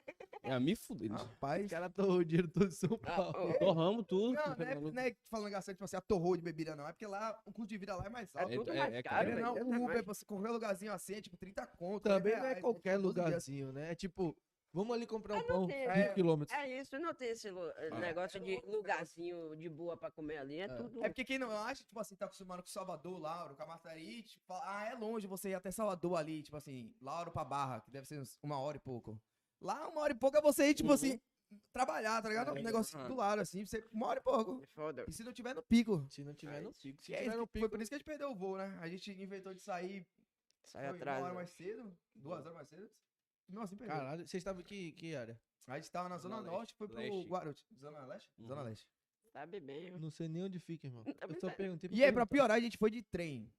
[SPEAKER 4] É, me fudendo.
[SPEAKER 2] Os
[SPEAKER 3] Rapaz.
[SPEAKER 2] caras torrou tá o dinheiro todo em São
[SPEAKER 1] Ah,
[SPEAKER 2] Paulo.
[SPEAKER 1] ô,
[SPEAKER 4] Torramos tudo.
[SPEAKER 3] Não,
[SPEAKER 4] tá
[SPEAKER 3] não é,
[SPEAKER 4] maluco?
[SPEAKER 3] não é falando gastante, tipo assim, atorrou de bebida, não. É porque lá o custo de vida lá é mais
[SPEAKER 1] é
[SPEAKER 3] alto.
[SPEAKER 1] tudo
[SPEAKER 4] é-
[SPEAKER 1] mais
[SPEAKER 4] é
[SPEAKER 1] caro,
[SPEAKER 4] caro,
[SPEAKER 1] velho,
[SPEAKER 3] não,
[SPEAKER 1] é
[SPEAKER 3] o Uber,
[SPEAKER 1] mais-
[SPEAKER 3] pra você- qualquer lugarzinho assim, é tipo 30 conto.
[SPEAKER 2] Também
[SPEAKER 3] 10
[SPEAKER 2] não é
[SPEAKER 3] reais,
[SPEAKER 2] qualquer
[SPEAKER 3] todo dia.
[SPEAKER 2] lugarzinho, né? É tipo, vamos ali comprar um pão,
[SPEAKER 1] tem-
[SPEAKER 2] 5 quilômetros.
[SPEAKER 1] É isso, não tem esse lu- eh, negócio de lugarzinho de boa pra comer ali. É, tudo.
[SPEAKER 3] É porque quem não acha, tipo assim, tá acostumado com Salvador, Lauro, com a Martaí, tipo, fala, ah, é longe você ir até Salvador ali, tipo assim, Lauro pra Barra, que deve ser uns- uma hora e pouco. Lá, uma hora e pouco é você ir, tipo
[SPEAKER 4] Uhum.
[SPEAKER 3] assim, trabalhar, tá ligado?
[SPEAKER 1] É,
[SPEAKER 3] Um negócio
[SPEAKER 1] aham.
[SPEAKER 3] do lado, assim, você, uma hora e pouco.
[SPEAKER 1] É foda.
[SPEAKER 3] E se não tiver no pico?
[SPEAKER 2] Se não tiver, não fico. Se
[SPEAKER 3] É
[SPEAKER 2] tiver,
[SPEAKER 3] isso
[SPEAKER 2] não
[SPEAKER 3] que- foi
[SPEAKER 2] pico.
[SPEAKER 3] por isso que a gente perdeu o voo, né? A gente inventou de sair
[SPEAKER 1] Sai
[SPEAKER 3] foi
[SPEAKER 1] atrás.
[SPEAKER 3] uma hora
[SPEAKER 1] né?
[SPEAKER 3] mais cedo, duas horas mais cedo. Nossa, perdeu.
[SPEAKER 2] Caralho, vocês estavam aqui, que área?
[SPEAKER 3] A gente tava na Zona,
[SPEAKER 4] Zona
[SPEAKER 3] Norte, foi pro
[SPEAKER 4] Leste.
[SPEAKER 3] Guarulhos. Zona Leste?
[SPEAKER 4] Uhum.
[SPEAKER 3] Zona Leste.
[SPEAKER 1] Sabe bem. viu?
[SPEAKER 2] Não é- sei nem onde fica, irmão.
[SPEAKER 1] Também
[SPEAKER 2] Eu só
[SPEAKER 1] tá-
[SPEAKER 2] perguntei
[SPEAKER 3] E aí, pra
[SPEAKER 2] perguntar.
[SPEAKER 3] piorar, a gente foi de trem.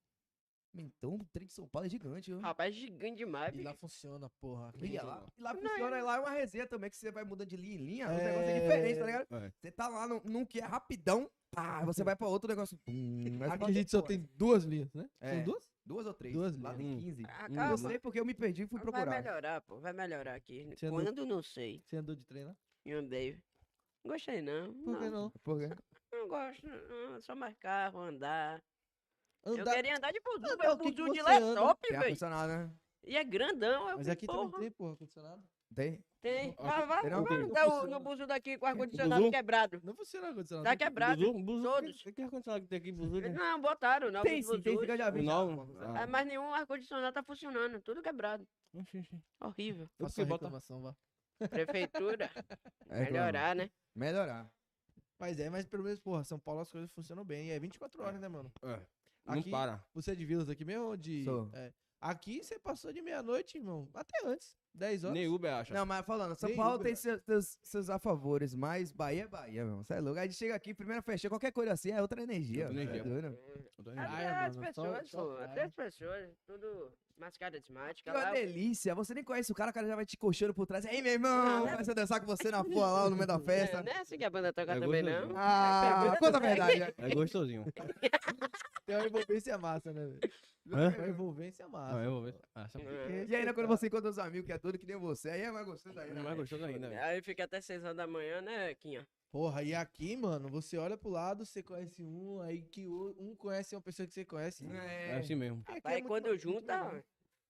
[SPEAKER 3] Então, o trem de São Paulo é gigante, viu?
[SPEAKER 1] Rapaz, gigante demais.
[SPEAKER 2] E
[SPEAKER 1] bicho.
[SPEAKER 2] lá funciona, porra.
[SPEAKER 3] E
[SPEAKER 4] Muito
[SPEAKER 3] lá,
[SPEAKER 4] bom.
[SPEAKER 3] e lá
[SPEAKER 1] Não,
[SPEAKER 3] funciona, e lá é uma resenha também, que você vai mudando de linha em linha, o negócio
[SPEAKER 2] É.
[SPEAKER 3] é diferente, tá ligado?
[SPEAKER 4] É.
[SPEAKER 3] Você tá lá num, num que é rapidão, pá, você vai pra outro negócio. Pum, aí você
[SPEAKER 2] Aqui
[SPEAKER 3] fala,
[SPEAKER 2] Hum, a gente só
[SPEAKER 3] "Pô,
[SPEAKER 2] tem duas linhas, né?
[SPEAKER 3] É.
[SPEAKER 2] São duas?
[SPEAKER 3] duas ou três,
[SPEAKER 2] duas
[SPEAKER 3] lá
[SPEAKER 2] linhas.
[SPEAKER 3] tem
[SPEAKER 4] Hum.
[SPEAKER 3] 15.
[SPEAKER 1] Ah,
[SPEAKER 4] Hum,
[SPEAKER 1] calma.
[SPEAKER 3] Eu sei porque eu me perdi e fui
[SPEAKER 1] Vai
[SPEAKER 3] procurar.
[SPEAKER 1] melhorar, pô. Vai melhorar aqui.
[SPEAKER 2] Você andou-
[SPEAKER 1] Quando, não sei.
[SPEAKER 2] Você andou de trem lá?
[SPEAKER 1] Eu andei. Não gostei, não.
[SPEAKER 2] Por que
[SPEAKER 1] não,
[SPEAKER 2] não?
[SPEAKER 3] Por quê?
[SPEAKER 1] não gosto. não, É só mais carro, andar. Eu
[SPEAKER 2] Andar.
[SPEAKER 1] queria andar de buzu,
[SPEAKER 2] Andar
[SPEAKER 1] velho.
[SPEAKER 2] o que que
[SPEAKER 1] Buzu de
[SPEAKER 2] você
[SPEAKER 1] lá é
[SPEAKER 2] anda?
[SPEAKER 1] top,
[SPEAKER 3] Tem
[SPEAKER 1] velho.
[SPEAKER 3] ar-condicionado, né?
[SPEAKER 1] E é grandão. Eu
[SPEAKER 2] Mas
[SPEAKER 1] falei,
[SPEAKER 2] aqui
[SPEAKER 1] porra,
[SPEAKER 2] também tem, porra, condicionado.
[SPEAKER 3] Tem?
[SPEAKER 1] tem.
[SPEAKER 4] Aqui-
[SPEAKER 1] Mas vai,
[SPEAKER 3] tem não?
[SPEAKER 1] vai
[SPEAKER 4] Tem.
[SPEAKER 1] andar o-
[SPEAKER 2] Funciona.
[SPEAKER 1] no buzu daqui com o ar-condicionado
[SPEAKER 4] Buzu?
[SPEAKER 1] quebrado.
[SPEAKER 2] Não funciona condicionado.
[SPEAKER 1] Tá quebrado.
[SPEAKER 4] Buzu, buzu.
[SPEAKER 1] Todos.
[SPEAKER 4] O que aconteceu que tem aqui, buzu? né?
[SPEAKER 1] Não, botaram. Não,
[SPEAKER 3] Tem
[SPEAKER 1] os
[SPEAKER 3] sim, tem
[SPEAKER 1] buzus.
[SPEAKER 3] sim, que eu já vi.
[SPEAKER 4] O
[SPEAKER 3] já,
[SPEAKER 4] novo?
[SPEAKER 3] alguma coisa.
[SPEAKER 4] Ah.
[SPEAKER 1] Ah, mas nenhum ar-condicionado tá funcionando. Tudo quebrado.
[SPEAKER 4] Oxi, oxi.
[SPEAKER 1] Horrível.
[SPEAKER 4] Eu
[SPEAKER 2] Faça
[SPEAKER 4] fiquei
[SPEAKER 2] uma
[SPEAKER 4] bota.
[SPEAKER 2] reclamação, vá.
[SPEAKER 1] Prefeitura.
[SPEAKER 3] É,
[SPEAKER 1] melhorar, né?
[SPEAKER 3] Melhorar.
[SPEAKER 2] Mas é, mas pelo menos, porra, São Paulo as coisas funcionam bem. É 24 horas, né, mano?
[SPEAKER 4] Não
[SPEAKER 2] Aqui-
[SPEAKER 4] para.
[SPEAKER 2] Você é de Vilas aqui mesmo? ou De...
[SPEAKER 3] Sou.
[SPEAKER 2] É. Aqui você passou de meia-noite, irmão. Até antes. 10 horas.
[SPEAKER 4] Nem Uber acha.
[SPEAKER 3] Não, mas falando, São
[SPEAKER 2] Nem
[SPEAKER 3] Paulo
[SPEAKER 2] Uber,
[SPEAKER 3] tem seus, seus, seus afavores, mas Bahia é Bahia, meu. Você é louco. Aí a gente chega aqui, primeira fechou, qualquer coisa assim, é outra energia.
[SPEAKER 4] Outra
[SPEAKER 3] meu. Tá
[SPEAKER 4] energia.
[SPEAKER 3] doido?
[SPEAKER 4] Eu tô indo.
[SPEAKER 2] Ah,
[SPEAKER 1] Até
[SPEAKER 2] é,
[SPEAKER 1] as
[SPEAKER 2] mano, só-
[SPEAKER 1] pessoas,
[SPEAKER 2] só
[SPEAKER 1] pô. Até
[SPEAKER 2] praia.
[SPEAKER 1] as pessoas. Tudo mascada de esmalte.
[SPEAKER 3] Que
[SPEAKER 1] lá,
[SPEAKER 3] uma delícia. Você nem conhece o cara, o cara já vai te coxando por trás. Aí, meu irmão,
[SPEAKER 1] Não, né?
[SPEAKER 3] começa a dançar com você na porra lá no meio da
[SPEAKER 1] É,
[SPEAKER 3] festa.
[SPEAKER 1] não é assim que a banda toca
[SPEAKER 4] É
[SPEAKER 1] também,
[SPEAKER 4] gostoso.
[SPEAKER 1] não.
[SPEAKER 3] Ah,
[SPEAKER 1] Aí,
[SPEAKER 3] conta a
[SPEAKER 1] pergunta,
[SPEAKER 3] verdade. né?
[SPEAKER 4] É gostosinho.
[SPEAKER 2] Tem uma envolvência massa, né, velho? Tem uma envolvência massa.
[SPEAKER 4] Não, eu vou ver. Ah, essa
[SPEAKER 1] É.
[SPEAKER 3] né? E ainda quando você encontra os amigos que é doido que nem você, aí é mais gostoso ainda.
[SPEAKER 4] é mais gostoso ainda, velho.
[SPEAKER 1] Aí fica até 6 horas da manhã, né, Quinha?
[SPEAKER 3] É,
[SPEAKER 2] Porra, e aqui, mano, você olha pro lado, você conhece um, aí que o- um conhece uma pessoa que você conhece.
[SPEAKER 4] É assim mesmo.
[SPEAKER 2] Aqui é
[SPEAKER 1] Aí
[SPEAKER 2] muito
[SPEAKER 1] quando
[SPEAKER 2] ma-
[SPEAKER 1] eu ah,
[SPEAKER 2] muito legal.
[SPEAKER 1] junta,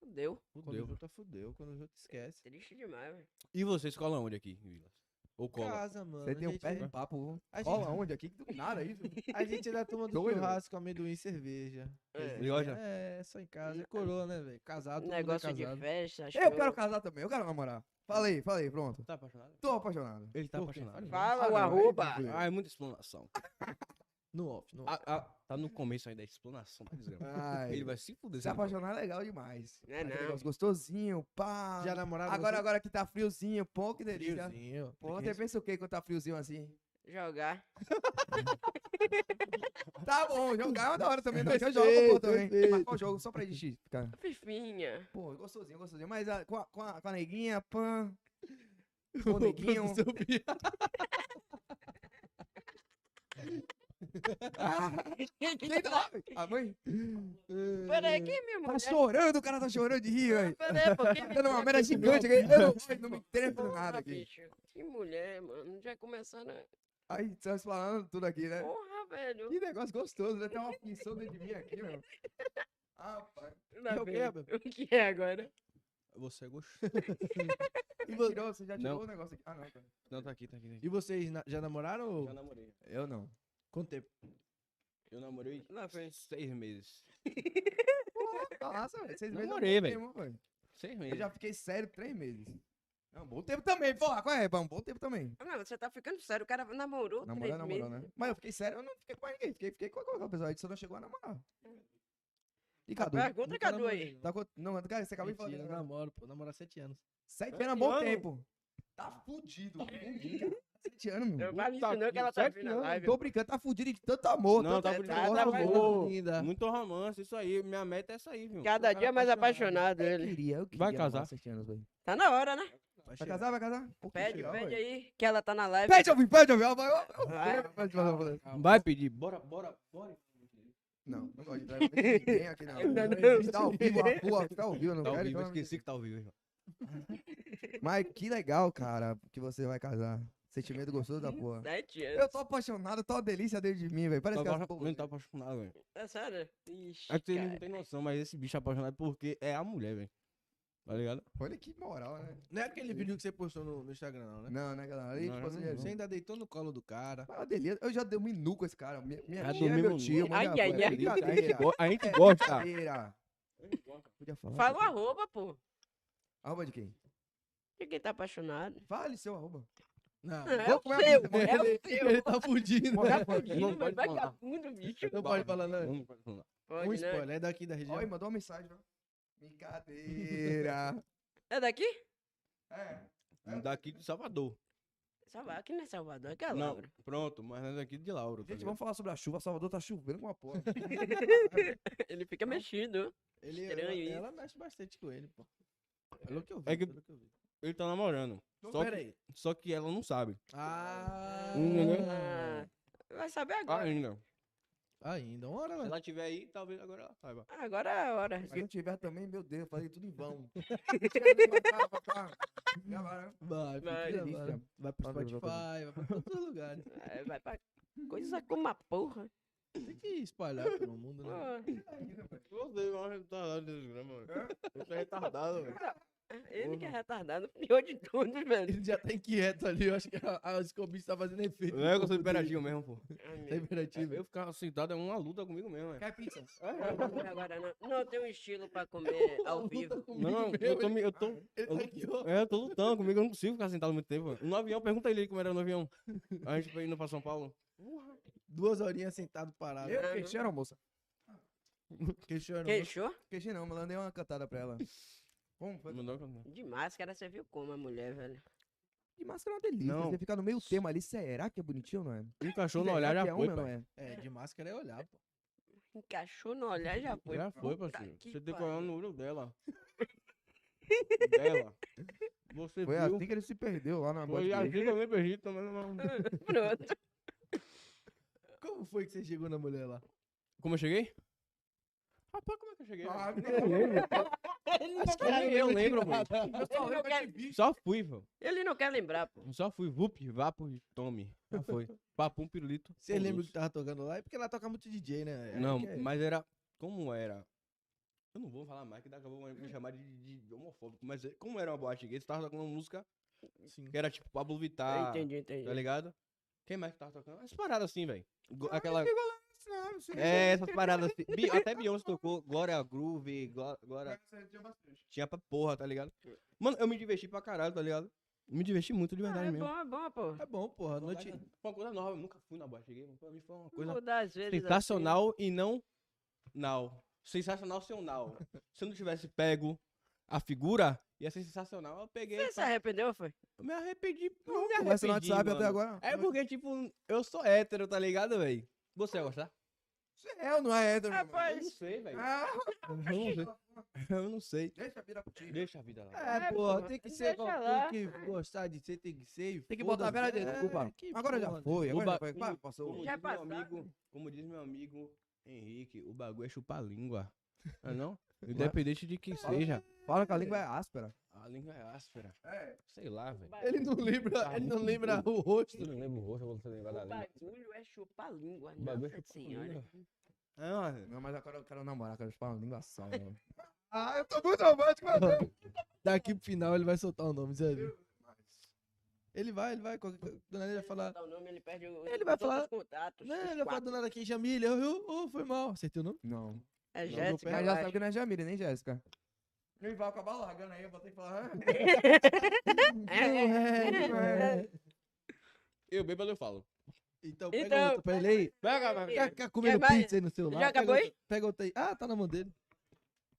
[SPEAKER 1] deu.
[SPEAKER 2] Quando
[SPEAKER 4] Fudeu.
[SPEAKER 2] junta, fudeu. Quando junta, esquece.
[SPEAKER 1] Triste demais, velho.
[SPEAKER 4] E você escola onde aqui, em Vilas? Ou cola?
[SPEAKER 2] Casa, mano.
[SPEAKER 3] Você
[SPEAKER 2] a
[SPEAKER 3] tem um
[SPEAKER 2] gente
[SPEAKER 3] pé
[SPEAKER 2] é-
[SPEAKER 4] né?
[SPEAKER 3] de papo.
[SPEAKER 2] A
[SPEAKER 3] Cola
[SPEAKER 2] gente-
[SPEAKER 3] onde aqui? Que do nada isso.
[SPEAKER 2] A gente é da turma do
[SPEAKER 3] Doido.
[SPEAKER 2] churrasco, amendoim e cerveja.
[SPEAKER 1] É.
[SPEAKER 4] Gosta?
[SPEAKER 2] É, só em casa. É coroa, né, velho? Casado, todo mundo é
[SPEAKER 1] Negócio de
[SPEAKER 2] casado.
[SPEAKER 1] festa,
[SPEAKER 3] Eu
[SPEAKER 1] show.
[SPEAKER 3] quero casar também, eu quero namorar. Fala aí, fala aí, pronto.
[SPEAKER 4] Tá apaixonado?
[SPEAKER 3] Tô apaixonado.
[SPEAKER 4] Ele tá
[SPEAKER 2] Por quê?
[SPEAKER 4] apaixonado.
[SPEAKER 1] Fala
[SPEAKER 2] Fala.
[SPEAKER 1] o
[SPEAKER 3] Ah, não, aí
[SPEAKER 1] arroba.
[SPEAKER 3] tranquilo.
[SPEAKER 4] Ah, é muita explanação.
[SPEAKER 2] No off, no off.
[SPEAKER 4] Ah, ah, tá no começo ainda, a explanação, tá desgraçado.
[SPEAKER 3] Ai,
[SPEAKER 4] Ele vai assim, se fuder.
[SPEAKER 3] se
[SPEAKER 4] se ele for.
[SPEAKER 3] apaixonar é legal demais.
[SPEAKER 1] Não é
[SPEAKER 3] Aquele
[SPEAKER 1] não.
[SPEAKER 3] negócio gostosinho, pá.
[SPEAKER 2] Já namoraram
[SPEAKER 3] Ah, agora,
[SPEAKER 2] vocês?
[SPEAKER 3] agora que tá friozinho, pô, que delícia.
[SPEAKER 2] Friozinho.
[SPEAKER 3] Pô,
[SPEAKER 2] Tem
[SPEAKER 3] você pensa o quê quando tá friozinho assim?
[SPEAKER 1] Jogar.
[SPEAKER 3] Tá bom, jogar é uma da hora também. Não, eu jogo,
[SPEAKER 2] Perfeito,
[SPEAKER 3] pô, também.
[SPEAKER 2] perfeito.
[SPEAKER 3] Mas qual jogo? Só pra gente ficar.
[SPEAKER 1] Fifinha.
[SPEAKER 3] Pô, gostosinho, gostosinho. Mas a- com, a, com, a, com a neguinha, pã.
[SPEAKER 2] que-
[SPEAKER 3] Ô, neguinho.
[SPEAKER 2] Produção Bia.
[SPEAKER 3] Quem tá- A mãe
[SPEAKER 1] Peraí, quem é minha
[SPEAKER 3] tá
[SPEAKER 1] mulher?
[SPEAKER 3] chorando, o cara tá chorando de rir, velho.
[SPEAKER 1] Peraí, pô, quem é
[SPEAKER 3] Tá
[SPEAKER 1] minha
[SPEAKER 3] dando uma
[SPEAKER 1] mulher? tá
[SPEAKER 3] merda gigante aqui. Eu não, eu não me interessa por
[SPEAKER 1] Porra,
[SPEAKER 3] nada aqui.
[SPEAKER 1] bicho. Que mulher, mano. Já começando. a-
[SPEAKER 3] Aí, estamos falando tudo aqui, né?
[SPEAKER 1] Porra, velho.
[SPEAKER 3] Que negócio gostoso, né? Tem uma aflição dentro de mim aqui, meu. Ah, pai.
[SPEAKER 1] Lá
[SPEAKER 2] é o quê,
[SPEAKER 1] vem.
[SPEAKER 2] Abel?
[SPEAKER 1] O que é agora?
[SPEAKER 4] Você é gostoso.
[SPEAKER 3] E você, tirou, você já tirou
[SPEAKER 4] Não.
[SPEAKER 3] o negócio aqui? Ah, não, cara.
[SPEAKER 4] Não, tá aqui, tá aqui. Tá aqui.
[SPEAKER 2] E vocês na- já namoraram? ou-
[SPEAKER 4] Já namorei.
[SPEAKER 3] Eu não.
[SPEAKER 2] Quanto tempo?
[SPEAKER 4] Eu namorei
[SPEAKER 1] Lá vem.
[SPEAKER 4] seis meses.
[SPEAKER 3] Nossa, velho. Vocês
[SPEAKER 4] Namorei, velho.
[SPEAKER 3] velho.
[SPEAKER 4] Seis
[SPEAKER 3] Eu
[SPEAKER 4] meses.
[SPEAKER 3] já fiquei sério três meses. É um bom tempo também, porra. Qual é? É um bom tempo também.
[SPEAKER 1] Ah, Não, você tá ficando sério. O cara namorou
[SPEAKER 3] Namorou,
[SPEAKER 1] três
[SPEAKER 3] namorou,
[SPEAKER 1] meses.
[SPEAKER 3] né? Mas eu fiquei sério, eu não fiquei com mais ninguém. Fiquei, fiquei com qualquer pessoa. A gente só não chegou a namorar. E Cadu?
[SPEAKER 1] Pergunta,
[SPEAKER 2] Nunca
[SPEAKER 1] Cadu, aí.
[SPEAKER 2] namorei, não.
[SPEAKER 3] Tá co- Não, cara, você acabou de falar.
[SPEAKER 2] Mentira, eu
[SPEAKER 3] dele, né?
[SPEAKER 2] namoro, pô. Namoro há sete anos.
[SPEAKER 3] Sete
[SPEAKER 1] Sete
[SPEAKER 3] anos é um bom
[SPEAKER 1] anos?
[SPEAKER 3] tempo. Tá fudido, fudido. Sete anos, meu.
[SPEAKER 1] Eu me ensinou que
[SPEAKER 4] que
[SPEAKER 1] ela tá
[SPEAKER 4] sete
[SPEAKER 1] vindo na live.
[SPEAKER 3] Tô brincando, tá fudido de tanto amor.
[SPEAKER 4] Não,
[SPEAKER 3] tanto
[SPEAKER 4] tá fudido de
[SPEAKER 3] amor,
[SPEAKER 1] tanto
[SPEAKER 3] amor.
[SPEAKER 1] amor.
[SPEAKER 4] Ô,
[SPEAKER 3] né?
[SPEAKER 2] Linda.
[SPEAKER 4] Muito romance, isso aí. Minha meta é essa aí, viu?
[SPEAKER 1] Cada
[SPEAKER 2] cara
[SPEAKER 1] dia
[SPEAKER 4] tá
[SPEAKER 1] mais
[SPEAKER 2] apaixonado.
[SPEAKER 1] apaixonado
[SPEAKER 3] Eu
[SPEAKER 1] ele.
[SPEAKER 3] queria, eu queria.
[SPEAKER 4] casar?
[SPEAKER 3] namorar Sete anos, velho.
[SPEAKER 1] Tá na hora, né?
[SPEAKER 3] Vai casar, vai casar?
[SPEAKER 1] Pede,
[SPEAKER 3] Legal,
[SPEAKER 1] pede
[SPEAKER 3] velho.
[SPEAKER 1] aí, que ela tá na live.
[SPEAKER 3] Pede, eu vim, pede, eu vim. ó, vai, ó,
[SPEAKER 1] Vai.
[SPEAKER 3] vai, vai, vai, vai.
[SPEAKER 4] Vai pedir, bora, bora, bora.
[SPEAKER 3] Não, não gosto de drive. Nem ninguém aqui não.
[SPEAKER 1] Ainda não.
[SPEAKER 3] Está ao vivo, a rua tá ao vivo, não
[SPEAKER 4] Tá ao
[SPEAKER 3] quero
[SPEAKER 4] vivo, eu
[SPEAKER 3] então-
[SPEAKER 4] esqueci que tá ao vivo, irmão.
[SPEAKER 3] Mas que legal, cara, que você vai casar. Sentimento gostoso da porra.
[SPEAKER 1] Sete anos.
[SPEAKER 3] Eu tô apaixonado, tá uma delícia dentro de mim, velho. Parece
[SPEAKER 4] Tô
[SPEAKER 3] que as
[SPEAKER 4] apaixon-
[SPEAKER 3] porra-
[SPEAKER 4] Não tá apaixonado, velho.
[SPEAKER 1] É sério? Ixi,
[SPEAKER 4] É que vocês
[SPEAKER 1] cara.
[SPEAKER 4] não tem noção, mas esse bicho é apaixonado porque é a mulher, velho. Tá ligado?
[SPEAKER 3] Olha que moral, né?
[SPEAKER 2] Não é aquele vídeo que você postou no, no Instagram, não, né?
[SPEAKER 3] Não, né, galera? Aí,
[SPEAKER 4] Não,
[SPEAKER 3] tipo assim,
[SPEAKER 4] não.
[SPEAKER 2] Você ainda deitou no colo do cara.
[SPEAKER 3] é uma delícia. Eu já dei um nu com esse cara. Minha, minha
[SPEAKER 4] Já
[SPEAKER 3] tia,
[SPEAKER 4] dormiu
[SPEAKER 3] meu
[SPEAKER 4] nu.
[SPEAKER 3] tio,
[SPEAKER 1] Ai,
[SPEAKER 3] mano. é
[SPEAKER 1] ai, ai.
[SPEAKER 4] A gente
[SPEAKER 3] brincadeira.
[SPEAKER 4] go- a gente
[SPEAKER 3] É
[SPEAKER 4] gosta.
[SPEAKER 3] brincadeira. Podia falar.
[SPEAKER 1] Fala o
[SPEAKER 3] pô.
[SPEAKER 1] arroba, pô.
[SPEAKER 3] Arroba de quem?
[SPEAKER 1] De quem tá apaixonado.
[SPEAKER 3] Fale seu arroba.
[SPEAKER 2] Não.
[SPEAKER 1] É o
[SPEAKER 3] como é
[SPEAKER 1] seu,
[SPEAKER 3] que você-
[SPEAKER 1] é o
[SPEAKER 2] Ele
[SPEAKER 1] seu.
[SPEAKER 2] tá fudido.
[SPEAKER 1] Tá
[SPEAKER 2] né?
[SPEAKER 1] fudido,
[SPEAKER 4] pode
[SPEAKER 1] velho. Vai
[SPEAKER 4] falar.
[SPEAKER 1] cabundo, bicho.
[SPEAKER 2] Não pode falar, não.
[SPEAKER 4] Não pode falar.
[SPEAKER 2] Um
[SPEAKER 1] Pode, né?
[SPEAKER 2] spoiler, é daqui da região.
[SPEAKER 3] Olha, mandou uma mensagem, ó. Brincadeira.
[SPEAKER 1] É daqui?
[SPEAKER 3] É.
[SPEAKER 4] Daqui de Salvador.
[SPEAKER 1] Salvador. Aqui não é Salvador, aqui é
[SPEAKER 4] Não,
[SPEAKER 1] Laura.
[SPEAKER 4] pronto, mas não é daqui de Lauro. tá
[SPEAKER 3] Gente,
[SPEAKER 4] ligado?
[SPEAKER 3] vamos falar sobre a chuva. Salvador tá chovendo com uma porra.
[SPEAKER 1] Ele fica mexido.
[SPEAKER 2] Ele,
[SPEAKER 1] Estranho
[SPEAKER 2] ela,
[SPEAKER 1] isso.
[SPEAKER 2] ela mexe bastante com ele, pô. Pelo que eu vi,
[SPEAKER 4] É que-
[SPEAKER 2] pelo que eu vi.
[SPEAKER 4] Ele tá namorando.
[SPEAKER 2] Então,
[SPEAKER 4] Só
[SPEAKER 2] pera
[SPEAKER 4] que,
[SPEAKER 2] aí.
[SPEAKER 4] só que ela não sabe.
[SPEAKER 2] Ah,
[SPEAKER 4] Entendeu?
[SPEAKER 1] Ah, vai saber agora.
[SPEAKER 4] Ainda.
[SPEAKER 2] ainda. Uma hora,
[SPEAKER 4] Se
[SPEAKER 2] ela...
[SPEAKER 4] ela tiver aí, talvez agora ela saiba.
[SPEAKER 1] Agora é a hora.
[SPEAKER 3] Se não tiver também, meu Deus, falei tudo em vão. Chega de botar, botar. Já vai, né?
[SPEAKER 1] Vai.
[SPEAKER 2] vai, vai,
[SPEAKER 3] Delícia.
[SPEAKER 2] vai, vai pro
[SPEAKER 3] Vai, vai, vai,
[SPEAKER 2] Spotify, vai pra todos os lugares.
[SPEAKER 1] Vai- Vai pra coisa como a porra.
[SPEAKER 2] Tem que espalhar pelo mundo, né?
[SPEAKER 1] Ah,
[SPEAKER 4] Você é um retardado desse grama, velho. Você é retardado, velho.
[SPEAKER 1] Ele que é retardado, pior de tudo, velho.
[SPEAKER 2] Ele já tá inquieto ali, eu acho que a, a, os combis tá fazendo efeito.
[SPEAKER 4] Não é que eu sou
[SPEAKER 2] corpo dele.
[SPEAKER 4] hiperativo mesmo, pô.
[SPEAKER 1] Ah,
[SPEAKER 2] Tá
[SPEAKER 1] meu.
[SPEAKER 2] hiperativo.
[SPEAKER 4] Eu ficava sentado é uma luta comigo mesmo, velho.
[SPEAKER 3] Quer pizza?
[SPEAKER 1] Não, não come agora não. Não, tem um estilo pra comer ao vivo.
[SPEAKER 4] Não, eu tô, me- eu tô,
[SPEAKER 2] Ele tá aqui, ó.
[SPEAKER 4] é, eu tô lutando comigo, eu não consigo ficar sentado muito tempo. velho. No avião, pergunta ele como era no avião. A gente foi indo pra São Paulo.
[SPEAKER 2] Duas horinhas sentado
[SPEAKER 4] Tá
[SPEAKER 2] parado.
[SPEAKER 3] Eu queixei, era moça.
[SPEAKER 2] Questionando.
[SPEAKER 1] Queixou?
[SPEAKER 3] Queixei não, mas eu dei uma cantada pra ela. Como foi?
[SPEAKER 4] Mandou uma-
[SPEAKER 1] De máscara, você viu como a mulher, velho.
[SPEAKER 3] De máscara é uma delícia.
[SPEAKER 4] Não.
[SPEAKER 3] Você fica no meio tema ali, será que é bonitinho ou não é?
[SPEAKER 4] Encaixou no
[SPEAKER 3] Será
[SPEAKER 4] olhar,
[SPEAKER 3] que
[SPEAKER 4] já
[SPEAKER 3] é
[SPEAKER 4] foi,
[SPEAKER 3] homem ou
[SPEAKER 4] pai.
[SPEAKER 3] não é?
[SPEAKER 2] É, de máscara é olhar, pô.
[SPEAKER 1] Encaixou no olhar já foi.
[SPEAKER 4] Já foi,
[SPEAKER 1] Puta
[SPEAKER 4] parceiro.
[SPEAKER 1] que
[SPEAKER 4] Você tem que
[SPEAKER 1] pariu.
[SPEAKER 4] olhar no olho dela. dela. Você
[SPEAKER 3] Foi
[SPEAKER 4] viu?
[SPEAKER 3] assim que ele se perdeu lá na
[SPEAKER 4] Foi
[SPEAKER 3] boate
[SPEAKER 4] assim
[SPEAKER 3] gay.
[SPEAKER 4] que eu me perdi também. não-
[SPEAKER 1] Pronto.
[SPEAKER 2] Como foi que você chegou na mulher lá?
[SPEAKER 4] Como eu cheguei? Rapaz, como é que eu cheguei?
[SPEAKER 3] Ah,
[SPEAKER 4] velho? eu lembro.
[SPEAKER 1] Ele não, quer,
[SPEAKER 4] nem eu lembro, mano.
[SPEAKER 1] ele, não quer,
[SPEAKER 4] Só fui, pô.
[SPEAKER 1] ele não quer lembrar, pô.
[SPEAKER 4] Só fui. Vup, vapo, tome. Já foi. Papum, pirulito.
[SPEAKER 2] Você lembra o
[SPEAKER 4] almoço.
[SPEAKER 2] que tava tocando lá? É porque ela toca muito DJ, né? Aí
[SPEAKER 4] Não,
[SPEAKER 2] que é-
[SPEAKER 4] mas era. Como era? Eu não vou falar mais, que daqui a pouco vão me chamar de, de homofóbico. Mas eh, como era uma boate gay, você tava tocando uma música
[SPEAKER 2] Sim.
[SPEAKER 4] que era tipo Pablo
[SPEAKER 1] Eu
[SPEAKER 4] Vittar.
[SPEAKER 1] entendi, entendi.
[SPEAKER 4] Tá ligado? Quem mais que tava tocando? Essas paradas assim, velho. Aquela.
[SPEAKER 3] Não, você-
[SPEAKER 4] É, essas paradas assim. Bi- Até Beyoncé tocou. Glória Groove, Gló- Glória.
[SPEAKER 3] você tinha bastante.
[SPEAKER 4] Tinha pra porra, tá ligado? Mano, eu me diverti pra caralho, tá ligado? Me diverti muito de
[SPEAKER 1] Ah,
[SPEAKER 4] verdade
[SPEAKER 1] é
[SPEAKER 4] mesmo.
[SPEAKER 1] bom, é bom, pô.
[SPEAKER 2] É bom, porra. Noite...
[SPEAKER 4] Foi uma coisa nova, eu nunca fui na boate gay. Pra mim foi uma É coisa
[SPEAKER 1] Mudar às vezes. assim.
[SPEAKER 4] sensacional e não now. Sensacional seu now. Se eu não tivesse pego a figura, ia ser sensacional. Eu peguei.
[SPEAKER 1] Você se
[SPEAKER 4] pá,
[SPEAKER 1] arrependeu, foi?
[SPEAKER 4] Eu me arrependi. Não, me
[SPEAKER 3] Conversa no
[SPEAKER 4] arrependi,
[SPEAKER 3] WhatsApp até
[SPEAKER 4] mano.
[SPEAKER 3] agora.
[SPEAKER 4] É porque, tipo, eu sou hétero, tá ligado, velho? Você ia gostar?
[SPEAKER 3] Você é ou não é Ah, hétero, meu irmão?
[SPEAKER 1] Rapaz,
[SPEAKER 4] Eu não sei, velho.
[SPEAKER 3] Ah,
[SPEAKER 4] Eu não sei. Eu não sei.
[SPEAKER 3] Deixa virar contigo.
[SPEAKER 4] Deixa a vida lá.
[SPEAKER 2] É,
[SPEAKER 1] É,
[SPEAKER 2] porra,
[SPEAKER 1] pô,
[SPEAKER 2] tem que
[SPEAKER 1] deixa
[SPEAKER 2] ser, como-
[SPEAKER 1] lá.
[SPEAKER 2] tem que gostar de ser, tem que ser. e
[SPEAKER 3] Tem que botar a vela
[SPEAKER 2] foda-se.
[SPEAKER 3] dentro, desculpa.
[SPEAKER 2] É, que
[SPEAKER 3] Agora já
[SPEAKER 2] porra.
[SPEAKER 3] foi,
[SPEAKER 4] O
[SPEAKER 3] agora já é
[SPEAKER 4] ba-
[SPEAKER 3] foi. Pá, passou.
[SPEAKER 4] Como
[SPEAKER 1] Já
[SPEAKER 4] diz, meu
[SPEAKER 1] passado.
[SPEAKER 4] amigo, como diz meu amigo Henrique, o bagulho é chupar a língua. Não é não? Independente de
[SPEAKER 3] É.
[SPEAKER 4] que seja,
[SPEAKER 3] Fala que a língua é áspera.
[SPEAKER 4] a língua é áspera. Sei lá, velho.
[SPEAKER 2] Ele não lembra,
[SPEAKER 4] Tá
[SPEAKER 2] ele não
[SPEAKER 4] muito
[SPEAKER 2] lembra o rosto.
[SPEAKER 4] Eu não lembro o rosto, eu vou lembrar da
[SPEAKER 1] O
[SPEAKER 4] língua.
[SPEAKER 1] bagulho é chupar a língua,
[SPEAKER 4] O bagulho é
[SPEAKER 1] nossa
[SPEAKER 4] chupar a
[SPEAKER 1] senhora.
[SPEAKER 4] língua. É, mano.
[SPEAKER 3] Não, mas agora eu quero namorar, quero chupar uma língua só, mano. Ah, eu tô muito romântico, meu Deus.
[SPEAKER 2] Daqui pro final ele vai soltar o nome, você viu? Ele vai, ele vai. qualquer co- Do nada ele vai falar.
[SPEAKER 1] Botar o nome, ele perde o-
[SPEAKER 2] Ele vai
[SPEAKER 1] os outros
[SPEAKER 2] falar-
[SPEAKER 1] Contatos,
[SPEAKER 2] Não,
[SPEAKER 1] os
[SPEAKER 2] ele vai falar
[SPEAKER 1] quatro.
[SPEAKER 2] do nada aqui, Jamília. Eu, eu, oh, foi mal. Acertei o nome?
[SPEAKER 3] Não.
[SPEAKER 1] É
[SPEAKER 2] Não,
[SPEAKER 1] Jéssica.
[SPEAKER 2] meu
[SPEAKER 3] Mas
[SPEAKER 1] eu
[SPEAKER 3] já
[SPEAKER 1] acho.
[SPEAKER 3] sabe que não é Jamira, nem Jéssica. E vai acabar largando aí, eu vou ter que falar. "Ah."
[SPEAKER 1] é,
[SPEAKER 2] É.
[SPEAKER 4] Eu bebo, eu falo.
[SPEAKER 2] Então pega
[SPEAKER 1] Então,
[SPEAKER 2] outro pra ele aí.
[SPEAKER 4] Pega, vai.
[SPEAKER 2] Fica, fica comendo
[SPEAKER 1] vai?
[SPEAKER 2] pizza aí no celular.
[SPEAKER 1] Já
[SPEAKER 2] pega
[SPEAKER 1] acabou
[SPEAKER 2] outro- Pega outro aí. Ah, tá na mão dele.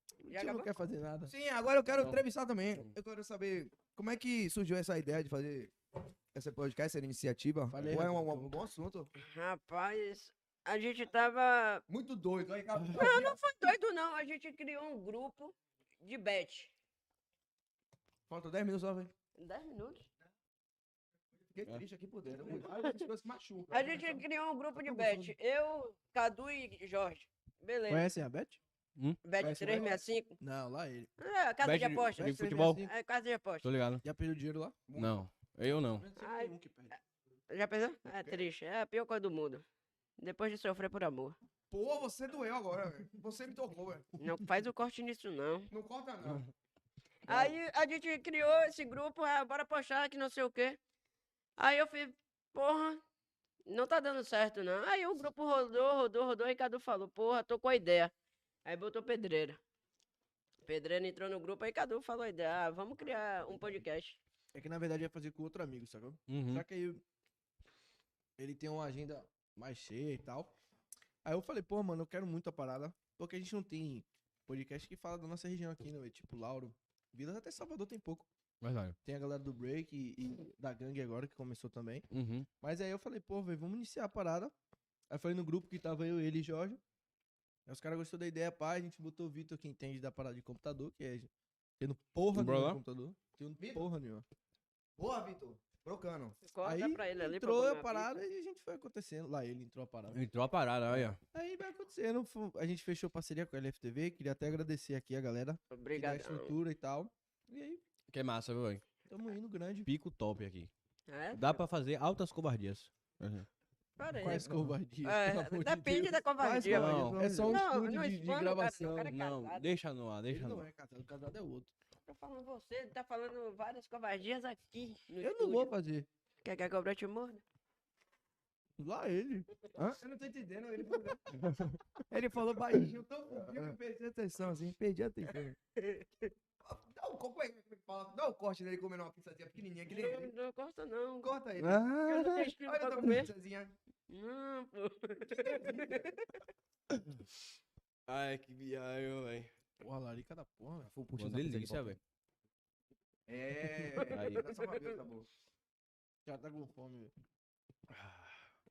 [SPEAKER 4] tipo,
[SPEAKER 1] Já
[SPEAKER 2] Ele não
[SPEAKER 1] acabou?
[SPEAKER 2] quer fazer nada.
[SPEAKER 3] Sim, agora eu quero
[SPEAKER 4] Não.
[SPEAKER 3] entrevistar também. Eu quero saber como é que surgiu essa ideia de fazer esse podcast, essa iniciativa.
[SPEAKER 2] Falei,
[SPEAKER 3] Ou é um,
[SPEAKER 2] rapaz.
[SPEAKER 3] um bom assunto.
[SPEAKER 1] Rapaz, a gente tava.
[SPEAKER 3] Muito doido. Aí, cara,
[SPEAKER 1] Foi doido, não. A gente criou um grupo de bet.
[SPEAKER 3] Falta 10 minutos só, velho.
[SPEAKER 1] Dez minutos.
[SPEAKER 3] Fiquei
[SPEAKER 4] É.
[SPEAKER 3] triste aqui por dentro. Aí as pessoas se machucam.
[SPEAKER 1] um Tá A gente criou um grupo de bet. Eu, Cadu e Jorge. Beleza.
[SPEAKER 2] Conhecem a Bet?
[SPEAKER 1] Bet
[SPEAKER 2] conhece o
[SPEAKER 1] 365.
[SPEAKER 2] Não, lá ele.
[SPEAKER 1] É, casa de
[SPEAKER 4] Bet de-
[SPEAKER 1] apostas.
[SPEAKER 4] de
[SPEAKER 2] Bet
[SPEAKER 4] futebol?
[SPEAKER 2] 365.
[SPEAKER 1] É, casa de apostas.
[SPEAKER 4] Tô ligado.
[SPEAKER 2] Já perdeu dinheiro lá?
[SPEAKER 4] Não. Eu não.
[SPEAKER 2] Sempre
[SPEAKER 1] Ai.
[SPEAKER 2] tem um que perde.
[SPEAKER 1] Já pensou? É triste. É a pior coisa do mundo. Depois de sofrer por amor.
[SPEAKER 3] Pô, você doeu agora, velho. Você me tocou, velho.
[SPEAKER 1] Não faz o corte nisso, não.
[SPEAKER 3] Não corta, não.
[SPEAKER 2] É.
[SPEAKER 1] Aí a gente criou esse grupo, ah, bora postar que não sei o quê. Aí eu fiz, porra, não tá dando certo, não. Aí o grupo rodou, rodou, rodou, e Cadu falou, porra, tô com a ideia. Aí botou pedreira. Pedreira entrou no grupo, aí Cadu falou a ideia, ah, vamos criar um podcast.
[SPEAKER 2] É que na verdade ia fazer com outro amigo, sacou?
[SPEAKER 4] Uhum.
[SPEAKER 2] Só que aí ele tem uma agenda mais cheia e tal. Aí eu falei, pô, mano, eu quero muito a parada. Porque a gente não tem podcast que fala da nossa região aqui, né? velho? Tipo, Lauro. Vilas até Salvador tem pouco.
[SPEAKER 4] Verdade.
[SPEAKER 2] Tem a galera do Break e, e da Gangue agora, que começou também.
[SPEAKER 4] Uhum.
[SPEAKER 2] Mas aí eu falei, pô, velho, vamos iniciar a parada. Aí falei no grupo que tava eu, ele e Jorge. Aí os caras gostou da ideia, pá, a gente botou o Vitor, que entende da parada de computador, que é tendo porra
[SPEAKER 4] Bro
[SPEAKER 2] nenhuma
[SPEAKER 4] lá?
[SPEAKER 2] de computador. Tendo
[SPEAKER 3] Vitor?
[SPEAKER 2] porra nenhuma.
[SPEAKER 3] Boa, Vitor. Brocano.
[SPEAKER 1] Corta
[SPEAKER 2] Aí
[SPEAKER 1] pra ele ali. pra
[SPEAKER 2] entrou
[SPEAKER 1] comer
[SPEAKER 2] a
[SPEAKER 1] uma
[SPEAKER 2] parada e a gente foi acontecendo. Lá ele entrou a parada.
[SPEAKER 4] Entrou a parada, olha.
[SPEAKER 2] Aí vai acontecendo. fu- A gente fechou parceria com a LFTV. Queria até agradecer aqui a galera
[SPEAKER 1] pizza.
[SPEAKER 2] que um dá a
[SPEAKER 1] Obrigado.
[SPEAKER 2] estrutura e tal. E aí,
[SPEAKER 4] Que massa, viu, velho?
[SPEAKER 2] tamo indo grande.
[SPEAKER 4] Pico top aqui.
[SPEAKER 1] É,
[SPEAKER 4] Dá pra fazer altas covardias.
[SPEAKER 1] parei.
[SPEAKER 2] Quais covardias?
[SPEAKER 1] É,
[SPEAKER 2] pelo amor de
[SPEAKER 1] depende
[SPEAKER 2] Deus.
[SPEAKER 1] da
[SPEAKER 2] Quais
[SPEAKER 1] covardia.
[SPEAKER 4] covardia?
[SPEAKER 1] mano.
[SPEAKER 2] covardias? É só um
[SPEAKER 1] Não,
[SPEAKER 2] estúdio
[SPEAKER 1] não
[SPEAKER 2] de, de
[SPEAKER 1] expõe o cara, não, o
[SPEAKER 2] gravação.
[SPEAKER 1] cara- É
[SPEAKER 4] Não,
[SPEAKER 1] casado.
[SPEAKER 4] deixa no ar,
[SPEAKER 2] Ele
[SPEAKER 4] deixa no
[SPEAKER 2] não
[SPEAKER 4] ar.
[SPEAKER 2] é casado, o casado é outro.
[SPEAKER 1] Tô falando você, tá falando várias covardias aqui. no
[SPEAKER 2] Eu não
[SPEAKER 1] estúdio.
[SPEAKER 2] vou fazer.
[SPEAKER 1] Quer que a cobra te morda?
[SPEAKER 2] Lá ele.
[SPEAKER 3] Você não tá entendendo, ele falou. É. ele falou baixinho, tão fofinho que eu perdi a atenção, assim, perdi a atenção. Dá um, co- como é que fala? Dá um corte nele comendo uma pizzazinha pequenininha, que nem
[SPEAKER 1] Não,
[SPEAKER 3] ele.
[SPEAKER 1] não corta não.
[SPEAKER 3] Corta ele.
[SPEAKER 1] Eu não tenho
[SPEAKER 3] Olha
[SPEAKER 1] espinho
[SPEAKER 3] eu
[SPEAKER 1] pra
[SPEAKER 3] tô
[SPEAKER 1] comer.
[SPEAKER 3] pizzazinha.
[SPEAKER 1] Não, pô.
[SPEAKER 4] Ai, que viagem, velho.
[SPEAKER 2] Porra, larica da porra. velho.
[SPEAKER 3] Vou
[SPEAKER 4] Uma delícia, velho.
[SPEAKER 3] É.
[SPEAKER 4] Aí.
[SPEAKER 3] dá só pra ver, tá bom.
[SPEAKER 2] Já tá com fome, velho.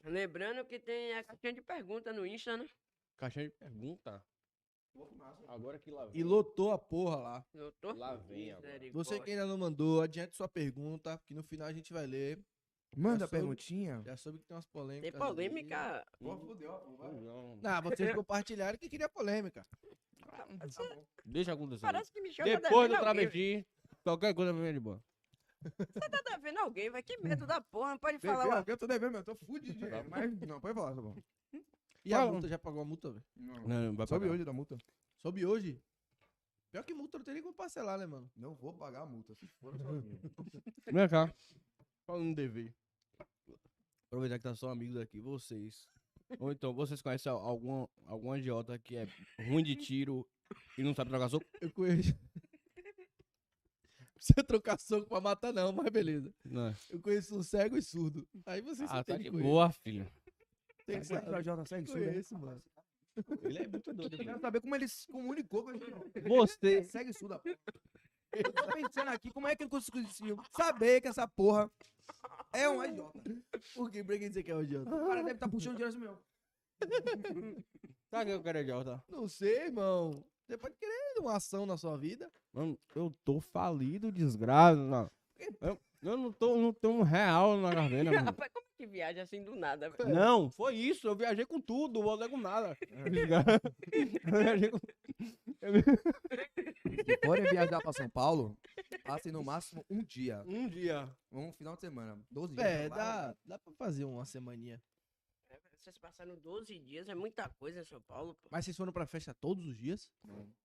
[SPEAKER 1] Lembrando que tem a caixinha de pergunta no Insta, né?
[SPEAKER 4] Caixinha de pergunta.
[SPEAKER 3] Vou fumar, só.
[SPEAKER 4] Agora que lá
[SPEAKER 2] E lotou a porra lá.
[SPEAKER 1] Eu tô.
[SPEAKER 4] Lá vem agora.
[SPEAKER 2] Você que ainda não mandou, adiante sua pergunta, que no final a gente vai ler.
[SPEAKER 3] Manda
[SPEAKER 2] Já
[SPEAKER 3] a
[SPEAKER 2] soube.
[SPEAKER 3] perguntinha.
[SPEAKER 2] Já soube que tem umas polêmicas.
[SPEAKER 1] Tem
[SPEAKER 2] ali.
[SPEAKER 1] polêmica.
[SPEAKER 3] Pô, fudeu, pô, então vai.
[SPEAKER 4] Não,
[SPEAKER 2] Não, vocês compartilharam que queria polêmica.
[SPEAKER 3] Tá bom.
[SPEAKER 4] deixa acontecer.
[SPEAKER 1] Parece que me chama devendo
[SPEAKER 4] Depois do
[SPEAKER 1] alguém, velho.
[SPEAKER 4] travesti, qualquer coisa vem de boa.
[SPEAKER 1] Tá devendo alguém, vai. Que medo da porra. Não pode falar.
[SPEAKER 3] Deveu,
[SPEAKER 1] ó.
[SPEAKER 3] eu tô devendo, eu tô fudido de dinheiro, Mas não, pode falar, tá bom.
[SPEAKER 2] E a
[SPEAKER 4] Fala.
[SPEAKER 2] multa já pagou a multa, velho?
[SPEAKER 3] Não.
[SPEAKER 4] Não, não, vai
[SPEAKER 3] Sobe
[SPEAKER 4] pagar.
[SPEAKER 3] hoje da multa.
[SPEAKER 2] Soube hoje. Pior que multa não tem nem como parcelar, né, mano?
[SPEAKER 3] Não vou pagar a multa. Se for, eu sozinho.
[SPEAKER 4] Vem cá. Falando em dever. Aproveitar que tá só amigos aqui, vocês. Ou então, vocês conhecem al- algum, algum idiota que é ruim de tiro e não sabe trocar soco?
[SPEAKER 2] Eu conheço. Precisa trocar soco pra matar, não, mas beleza.
[SPEAKER 4] Não.
[SPEAKER 2] Eu conheço um cego e surdo. Aí você se
[SPEAKER 4] Ah, tá
[SPEAKER 2] entende
[SPEAKER 4] de
[SPEAKER 2] com ele.
[SPEAKER 4] boa, Tá filho.
[SPEAKER 2] Tem que saber.
[SPEAKER 3] Jota segue,
[SPEAKER 2] Eu
[SPEAKER 4] é
[SPEAKER 2] conheço, mano.
[SPEAKER 4] Ele é muito doido.
[SPEAKER 3] Eu quero saber como ele se comunicou com a gente. não.
[SPEAKER 4] Você,
[SPEAKER 3] Segue isso da porra. Eu tô pensando aqui, como é que ele conseguiu saber que essa porra é um idiota?
[SPEAKER 2] Por quê? Pra que dizer que é um idiota?
[SPEAKER 3] O cara deve estar puxando dinheiro assim mesmo.
[SPEAKER 4] sabe que eu quero idiota?
[SPEAKER 2] Não sei, irmão. Você pode querer uma ação na sua vida.
[SPEAKER 4] Mano, eu tô falido, desgraça. mano. Eu, eu não tô, não tenho um real na gaveta, mano.
[SPEAKER 1] Rapaz, como que viaja assim do nada, velho?
[SPEAKER 4] Não, foi isso. Eu viajei com tudo, voltei com nada. Eu viajei com...
[SPEAKER 3] Se forem viajar pra São Paulo, passem no máximo um dia,
[SPEAKER 4] Um dia.
[SPEAKER 3] um final de semana, 12 dias.
[SPEAKER 2] É,
[SPEAKER 3] Vai,
[SPEAKER 2] dá, dá pra fazer uma semaninha.
[SPEAKER 1] Vocês passaram 12 dias, é muita coisa em São Paulo, pô.
[SPEAKER 2] Mas vocês foram pra festa todos os dias?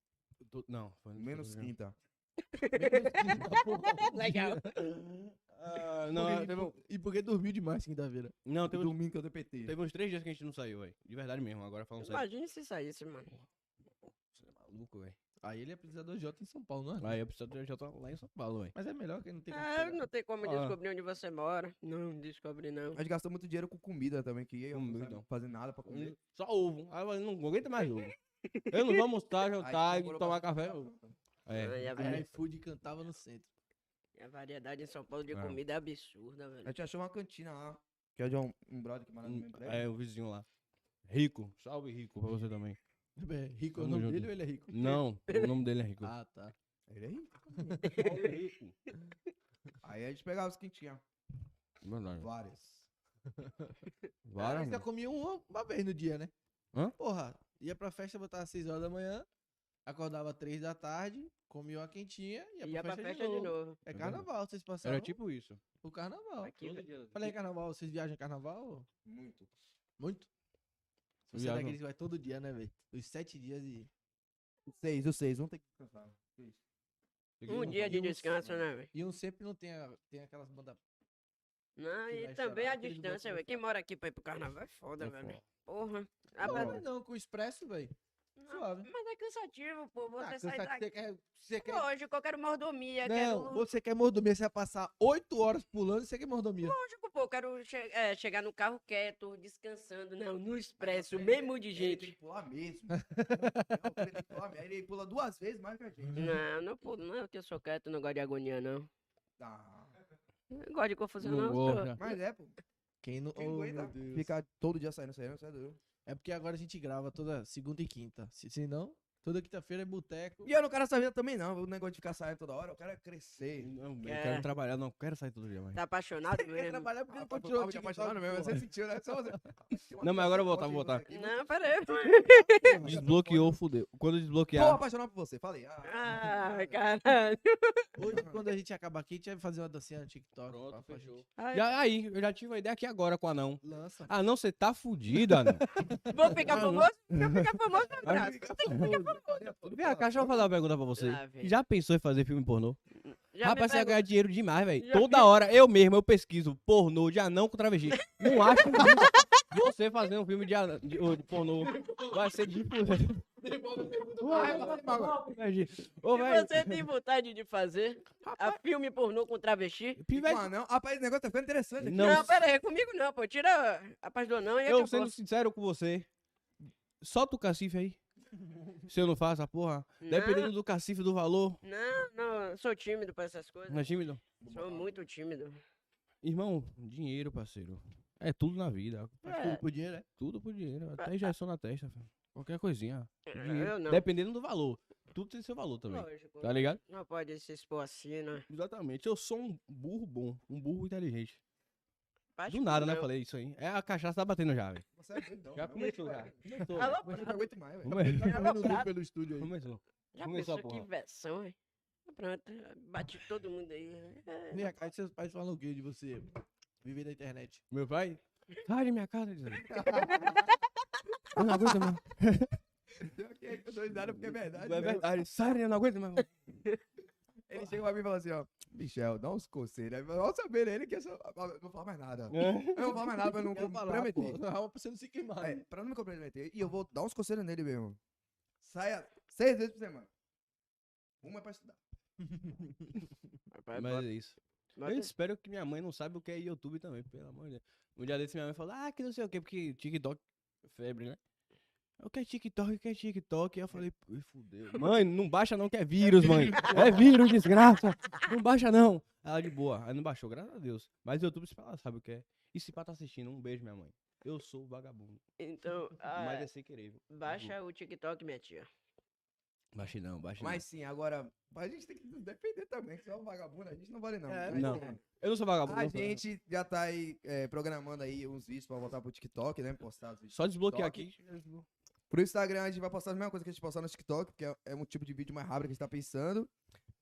[SPEAKER 4] Tu- Não, foi
[SPEAKER 3] Menos
[SPEAKER 4] foi-
[SPEAKER 3] quinta.
[SPEAKER 2] é
[SPEAKER 1] Legal.
[SPEAKER 4] Ah,
[SPEAKER 2] Por
[SPEAKER 4] não,
[SPEAKER 2] que-
[SPEAKER 4] teve, um-
[SPEAKER 2] E porque dormiu demais quinta-feira.
[SPEAKER 4] não teve,
[SPEAKER 3] Domingo que eu dei PT.
[SPEAKER 4] teve uns três dias que a gente não saiu, velho. De verdade mesmo, agora falando sério.
[SPEAKER 1] Imagina se saísse, mano.
[SPEAKER 4] Você é maluco, velho.
[SPEAKER 2] Aí ele é apresentador J em São Paulo, não é?
[SPEAKER 4] Aí eu preciso já tô lá em São Paulo, velho.
[SPEAKER 2] Mas é melhor que não tem como
[SPEAKER 1] É,
[SPEAKER 2] esperar.
[SPEAKER 1] não tem como
[SPEAKER 4] Ah.
[SPEAKER 1] descobrir onde você mora. Não descobre, não.
[SPEAKER 3] A gente gastou muito dinheiro com comida também, que eu não
[SPEAKER 4] Comida.
[SPEAKER 3] sabia fazer nada pra comer.
[SPEAKER 4] Só ovo. Aí eu falei, não aguento mais ovo. Eu não vou almoçar, jantar
[SPEAKER 3] Aí
[SPEAKER 4] Tá, e
[SPEAKER 3] demorou
[SPEAKER 4] tomar
[SPEAKER 3] bastante
[SPEAKER 4] café.
[SPEAKER 3] pra-
[SPEAKER 4] eu- É.
[SPEAKER 1] Aí a,
[SPEAKER 2] Aí
[SPEAKER 1] vari-
[SPEAKER 2] o iFood cantava no centro.
[SPEAKER 1] a variedade em São Paulo de
[SPEAKER 4] É.
[SPEAKER 1] comida é absurda,
[SPEAKER 3] A
[SPEAKER 1] velho.
[SPEAKER 3] gente achou uma cantina lá, que é de um, um brother que mora no meu
[SPEAKER 4] Hum,
[SPEAKER 3] prédio.
[SPEAKER 4] É, o vizinho lá. Rico. Salve, Rico, pra você também.
[SPEAKER 2] É, rico é o
[SPEAKER 4] Tamo
[SPEAKER 2] nome
[SPEAKER 4] junto.
[SPEAKER 2] dele ou ele é rico?
[SPEAKER 4] Não, o nome dele é Rico.
[SPEAKER 2] Ah, tá.
[SPEAKER 3] Ele aí?
[SPEAKER 4] Salve, é Rico.
[SPEAKER 3] Aí a gente pegava os quentinhos.
[SPEAKER 4] Verdade.
[SPEAKER 3] Várias.
[SPEAKER 4] Várias,
[SPEAKER 2] Você
[SPEAKER 4] mano.
[SPEAKER 2] comia uma, uma vez no dia, né?
[SPEAKER 4] Hã?
[SPEAKER 2] Porra, Ia pra festa, botava às 6 horas da manhã, acordava 3 da tarde, comia uma quentinha, ia,
[SPEAKER 1] Ia
[SPEAKER 2] pra, festa, de, novo. É
[SPEAKER 4] Tá vendo?
[SPEAKER 2] carnaval, vocês passaram
[SPEAKER 4] Era tipo isso.
[SPEAKER 2] o carnaval.
[SPEAKER 1] Aqui, velho.
[SPEAKER 2] Falei é carnaval, vocês viajam carnaval?
[SPEAKER 3] Muito.
[SPEAKER 2] Muito? Você
[SPEAKER 4] Viajo.
[SPEAKER 2] é daqueles que vai todo dia, né, velho? Os 7 dias e...
[SPEAKER 3] Seis, o seis. Um tem que cantar.
[SPEAKER 1] Um dia de
[SPEAKER 2] Deus,
[SPEAKER 1] descanso, né, velho?
[SPEAKER 2] E um sempre não tem, a- tem aquelas bandas...
[SPEAKER 1] Não,
[SPEAKER 2] que
[SPEAKER 1] e
[SPEAKER 2] vai
[SPEAKER 1] também
[SPEAKER 2] chorar,
[SPEAKER 1] a
[SPEAKER 2] aqueles
[SPEAKER 1] distância,
[SPEAKER 2] bloquinhos.
[SPEAKER 1] velho. Quem mora aqui pra ir pro carnaval é foda,
[SPEAKER 4] É
[SPEAKER 1] velho.
[SPEAKER 4] foda.
[SPEAKER 1] Porra. Ah,
[SPEAKER 2] Não,
[SPEAKER 1] mas,
[SPEAKER 2] mas não, com o expresso, velho.
[SPEAKER 1] Não,
[SPEAKER 2] Suave.
[SPEAKER 1] mas é cansativo, pô. Você
[SPEAKER 2] Ah,
[SPEAKER 1] sai
[SPEAKER 2] cansa-
[SPEAKER 1] daqui.
[SPEAKER 2] Você quer... Você quer...
[SPEAKER 1] Lógico, eu quero mordomia,
[SPEAKER 2] Não,
[SPEAKER 1] quero
[SPEAKER 2] você quer mordomia, você vai passar 8 horas pulando e você quer mordomia.
[SPEAKER 1] Lógico, pô, eu quero che- é, chegar no carro quieto, descansando, não, no expresso, mesmo
[SPEAKER 2] é
[SPEAKER 1] de
[SPEAKER 3] Ele
[SPEAKER 1] gente.
[SPEAKER 3] tem que pular mesmo. Não, ele tem que pular mesmo. Ele pula duas vezes mais que a gente.
[SPEAKER 1] Não, não, pô, não, é que eu sou quieto, não gosto de agonia, não.
[SPEAKER 3] Tá.
[SPEAKER 1] Não gosto de confusão, não.
[SPEAKER 4] Não
[SPEAKER 1] sou-
[SPEAKER 4] gosta.
[SPEAKER 3] Mas é, pô.
[SPEAKER 2] Quem não.
[SPEAKER 3] Quem
[SPEAKER 2] Oh,
[SPEAKER 3] aguenta
[SPEAKER 2] meu Deus.
[SPEAKER 3] Ficar todo dia saindo, saindo, saindo.
[SPEAKER 2] É porque agora a gente grava toda segunda e quinta. Se, se não, toda quinta-feira é boteco.
[SPEAKER 3] E eu não quero essa vida também, não. O negócio de ficar saindo toda hora, eu quero é crescer.
[SPEAKER 4] Não, eu
[SPEAKER 1] É.
[SPEAKER 4] quero trabalhar, não quero sair todo dia mais.
[SPEAKER 1] Tá apaixonado
[SPEAKER 2] Quer
[SPEAKER 1] mesmo.
[SPEAKER 2] trabalhar porque não
[SPEAKER 3] Rapaz,
[SPEAKER 2] continuou
[SPEAKER 3] eu tava
[SPEAKER 2] te
[SPEAKER 3] te apaixonado mesmo, você sentiu, né? Só você-
[SPEAKER 4] Não, mas agora eu vou voltar, vou voltar.
[SPEAKER 1] Não, peraí.
[SPEAKER 4] Desbloqueou, é. fudeu. Quando
[SPEAKER 3] Vou
[SPEAKER 4] desbloquear.
[SPEAKER 3] apaixonar por você, falei.
[SPEAKER 1] Ah, caralho.
[SPEAKER 2] Hoje, quando a gente acabar aqui, a gente vai fazer uma dancinha no TikTok. pra- pra gente.
[SPEAKER 1] Ai,
[SPEAKER 4] Já, aí, eu já tive uma ideia aqui agora com o anão.
[SPEAKER 2] Lança.
[SPEAKER 4] Ah, não, você tá fudido, anão.
[SPEAKER 1] Vou ficar famoso? Se eu ficar famoso, eu abraço.
[SPEAKER 4] Vem a caixa, eu vou fazer uma pergunta pra você.
[SPEAKER 1] Lá vem.
[SPEAKER 4] Já pensou em fazer filme pornô?
[SPEAKER 1] Já
[SPEAKER 4] Rapaz, você é
[SPEAKER 1] me
[SPEAKER 4] ia ganhar dinheiro demais, velho.
[SPEAKER 1] Já
[SPEAKER 4] Toda hora, eu mesmo, eu pesquiso pornô de anão com travesti. Não acho que você fazer um filme de, anão, de, de pornô vai ser de fuder. Vai, vai, vai, Ô,
[SPEAKER 1] pergunta,
[SPEAKER 4] velho,
[SPEAKER 1] se você tem vontade de fazer a filme pornô com travesti?
[SPEAKER 4] pivete,
[SPEAKER 3] Mano, rapaz, esse negócio tá ficando interessante.
[SPEAKER 1] Não,
[SPEAKER 4] Não,
[SPEAKER 1] não peraí, comigo não, pô. Tira a paz do não e
[SPEAKER 4] eu
[SPEAKER 1] acabou.
[SPEAKER 4] sendo sincero com você, solta o cacife aí. Se eu não faço a porra,
[SPEAKER 1] É?
[SPEAKER 4] dependendo do cacife do valor,
[SPEAKER 1] Não, não, eu sou tímido pra essas coisas.
[SPEAKER 4] não é tímido?
[SPEAKER 1] Sou muito tímido.
[SPEAKER 4] Irmão, dinheiro, parceiro. É tudo na vida.
[SPEAKER 2] Faz
[SPEAKER 1] É.
[SPEAKER 2] tudo por dinheiro, né?
[SPEAKER 4] Tudo por dinheiro. é? Até injeção na testa, filho. Qualquer coisinha. dinheiro.
[SPEAKER 1] É, Eu não.
[SPEAKER 4] Dependendo do valor. Tudo tem seu valor também.
[SPEAKER 1] Lógico.
[SPEAKER 4] Tá ligado?
[SPEAKER 1] Não pode se expor assim, né?
[SPEAKER 4] Exatamente. Eu sou um burro bom. Um burro inteligente.
[SPEAKER 1] Acho
[SPEAKER 4] Do
[SPEAKER 1] que
[SPEAKER 4] nada, né?
[SPEAKER 1] não.
[SPEAKER 4] Eu falei isso aí. É, a cachaça tá batendo já, velho.
[SPEAKER 3] Você é doidão.
[SPEAKER 4] Já
[SPEAKER 3] né?
[SPEAKER 4] começou, já. Começou.
[SPEAKER 1] Alô,
[SPEAKER 3] Eu não aguento mais, velho.
[SPEAKER 4] Come-
[SPEAKER 2] Tá vendo
[SPEAKER 1] brabo.
[SPEAKER 2] tudo pelo estúdio aí.
[SPEAKER 4] Começou.
[SPEAKER 1] Já
[SPEAKER 4] Começou a
[SPEAKER 1] pensou que
[SPEAKER 4] porra.
[SPEAKER 1] versão, hein? Pronto, bate todo mundo aí. É,
[SPEAKER 2] Vem cá, seus pais falam o que de você viver da internet?
[SPEAKER 4] Meu pai. Sai de minha casa, diz ele. Eu não aguento mais.
[SPEAKER 3] Eu dou risada porque é verdade.
[SPEAKER 4] É
[SPEAKER 3] mesmo.
[SPEAKER 4] verdade. Sai, eu não aguento mais.
[SPEAKER 3] Ele chega pra mim e fala assim, ó. Michel, dá uns conselhos. Aí eu falo, "Ó, saber ele que eu sou... eu não falo mais nada.
[SPEAKER 4] É.
[SPEAKER 3] Eu não falo mais nada pra não
[SPEAKER 2] Quero falar,
[SPEAKER 3] comprometer.
[SPEAKER 2] pô. Calma pra você não se queimar.
[SPEAKER 3] É, pra não me comprometer. E eu vou dar uns conselhos nele mesmo. Saia seis vezes por semana. Uma é pra estudar.
[SPEAKER 1] rapaz,
[SPEAKER 4] Mas
[SPEAKER 1] bota-
[SPEAKER 4] é isso.
[SPEAKER 1] bota-
[SPEAKER 4] Eu espero que minha mãe não saiba o que é YouTube também, pelo amor de Deus. Um dia desse minha mãe falou, ah, que não sei o quê, porque TikTok é febre, né? O que é TikTok? O que é TikTok? Aí eu falei, "Ui, fudeu. Mãe, não baixa não que é vírus, mãe. É vírus, desgraça. Não baixa não. Ela de boa. Aí não baixou, graças a Deus. Mas YouTube, se pá, ela sabe o que é. E se pá tá assistindo, um beijo, minha mãe. Eu sou vagabundo.
[SPEAKER 1] Então, ah,
[SPEAKER 4] Mas é sem querer, viu?
[SPEAKER 1] baixa o TikTok, minha tia.
[SPEAKER 4] Baixe não, baixe
[SPEAKER 3] Mas sim, agora... A gente tem que defender também, que só é um vagabundo, a gente não vale não.
[SPEAKER 2] É,
[SPEAKER 3] Mas,
[SPEAKER 4] não.
[SPEAKER 3] pô,
[SPEAKER 4] não. Eu não sou vagabundo.
[SPEAKER 3] A
[SPEAKER 4] não sou.
[SPEAKER 3] gente já tá aí é, programando aí uns vídeos pra voltar pro TikTok, né? Postar os vídeos.
[SPEAKER 4] Só desbloquear
[SPEAKER 3] TikTok.
[SPEAKER 4] aqui.
[SPEAKER 3] Pro Instagram a gente vai postar a mesma coisa que a gente postar no TikTok, porque é, é um tipo de vídeo mais rápido que a gente tá pensando.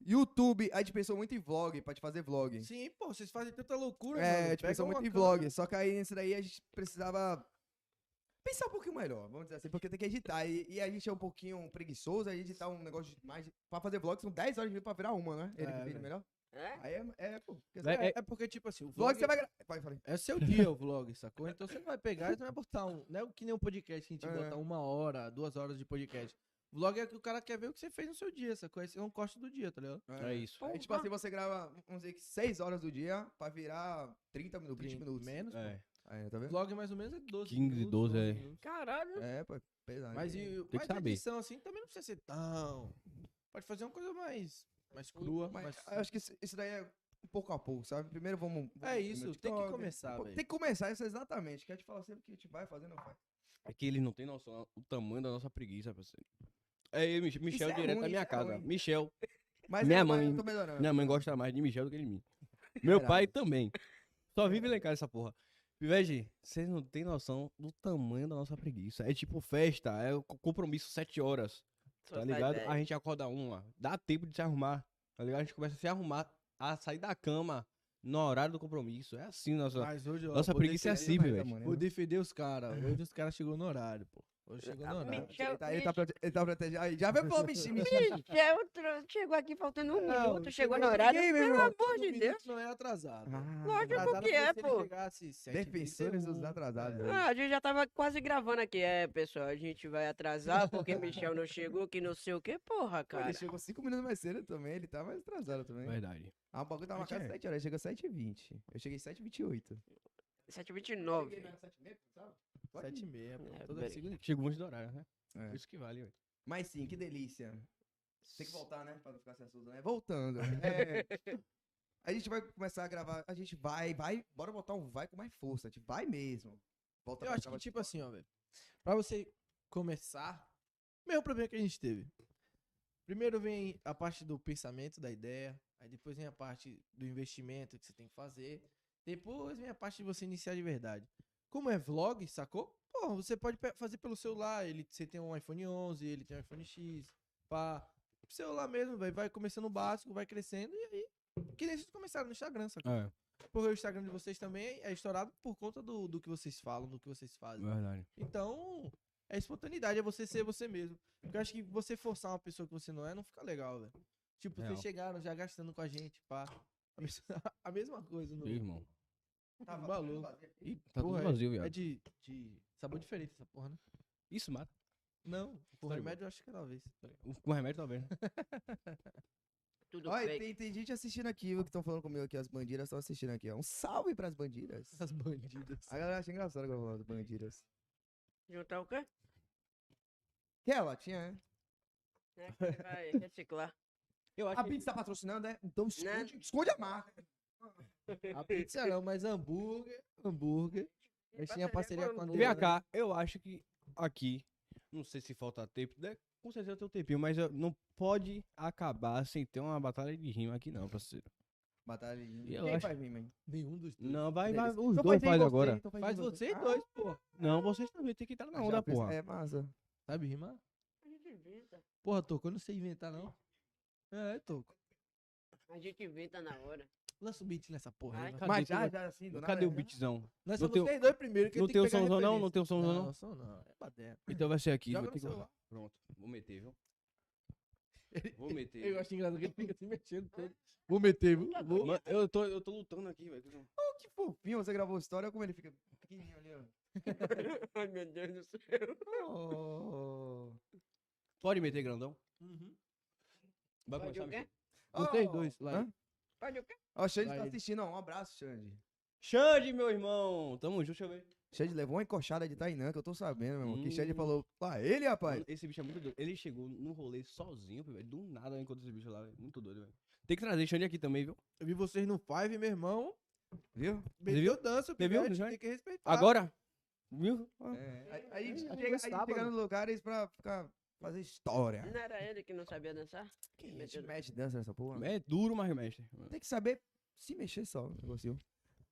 [SPEAKER 3] YouTube, a gente pensou muito em vlog, pra te fazer vlog.
[SPEAKER 2] Sim, pô, vocês fazem tanta loucura,
[SPEAKER 3] é, a
[SPEAKER 2] mano.
[SPEAKER 3] gente
[SPEAKER 2] Pega
[SPEAKER 3] pensou muito
[SPEAKER 2] uma
[SPEAKER 3] em vlog, só que aí nesse daí a gente precisava pensar um pouquinho melhor, vamos dizer assim, porque tem que editar. E, e a gente é um pouquinho preguiçoso, aí editar um negócio de mais. Pra fazer vlog são 10 horas de vídeo pra virar uma, né? Ele
[SPEAKER 2] É,
[SPEAKER 3] que entende
[SPEAKER 2] velho.
[SPEAKER 3] melhor.
[SPEAKER 1] É?
[SPEAKER 3] Aí é, é, pô. porque
[SPEAKER 4] Vai-
[SPEAKER 2] câmera.
[SPEAKER 3] você-
[SPEAKER 2] É, é porque, tipo assim, o
[SPEAKER 3] Vlog
[SPEAKER 2] vlog
[SPEAKER 3] você vai gravar. Vai, falei.
[SPEAKER 2] É seu dia o vlog, sacou? Então você não vai pegar e você vai botar um. Não é que nem um podcast que a
[SPEAKER 3] É.
[SPEAKER 2] gente bota uma hora, duas horas de podcast. Vlog é que o cara quer ver o que você fez no seu dia, sacou? Esse é um corte do dia, tá ligado?
[SPEAKER 4] É isso.
[SPEAKER 3] Aí, tipo assim, você grava, vamos dizer que 6 horas do dia pra virar 30 minutos, 20
[SPEAKER 2] Trinta-
[SPEAKER 3] minutos.
[SPEAKER 2] Menos.
[SPEAKER 4] É.
[SPEAKER 3] Aí, tá vendo?
[SPEAKER 2] Vlog mais ou menos é 12
[SPEAKER 4] 15,
[SPEAKER 2] minutos,
[SPEAKER 4] 12, é.
[SPEAKER 2] minutos.
[SPEAKER 1] Caralho. né?
[SPEAKER 3] É, pô, é pesado.
[SPEAKER 2] Mas
[SPEAKER 3] hein?
[SPEAKER 2] e
[SPEAKER 4] que
[SPEAKER 2] mas
[SPEAKER 4] saber.
[SPEAKER 2] edição assim também não precisa ser tão. Pode fazer uma coisa mais. Mais crua,
[SPEAKER 3] Mas
[SPEAKER 2] mais.
[SPEAKER 3] acho que isso- isso daí é pouco a pouco, sabe? Primeiro vamos.
[SPEAKER 2] É
[SPEAKER 3] vamos
[SPEAKER 2] isso,
[SPEAKER 3] no
[SPEAKER 2] tem que
[SPEAKER 3] TikTok.
[SPEAKER 2] começar,
[SPEAKER 3] Pô,
[SPEAKER 2] velho.
[SPEAKER 3] Tem que começar, isso é exatamente. Quer te falar sempre que a gente vai fazer, não faz.
[SPEAKER 4] É que eles não têm noção o tamanho da nossa preguiça, parceiro. É, eu, e Mich- Michel
[SPEAKER 3] é
[SPEAKER 4] direto da
[SPEAKER 3] ruim,
[SPEAKER 4] minha
[SPEAKER 3] isso é
[SPEAKER 4] casa.
[SPEAKER 3] ruim.
[SPEAKER 4] Michel.
[SPEAKER 3] Mas
[SPEAKER 4] Minha
[SPEAKER 3] eu- mas
[SPEAKER 4] mãe-
[SPEAKER 3] Eu tô melhorando.
[SPEAKER 4] Minha mãe gosta mais de Michel do que de mim. Meu
[SPEAKER 3] Caralho.
[SPEAKER 4] pai também. Só vive lá em casa essa porra. Pivete, vocês não têm noção do tamanho da nossa preguiça. É tipo festa, é o co- compromisso sete horas,
[SPEAKER 1] Só
[SPEAKER 4] tá
[SPEAKER 1] faz
[SPEAKER 4] ligado?
[SPEAKER 1] ideia.
[SPEAKER 4] A gente acorda uma, dá tempo de se arrumar, tá ligado? A gente começa a se arrumar, a sair da cama no horário do compromisso. É assim nossa...
[SPEAKER 2] Mas hoje, ó,
[SPEAKER 4] Nossa
[SPEAKER 2] vou
[SPEAKER 4] preguiça é
[SPEAKER 2] defender-
[SPEAKER 4] assim, velho.
[SPEAKER 3] né?
[SPEAKER 2] Vou defender os né? caras. Hoje os caras chegou no horário, pô. Hoje chegou no
[SPEAKER 1] Ah,
[SPEAKER 2] horário.
[SPEAKER 1] mentira.
[SPEAKER 3] Ele tá, ele tá prote- ele tá protegendo. Aí, já vê, pô, bichinho, bichinho.
[SPEAKER 1] Michel tra- é chegou aqui faltando um minuto, chegou no
[SPEAKER 2] ninguém,
[SPEAKER 1] horário.
[SPEAKER 3] meu
[SPEAKER 1] Pelo
[SPEAKER 3] irmão. tá
[SPEAKER 1] amor de
[SPEAKER 2] No
[SPEAKER 1] Deus.
[SPEAKER 2] minuto Não era atrasado.
[SPEAKER 3] Ah,
[SPEAKER 1] Lógico
[SPEAKER 2] Atrasado
[SPEAKER 1] que é,
[SPEAKER 2] se ele
[SPEAKER 1] pô.
[SPEAKER 2] chegasse sete e
[SPEAKER 3] Defensores dos
[SPEAKER 2] 31,
[SPEAKER 3] atrasados.
[SPEAKER 2] é.
[SPEAKER 3] velho.
[SPEAKER 1] Ah, a gente já tava quase gravando aqui. É, pessoal, a gente vai atrasar porque Michel não chegou, que não sei o que, porra,
[SPEAKER 3] Pô,
[SPEAKER 1] cara.
[SPEAKER 3] Ele chegou 5 minutos mais cedo também, ele tá mais atrasado também.
[SPEAKER 4] Verdade.
[SPEAKER 3] Ah, o bagulho tá
[SPEAKER 2] Mas
[SPEAKER 3] marcado
[SPEAKER 2] é.
[SPEAKER 3] 7 horas, chegou 7h20. Eu cheguei 7h28.
[SPEAKER 1] 7h29.
[SPEAKER 2] 7 e meia, pô.
[SPEAKER 1] É,
[SPEAKER 2] Toda
[SPEAKER 1] peraí.
[SPEAKER 2] segunda.
[SPEAKER 4] Chegou antes do horário, né?
[SPEAKER 3] É.
[SPEAKER 4] Isso que vale, velho.
[SPEAKER 3] Mas sim, que delícia. Tem que voltar, né? Pra não ficar sem assunto, né? Voltando. É. a gente vai começar a gravar. A gente vai, vai. Bora botar um vai com mais força. A gente vai mesmo. Volta
[SPEAKER 2] Eu
[SPEAKER 3] pra
[SPEAKER 2] acho
[SPEAKER 3] gravar
[SPEAKER 2] que,
[SPEAKER 3] de
[SPEAKER 2] tipo
[SPEAKER 3] volta.
[SPEAKER 2] assim, ó, velho. Pra você começar, mesmo problema que a gente teve. Primeiro vem a parte do pensamento, da ideia. Aí depois vem a parte do investimento que você tem que fazer. Depois vem a parte de você iniciar de verdade. Como é vlog, sacou? Pô, você pode pe- fazer pelo celular. Ele, você tem um iPhone 11, ele tem um iPhone X. Pá. Celular mesmo, velho. Vai começando o básico, vai crescendo. E aí, que nem vocês começaram no Instagram, sacou?
[SPEAKER 4] É,
[SPEAKER 2] Porque o Instagram de vocês também é estourado por conta do, do que vocês falam, do que vocês fazem.
[SPEAKER 4] verdade.
[SPEAKER 2] Então, é espontaneidade, é você ser você mesmo. Porque eu acho que você forçar uma pessoa que você não é, não fica legal, velho. Tipo,
[SPEAKER 4] Real.
[SPEAKER 2] vocês chegaram já gastando com a gente, pá. A mes- A mesma coisa, no É
[SPEAKER 4] Irmão.
[SPEAKER 2] Tava
[SPEAKER 3] tudo
[SPEAKER 2] um maluco.
[SPEAKER 3] vazio.
[SPEAKER 4] Ih, tá
[SPEAKER 2] Porra,
[SPEAKER 4] tudo vazio, viado.
[SPEAKER 2] É de, de sabor diferente essa porra, né?
[SPEAKER 4] Isso mata.
[SPEAKER 2] Não, por
[SPEAKER 4] Tá de
[SPEAKER 2] remédio eu acho que é talvez.
[SPEAKER 4] O- Com remédio talvez, né?
[SPEAKER 1] Tudo
[SPEAKER 3] Olha,
[SPEAKER 1] fake.
[SPEAKER 3] tem, tem gente assistindo aqui, viu, que estão falando comigo aqui, as bandidas estão assistindo aqui, ó. Um salve pras bandidas.
[SPEAKER 2] Essas bandidas.
[SPEAKER 3] A galera acha engraçado quando eu falo das bandidas.
[SPEAKER 1] Juntar o quê?
[SPEAKER 3] Que é a latinha, né?
[SPEAKER 1] É que você vai reciclar.
[SPEAKER 4] Eu
[SPEAKER 3] A pizza tá patrocinando, né? Então esconde, esconde a marca.
[SPEAKER 2] A pizza não, mas hambúrguer, hambúrguer. Eu tinha parceria com a
[SPEAKER 1] hambúrguer.
[SPEAKER 4] Vem cá, eu acho que aqui, não sei se falta tempo, né? com certeza tem um tempinho, mas eu- não pode acabar sem ter uma batalha de rima aqui não, parceiro.
[SPEAKER 3] Batalha.
[SPEAKER 4] E eu
[SPEAKER 3] Quem é
[SPEAKER 4] acho-
[SPEAKER 3] vai vir, mãe?
[SPEAKER 2] Nenhum dos dois.
[SPEAKER 4] Não, vai, vai,
[SPEAKER 3] Beleza.
[SPEAKER 4] os
[SPEAKER 3] Então
[SPEAKER 4] dois
[SPEAKER 3] aí
[SPEAKER 4] faz
[SPEAKER 3] você,
[SPEAKER 4] agora.
[SPEAKER 3] então
[SPEAKER 2] Faz vocês dois, pô.
[SPEAKER 4] Não, vocês também tem que entrar na
[SPEAKER 3] Ah,
[SPEAKER 4] onda,
[SPEAKER 3] já fiz-
[SPEAKER 4] porra.
[SPEAKER 3] É massa.
[SPEAKER 2] Sabe rimar?
[SPEAKER 1] A gente inventa.
[SPEAKER 2] Porra, Toco, eu não sei inventar, não. É, Toco.
[SPEAKER 1] A gente inventa na hora.
[SPEAKER 2] Lança um beat nessa porra
[SPEAKER 1] Ai,
[SPEAKER 2] aí. vai.
[SPEAKER 4] Cadê
[SPEAKER 3] Mas
[SPEAKER 4] o-
[SPEAKER 3] já, já, assim, do nada.
[SPEAKER 4] Cadê o
[SPEAKER 3] já.
[SPEAKER 4] beatzão?
[SPEAKER 2] Nós
[SPEAKER 4] não
[SPEAKER 2] somos
[SPEAKER 4] tem o-
[SPEAKER 2] vocês dois primeiro que
[SPEAKER 4] Não
[SPEAKER 2] tem
[SPEAKER 4] tem o
[SPEAKER 2] que pegar
[SPEAKER 4] somzão não? Não
[SPEAKER 2] referência.
[SPEAKER 4] tem o somzão
[SPEAKER 2] Não,
[SPEAKER 4] não?
[SPEAKER 2] som não. É baderna.
[SPEAKER 4] Então vai ser aqui.
[SPEAKER 2] Joga
[SPEAKER 4] vou
[SPEAKER 2] no
[SPEAKER 4] ter que-
[SPEAKER 2] celular.
[SPEAKER 4] Pronto, vou meter, viu? Vou
[SPEAKER 2] Eu
[SPEAKER 4] meter.
[SPEAKER 2] acho engraçado que ele fica se mexendo todo. Vou meter, viu? Vou.
[SPEAKER 4] Mano, eu, tô, eu tô lutando aqui, velho.
[SPEAKER 3] Oh, que fofinho, você gravou história, olha como ele fica pequenininho ali, ó.
[SPEAKER 1] Ai, meu Deus do céu.
[SPEAKER 3] Oh.
[SPEAKER 4] Pode meter, grandão?
[SPEAKER 2] Uhum.
[SPEAKER 4] Vai
[SPEAKER 1] Pode
[SPEAKER 4] começar a
[SPEAKER 1] o quê?
[SPEAKER 4] mexer.
[SPEAKER 2] Vocês
[SPEAKER 3] Oh.
[SPEAKER 2] dois, lá.
[SPEAKER 3] Hã?
[SPEAKER 1] Pode o quê?
[SPEAKER 3] Ó, o Xande
[SPEAKER 2] Vai
[SPEAKER 3] tá
[SPEAKER 2] ele.
[SPEAKER 3] assistindo, ó. Um abraço, Xande.
[SPEAKER 4] Xande, meu irmão! Tamo junto, deixa eu ver.
[SPEAKER 3] Xande levou uma encoxada de Tainã, que eu tô sabendo, meu irmão. Que Xande
[SPEAKER 4] Hum.
[SPEAKER 3] falou, pra ele, rapaz.
[SPEAKER 4] Mano, Esse bicho é muito doido. Ele chegou no rolê sozinho, velho. Do nada eu encontrei esse bicho lá, velho. Muito doido, velho. Tem que trazer Xande aqui também, viu?
[SPEAKER 2] Eu vi vocês no Five, meu irmão.
[SPEAKER 3] Viu?
[SPEAKER 4] Você
[SPEAKER 2] Meteu dança,
[SPEAKER 4] Você viu?
[SPEAKER 2] pivete,
[SPEAKER 4] Já-
[SPEAKER 2] Tem que respeitar.
[SPEAKER 1] Ah.
[SPEAKER 4] Agora? Viu?
[SPEAKER 3] É, aí- aí
[SPEAKER 2] é,
[SPEAKER 3] chega,
[SPEAKER 2] é
[SPEAKER 3] aí
[SPEAKER 2] sábado.
[SPEAKER 3] chega nos lugares pra ficar, fazer história.
[SPEAKER 1] Não era ele que não sabia dançar?
[SPEAKER 3] Que
[SPEAKER 1] meteu
[SPEAKER 3] gente
[SPEAKER 1] no-
[SPEAKER 3] mete dança nessa porra.
[SPEAKER 4] É duro, mas mestre.
[SPEAKER 3] Tem que saber se mexer só, o negocinho.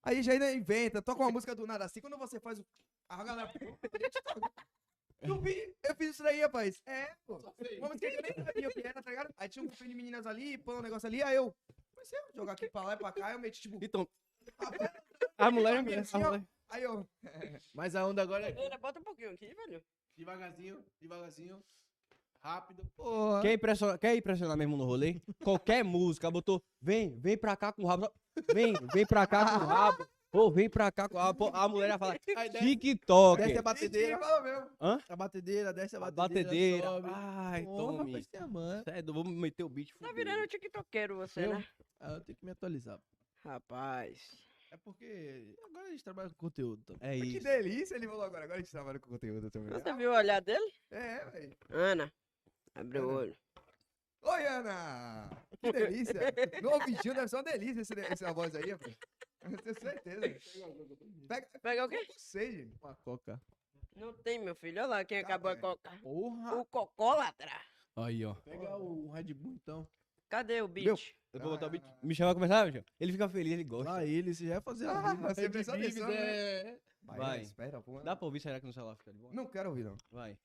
[SPEAKER 3] Aí já ainda inventa, toca uma música do nada assim, quando você faz o. A galera. Eu vi- eu fiz isso daí, rapaz. É, pô. Uma música que eu nem sabia o que era, tá ligado? Aí tinha um grupinho de meninas ali, pô, um negócio ali, aí eu. Comecei a jogar aqui pra lá e pra cá, eu meti tipo.
[SPEAKER 4] Então. A mulher é
[SPEAKER 3] A
[SPEAKER 4] mulher. A
[SPEAKER 3] minha
[SPEAKER 4] mulher.
[SPEAKER 3] Aí eu.
[SPEAKER 2] Mas a onda agora é
[SPEAKER 1] Pera, bota um pouquinho aqui, velho.
[SPEAKER 2] devagarzinho, devagarzinho. Rápido.
[SPEAKER 3] Porra.
[SPEAKER 4] Quer impressionar, quer impressionar mesmo no rolê? Qualquer música, botou, vem, vem pra cá com o rabo. Vem, vem pra cá com o rabo. Ou vem pra cá com o rabo. A mulher ia falar,
[SPEAKER 2] Aí desce-
[SPEAKER 4] TikTok.
[SPEAKER 2] Desce é a
[SPEAKER 3] Batedeira.
[SPEAKER 2] batedeira.
[SPEAKER 3] Fala mesmo.
[SPEAKER 2] A batedeira, desce a
[SPEAKER 4] é? A
[SPEAKER 2] batedeira.
[SPEAKER 4] batedeira.
[SPEAKER 2] sobe.
[SPEAKER 4] Ai,
[SPEAKER 2] Porra,
[SPEAKER 4] tome.
[SPEAKER 2] rapaz, é tem a mãe.
[SPEAKER 4] Sério, vou meter o beat.
[SPEAKER 1] Tá
[SPEAKER 4] fudeu.
[SPEAKER 1] virando tiktokeiro você,
[SPEAKER 2] Eu?
[SPEAKER 1] né?
[SPEAKER 2] Ah, eu tenho que me atualizar.
[SPEAKER 1] Rapaz.
[SPEAKER 2] É porque agora a gente trabalha com conteúdo então. também.
[SPEAKER 4] É
[SPEAKER 3] Que
[SPEAKER 4] isso.
[SPEAKER 3] delícia, ele falou agora. Agora a gente trabalha com conteúdo também.
[SPEAKER 1] Você viu o olhar dele?
[SPEAKER 3] É, velho.
[SPEAKER 1] Ana, abre o
[SPEAKER 3] Ana.
[SPEAKER 1] olho.
[SPEAKER 3] Oi, Ana! Que delícia! No ouvidinho deve ser uma delícia esse, essa voz aí, pô. Eu tenho certeza. Pega é
[SPEAKER 1] Pega o quê?
[SPEAKER 3] com sede.
[SPEAKER 2] Uma coca.
[SPEAKER 1] Não tem, meu filho. Olha lá quem acabou a
[SPEAKER 3] Caralho.
[SPEAKER 1] coca.
[SPEAKER 2] Porra!
[SPEAKER 1] O cocólatra.
[SPEAKER 4] Aí, ó.
[SPEAKER 2] Pega o Red Bull então.
[SPEAKER 1] Cadê o beat?
[SPEAKER 3] Meu.
[SPEAKER 4] Eu vou botar o beat. Michel vai começar, Michel? Ele fica feliz, ele gosta.
[SPEAKER 2] Lá ele, você já ia fazer
[SPEAKER 3] Ah,
[SPEAKER 2] a rima.
[SPEAKER 3] você prestou atenção,
[SPEAKER 2] é...
[SPEAKER 4] Vai.
[SPEAKER 3] né? Espera, pô.
[SPEAKER 4] Dá pra ouvir, será que no celular fica de boa?
[SPEAKER 3] Não quero ouvir, não.
[SPEAKER 4] Vai.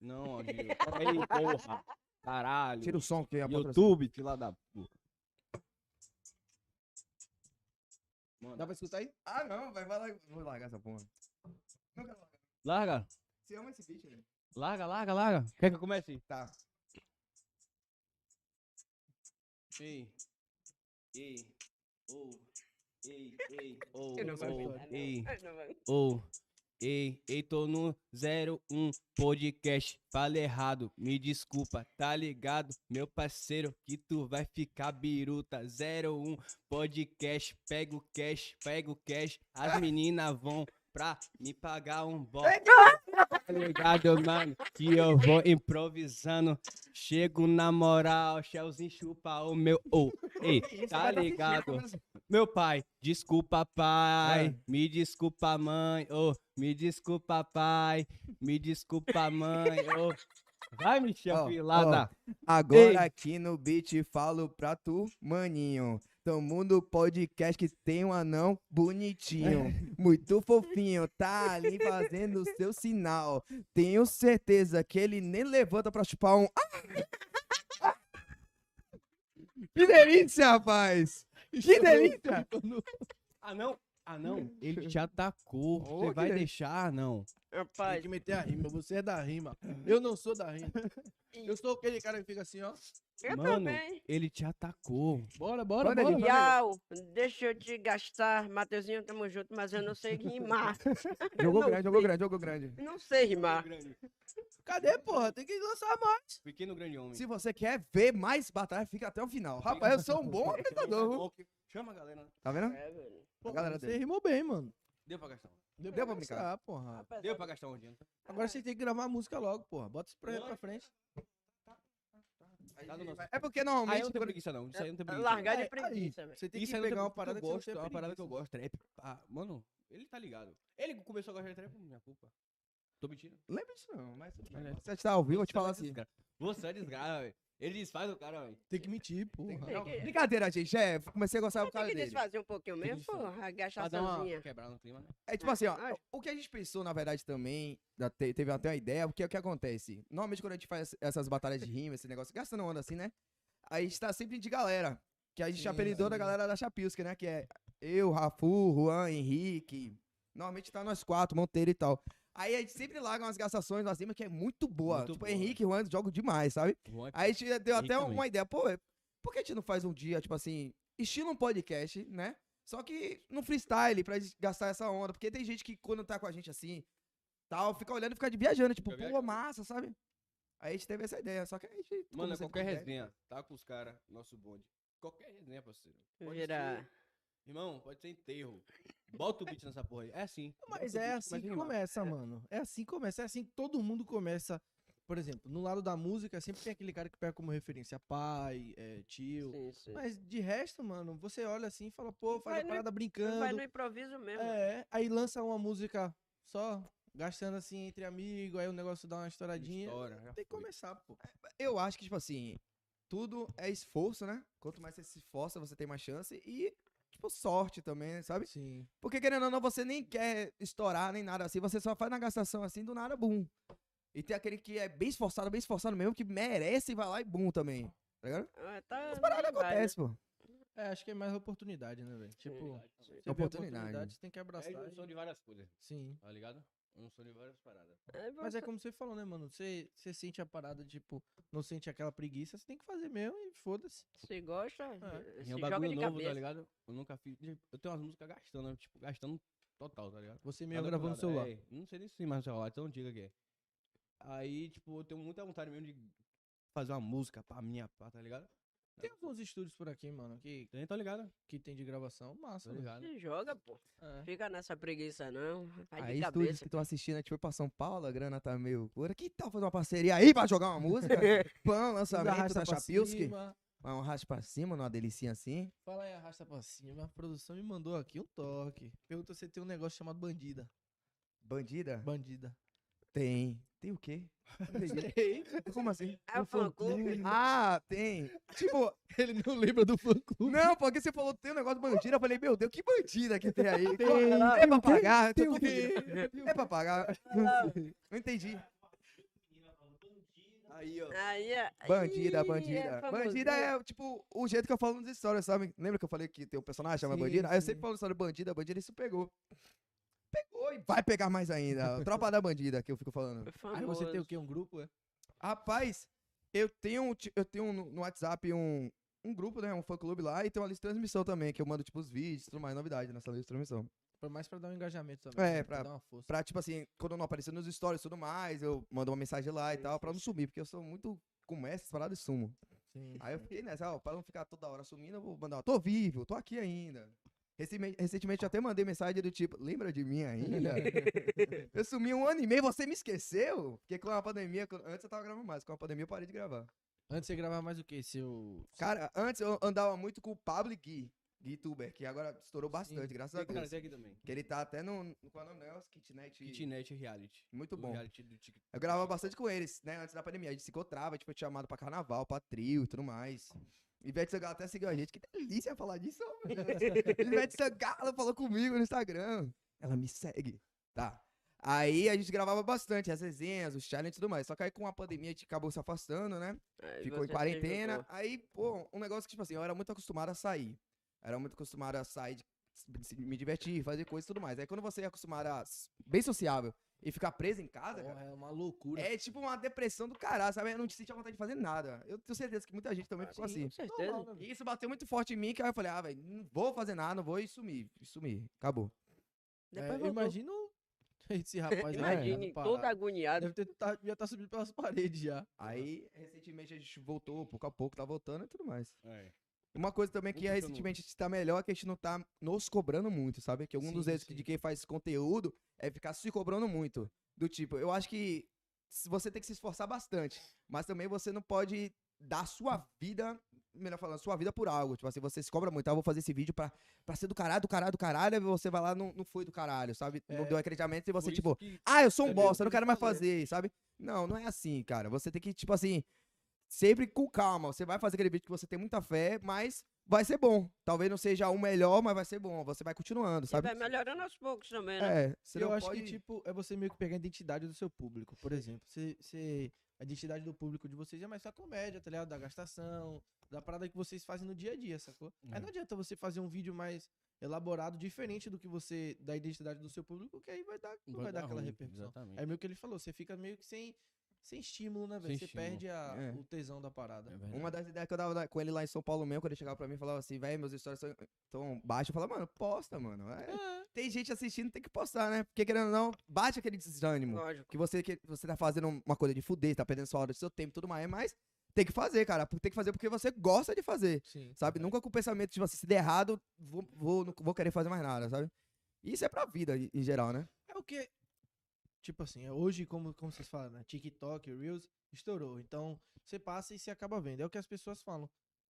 [SPEAKER 4] Não, Audio. Ei, porra. Caralho.
[SPEAKER 3] Tira o som que é a patrocina-
[SPEAKER 4] YouTube, fila da puta. Mano,
[SPEAKER 2] Dá pra escutar aí?
[SPEAKER 3] Ah, não, vai, vai lá. Vou largar essa porra. Não quero largar.
[SPEAKER 4] Larga,
[SPEAKER 3] Você ama esse bicho, velho?
[SPEAKER 4] larga, larga, larga. Quer que eu comece?
[SPEAKER 3] Tá.
[SPEAKER 4] Ei. Ei. Ou. Ei, ei, ou.
[SPEAKER 1] Eu não vou
[SPEAKER 4] ou,
[SPEAKER 1] aguentar, não.
[SPEAKER 4] Ei.
[SPEAKER 1] Eu não vou aguentar.
[SPEAKER 4] Ou, ei, ei, tô no 01 podcast, falei errado, me desculpa, tá ligado? Meu parceiro, que tu vai ficar biruta. 01 podcast, pega o cash, pega o cash, as meninas vão pra me pagar um box. Tá ligado, mano? Que eu vou improvisando. Chego na moral, Shellzinho chupa o meu. Ou, ei, tá ligado? Meu pai, desculpa, pai.
[SPEAKER 3] Ah.
[SPEAKER 4] Me desculpa, mãe. Oh, me desculpa, pai. Me desculpa, mãe. Oh. Vai, Michel,
[SPEAKER 3] Ó,
[SPEAKER 4] filada.
[SPEAKER 3] Agora aqui no beat falo pra tu, maninho. Tamo no podcast que tem um anão bonitinho, muito fofinho, tá ali fazendo o seu sinal. Tenho certeza que ele nem levanta pra chupar um. Que delícia, rapaz! Que delícia!
[SPEAKER 4] Ah, não. Ah, não. Ele te atacou.
[SPEAKER 3] Ô,
[SPEAKER 4] Você
[SPEAKER 3] que
[SPEAKER 4] vai
[SPEAKER 3] delícia.
[SPEAKER 4] deixar, Ah, não.
[SPEAKER 2] Tem
[SPEAKER 1] Rapaz,
[SPEAKER 2] que meter a rima, você é da rima. Eu não sou da rima. Eu sou aquele cara que fica assim, ó.
[SPEAKER 1] eu
[SPEAKER 4] Mano,
[SPEAKER 1] também.
[SPEAKER 4] ele te atacou.
[SPEAKER 2] Bora, bora,
[SPEAKER 3] Manda
[SPEAKER 2] bora.
[SPEAKER 3] ele.
[SPEAKER 1] Yau, deixa eu te gastar. Mateuzinho, tamo junto, mas eu não sei rimar. Eu
[SPEAKER 3] Jogou
[SPEAKER 1] não
[SPEAKER 3] grande, jogou
[SPEAKER 1] sei-
[SPEAKER 3] grande, jogou grande.
[SPEAKER 1] Não sei rimar.
[SPEAKER 2] Cadê, porra? Tem que lançar mais.
[SPEAKER 4] Pequeno grande homem.
[SPEAKER 3] Se você quer ver mais batalha, fica até o final. Rapaz, eu sou um bom apresentador. viu?
[SPEAKER 4] Chama a galera.
[SPEAKER 3] Tá vendo?
[SPEAKER 1] É, velho.
[SPEAKER 2] Pô,
[SPEAKER 3] galera
[SPEAKER 2] você
[SPEAKER 3] dele.
[SPEAKER 2] rimou bem, mano.
[SPEAKER 4] Deu pra gastar. um-
[SPEAKER 2] Deu
[SPEAKER 3] pra brincar.
[SPEAKER 2] brincar, porra.
[SPEAKER 1] Rapaz,
[SPEAKER 4] Deu pra gastar um dia.
[SPEAKER 2] Agora você tem que gravar a música logo, porra. Bota isso pra,
[SPEAKER 4] Não.
[SPEAKER 2] pra frente.
[SPEAKER 4] Tá no nosso.
[SPEAKER 3] É porque
[SPEAKER 4] Aí eu
[SPEAKER 3] normalmente.
[SPEAKER 4] não tenho preguiça, não. Isso É, aí eu não tem preguiça. não.
[SPEAKER 1] é, Largar
[SPEAKER 2] Aí-
[SPEAKER 1] de
[SPEAKER 2] aí,
[SPEAKER 1] preguiça, velho.
[SPEAKER 2] Você tem
[SPEAKER 4] Isso
[SPEAKER 2] que
[SPEAKER 4] aí não tem
[SPEAKER 2] pegar uma
[SPEAKER 4] porque
[SPEAKER 2] parada que
[SPEAKER 4] eu gosto,
[SPEAKER 2] você
[SPEAKER 4] é
[SPEAKER 2] não
[SPEAKER 4] uma
[SPEAKER 2] tem
[SPEAKER 4] parada que eu
[SPEAKER 2] preguiça.
[SPEAKER 4] gosto, trap. Ah, mano, ele tá ligado. Ele começou a gostar de trap por minha culpa. Tô mentindo.
[SPEAKER 3] Lembra disso não, mas. tudo bem.
[SPEAKER 4] Olha.
[SPEAKER 3] Você tá ao vivo, eu vou te
[SPEAKER 4] Você é
[SPEAKER 3] falar
[SPEAKER 4] uma
[SPEAKER 3] assim.
[SPEAKER 4] desgra- Você é desgraça, velho. Ele desfaz o cara, velho.
[SPEAKER 2] Tem que mentir,
[SPEAKER 4] assim,
[SPEAKER 2] porra.
[SPEAKER 1] Tem que-
[SPEAKER 3] Brincadeira, gente. É, comecei a gostar do
[SPEAKER 1] Tem
[SPEAKER 3] cara
[SPEAKER 1] que
[SPEAKER 3] dele.
[SPEAKER 1] desfazer um pouquinho mesmo,
[SPEAKER 4] desfazer.
[SPEAKER 1] porra. A
[SPEAKER 4] Pra dar uma
[SPEAKER 1] gastaçãozinha.
[SPEAKER 4] quebrar no clima, né?
[SPEAKER 3] É tipo assim, ó.
[SPEAKER 1] Ah,
[SPEAKER 3] O que a gente pensou, na verdade, também. da- te- Teve até uma ideia, porque é o que acontece? Normalmente, quando a gente faz essas batalhas de rima, esse negócio, gastando onda assim, né? A gente tá sempre de galera. Que a gente
[SPEAKER 2] Sim,
[SPEAKER 3] apelidou da
[SPEAKER 2] sim.
[SPEAKER 3] galera da Chapisca, né? Que é eu, Rafu, Juan, Henrique. Normalmente tá nós quatro, Monteiro e tal. Aí a gente sempre larga umas gastações nas rimas que é muito boa.
[SPEAKER 4] Muito
[SPEAKER 3] tipo,
[SPEAKER 4] boa.
[SPEAKER 3] Henrique e Juan jogam demais, sabe?
[SPEAKER 4] Bom, é
[SPEAKER 3] Aí a gente deu até
[SPEAKER 4] Exatamente.
[SPEAKER 3] uma ideia, pô, é, por que a gente não faz um dia, tipo assim, estilo um podcast, né? Só que no freestyle, pra gente gastar essa onda. Porque tem gente que quando tá com a gente assim, tal, fica olhando e fica de viajando, tipo,
[SPEAKER 4] Fica
[SPEAKER 3] pô,
[SPEAKER 4] viajando.
[SPEAKER 3] massa, sabe? Aí a gente teve essa ideia, só que a gente.
[SPEAKER 4] Mano, é
[SPEAKER 3] começou a
[SPEAKER 4] qualquer
[SPEAKER 3] trocar ideia.
[SPEAKER 4] resenha. Tá com os caras, nosso bonde. Qualquer resenha, parceiro. Pode
[SPEAKER 1] Vira.
[SPEAKER 4] ser- Irmão, pode ser enterro. Bota o beat nessa porra aí. É assim.
[SPEAKER 2] Mas
[SPEAKER 4] Bota o
[SPEAKER 2] é
[SPEAKER 4] beat,
[SPEAKER 2] assim
[SPEAKER 4] começa a
[SPEAKER 2] que
[SPEAKER 4] rimar.
[SPEAKER 2] começa, mano. É assim que começa. É assim que todo mundo começa. Por exemplo, no lado da música, sempre tem aquele cara que pega como referência pai, é, tio.
[SPEAKER 1] Sim, sim.
[SPEAKER 2] Mas de resto, mano, você olha assim e fala, pô, faz
[SPEAKER 1] Vai
[SPEAKER 2] a
[SPEAKER 1] no-
[SPEAKER 2] parada
[SPEAKER 1] Vai no
[SPEAKER 2] brincando.
[SPEAKER 1] improviso mesmo.
[SPEAKER 2] É, aí lança uma música só, gastando assim entre amigos, aí o negócio dá uma estouradinha.
[SPEAKER 4] Estoura, já
[SPEAKER 2] tem que
[SPEAKER 4] foi.
[SPEAKER 2] começar, pô.
[SPEAKER 3] Eu acho que, tipo assim, tudo é esforço, né? Quanto mais você se esforça, você tem mais chance. E, tipo, sorte também, sabe?
[SPEAKER 2] Sim.
[SPEAKER 3] Porque querendo ou não, você nem quer estourar nem nada assim, você só faz na gastação assim do nada, bum. E tem aquele que é bem esforçado, bem esforçado mesmo, que merece e vai lá e bum também. Tá ligado?
[SPEAKER 1] Ah, Tá,
[SPEAKER 3] As
[SPEAKER 1] vai,
[SPEAKER 3] paradas
[SPEAKER 1] né?
[SPEAKER 3] acontecem, pô.
[SPEAKER 2] É, acho que é mais oportunidade, né, velho? Tipo,
[SPEAKER 1] Sim.
[SPEAKER 2] você vê a
[SPEAKER 3] Oportunidade.
[SPEAKER 2] você tem que abraçar.
[SPEAKER 4] É um
[SPEAKER 2] e-
[SPEAKER 4] som de várias coisas,
[SPEAKER 2] Sim.
[SPEAKER 4] tá ligado? Um som de várias paradas.
[SPEAKER 1] É,
[SPEAKER 2] Mas é como você falou, né, mano? Você, você sente a parada, tipo, não sente aquela preguiça, você tem que fazer mesmo e foda-se.
[SPEAKER 1] Se gosta,
[SPEAKER 2] É.
[SPEAKER 1] eh,
[SPEAKER 4] E
[SPEAKER 1] se
[SPEAKER 4] é um
[SPEAKER 1] joga
[SPEAKER 4] bagulho
[SPEAKER 1] de
[SPEAKER 4] novo,
[SPEAKER 1] cabeça.
[SPEAKER 4] tá ligado? Eu nunca fiz. Eu tenho umas músicas gastando, né? tipo, gastando total, tá ligado?
[SPEAKER 2] Você
[SPEAKER 4] Cada
[SPEAKER 2] mesmo gravou no
[SPEAKER 4] parada,
[SPEAKER 2] celular.
[SPEAKER 4] é. não sei nem se tem mais no celular, então diga que é. Aí, tipo, eu tenho muita vontade mesmo de fazer uma música pra minha, pá, tá ligado?
[SPEAKER 2] Tem alguns estúdios por aqui, mano, que,
[SPEAKER 4] Tem, tá ligado?
[SPEAKER 2] que tem de gravação. Massa,
[SPEAKER 4] Tá
[SPEAKER 2] velho.
[SPEAKER 4] ligado?
[SPEAKER 1] Se joga, pô.
[SPEAKER 2] É.
[SPEAKER 1] Fica nessa preguiça, não. Vai de
[SPEAKER 3] Aí, estúdios
[SPEAKER 1] cabeça.
[SPEAKER 3] que estão assistindo, a gente foi pra São Paulo, a grana tá meio cura. Que tal fazer uma parceria aí pra jogar uma música? Pão,
[SPEAKER 1] um
[SPEAKER 2] Tudo
[SPEAKER 3] lançamento
[SPEAKER 2] arrasta
[SPEAKER 3] da
[SPEAKER 2] pra
[SPEAKER 3] Chapilski.
[SPEAKER 2] cima.
[SPEAKER 3] Um racha pra cima, numa delicinha assim.
[SPEAKER 2] Fala aí, arrasta pra cima. A produção me mandou aqui um toque. Perguntou se tem um negócio chamado bandida.
[SPEAKER 3] Bandida.
[SPEAKER 2] Bandida.
[SPEAKER 3] Tem. Tem o quê? Não entendi. Como assim?
[SPEAKER 1] É o fã-clube.
[SPEAKER 3] Ah, tem. Tipo,
[SPEAKER 2] Ele não lembra do fã clube.
[SPEAKER 3] não, porque você falou tem um negócio de bandida. Eu falei, meu Deus, que bandida que tem aí?
[SPEAKER 2] Tem,
[SPEAKER 3] é pra pagar? Eu tô
[SPEAKER 2] o quê?
[SPEAKER 3] confundindo. É pra pagar? Não entendi.
[SPEAKER 2] Aí, ó.
[SPEAKER 1] Aí, ó.
[SPEAKER 3] Bandida,
[SPEAKER 1] Ih,
[SPEAKER 3] bandida.
[SPEAKER 1] famoso,
[SPEAKER 3] bandida
[SPEAKER 1] né?
[SPEAKER 3] é, tipo, o jeito que eu falo nas histórias, sabe? Lembra que eu falei que tem um personagem chamado
[SPEAKER 2] Sim,
[SPEAKER 3] Bandida? Aí eu
[SPEAKER 2] sim.
[SPEAKER 3] sempre falo história de bandida, bandida, isso pegou. Pegou e vai pegar mais ainda. Tropa da bandida que eu fico falando.
[SPEAKER 2] Aí
[SPEAKER 1] É Famoso.
[SPEAKER 2] você tem o quê? Um grupo, é?
[SPEAKER 3] Rapaz, eu tenho, ti- eu tenho no no WhatsApp um, um grupo, né? Um fã clube lá e tem uma lista de transmissão também, que eu mando, tipo, os vídeos, tudo mais, novidade nessa lista de transmissão.
[SPEAKER 2] Pra- Mais pra dar um engajamento também.
[SPEAKER 3] É,
[SPEAKER 2] né?
[SPEAKER 3] pra-
[SPEAKER 2] dar uma força.
[SPEAKER 3] Pra, tipo assim, quando eu não aparecer nos stories e tudo mais, eu mando uma mensagem lá e tal, pra não sumir, porque eu sou muito. Começa essas paradas e sumo.
[SPEAKER 2] Sim.
[SPEAKER 3] Aí eu fiquei nessa, ó, pra não ficar toda hora sumindo, eu vou mandar, ó, tô vivo, tô aqui ainda. Recentemente, recentemente eu até mandei mensagem do tipo, lembra de mim ainda? eu sumi um ano e meio, você me esqueceu? Porque com a pandemia, com- antes eu tava gravando mais, com a pandemia eu parei de gravar.
[SPEAKER 2] Antes você gravava mais o quê? Seu.
[SPEAKER 3] Cara, antes eu andava muito com o Pablo e Gui, Gituber, que agora estourou bastante, graças a
[SPEAKER 4] Tem cara
[SPEAKER 3] Deus.
[SPEAKER 4] tem aqui também.
[SPEAKER 3] Que ele tá até no, no qual é o nome dela? Kitnet.
[SPEAKER 4] Kitnet Reality.
[SPEAKER 3] Muito
[SPEAKER 4] O
[SPEAKER 3] bom.
[SPEAKER 4] Reality do TikTok.
[SPEAKER 3] Eu gravava bastante com eles, né? Antes da pandemia. A gente se encontrava, a gente foi chamado pra carnaval, pra trio e tudo mais. Ivete Sangalo até seguiu a gente. Que delícia falar disso, mano. Ivete Sangalo falou comigo no Instagram. Ela me segue. Tá. Aí a gente gravava bastante as resenhas, os challenges e tudo mais. Só que aí com a pandemia a gente acabou se afastando, né?
[SPEAKER 1] Aí
[SPEAKER 3] Ficou em
[SPEAKER 1] você se
[SPEAKER 3] quarentena.
[SPEAKER 1] juntou.
[SPEAKER 3] Aí, pô, um negócio que, tipo assim, eu era muito acostumado a sair. Era muito acostumado a sair, de, se- me divertir, fazer coisas e tudo mais. Aí quando você é acostumado a. s- bem sociável e ficar preso em casa, cara.
[SPEAKER 2] Porra, é uma loucura.
[SPEAKER 3] É tipo uma depressão do caralho, sabe? Eu não sentia vontade de fazer nada. Eu tenho certeza que muita gente também ficou
[SPEAKER 1] Sim,
[SPEAKER 3] assim.
[SPEAKER 1] Com certeza.
[SPEAKER 2] né?
[SPEAKER 3] E isso bateu muito forte em mim, que aí eu falei, ah, velho, não vou fazer nada, não vou e sumir. E sumir. Acabou.
[SPEAKER 1] Depois
[SPEAKER 2] É,
[SPEAKER 1] voltou.
[SPEAKER 2] imagina o- esse rapaz aí,
[SPEAKER 1] Imagine,
[SPEAKER 2] parado.
[SPEAKER 1] todo agoniado.
[SPEAKER 2] Deve ter, tá, já tá subindo pelas paredes já.
[SPEAKER 3] Aí, recentemente, a gente voltou, pouco a pouco, tá voltando e tudo mais.
[SPEAKER 4] É.
[SPEAKER 3] Uma coisa também que
[SPEAKER 4] Muito pelo-
[SPEAKER 3] recentemente a gente tá melhor é que a gente não tá nos cobrando muito, sabe? Que algum dos
[SPEAKER 2] Sim,
[SPEAKER 3] erros que-
[SPEAKER 2] sim.
[SPEAKER 3] de quem faz conteúdo é ficar se cobrando muito. Do tipo, eu acho que se- você tem que se esforçar bastante, mas também você não pode dar sua vida, melhor falando, sua vida por algo. Tipo assim, você se cobra muito, ah, eu vou fazer esse vídeo pra, pra ser do caralho, do caralho, do caralho, aí você vai lá, não, não foi do caralho, sabe? Não
[SPEAKER 2] É.
[SPEAKER 3] deu acreditamento e você,
[SPEAKER 4] Por isso
[SPEAKER 3] tipo,
[SPEAKER 4] que-
[SPEAKER 3] ah, eu sou um
[SPEAKER 4] É meio
[SPEAKER 3] bosta, eu não
[SPEAKER 4] que
[SPEAKER 3] quero mais
[SPEAKER 4] falando.
[SPEAKER 3] fazer, sabe? Não, não é assim, cara. Você tem que, tipo assim, sempre com calma. Você vai fazer aquele vídeo que você tem muita fé, mas vai ser bom. Talvez não seja o melhor, mas vai ser bom. Você vai continuando,
[SPEAKER 1] E
[SPEAKER 3] sabe?
[SPEAKER 1] vai melhorando aos poucos também, né?
[SPEAKER 3] É, você
[SPEAKER 2] eu
[SPEAKER 3] não
[SPEAKER 2] acho
[SPEAKER 3] pode...
[SPEAKER 2] que, tipo, é você meio que pegar a identidade do seu público. Por exemplo, você, você- a identidade do público de vocês é mais a comédia, tá ligado? Da gastação, da parada que vocês fazem no dia a dia, sacou? Aí
[SPEAKER 4] É.
[SPEAKER 2] não adianta você fazer um vídeo mais elaborado, diferente do que você, da identidade do seu público, que aí vai dar, não vai, dar, aquela
[SPEAKER 4] ruim,
[SPEAKER 2] repercussão.
[SPEAKER 4] Exatamente.
[SPEAKER 2] É meio que ele falou, você fica meio que sem, sem estímulo, né, velho?
[SPEAKER 4] Sem
[SPEAKER 2] Você
[SPEAKER 4] estímulo.
[SPEAKER 2] perde a-
[SPEAKER 3] É.
[SPEAKER 2] o tesão da parada.
[SPEAKER 4] É verdade.
[SPEAKER 3] Uma das ideias que eu dava na- com ele lá em São Paulo mesmo, quando ele chegava pra mim e falava assim, velho, meus stories são- tão baixos. Eu falava, mano, posta, mano. É, Tem gente assistindo, tem que postar, né? Porque querendo ou não, bate aquele desânimo.
[SPEAKER 1] Lógico.
[SPEAKER 3] que você, que você tá fazendo uma coisa de fuder, tá perdendo sua hora do seu tempo e tudo mais, mas tem que fazer, cara. Tem que fazer porque você gosta de fazer,
[SPEAKER 2] Sim.
[SPEAKER 3] sabe? Nunca com o pensamento de você, se der errado, vou, vou, não vou querer fazer mais nada, sabe? Isso é pra vida em em geral, né?
[SPEAKER 2] É porque, tipo assim, é hoje, como, como vocês falam, né? TikTok, Reels, estourou. Então, você passa e você acaba vendo. É o que as pessoas falam.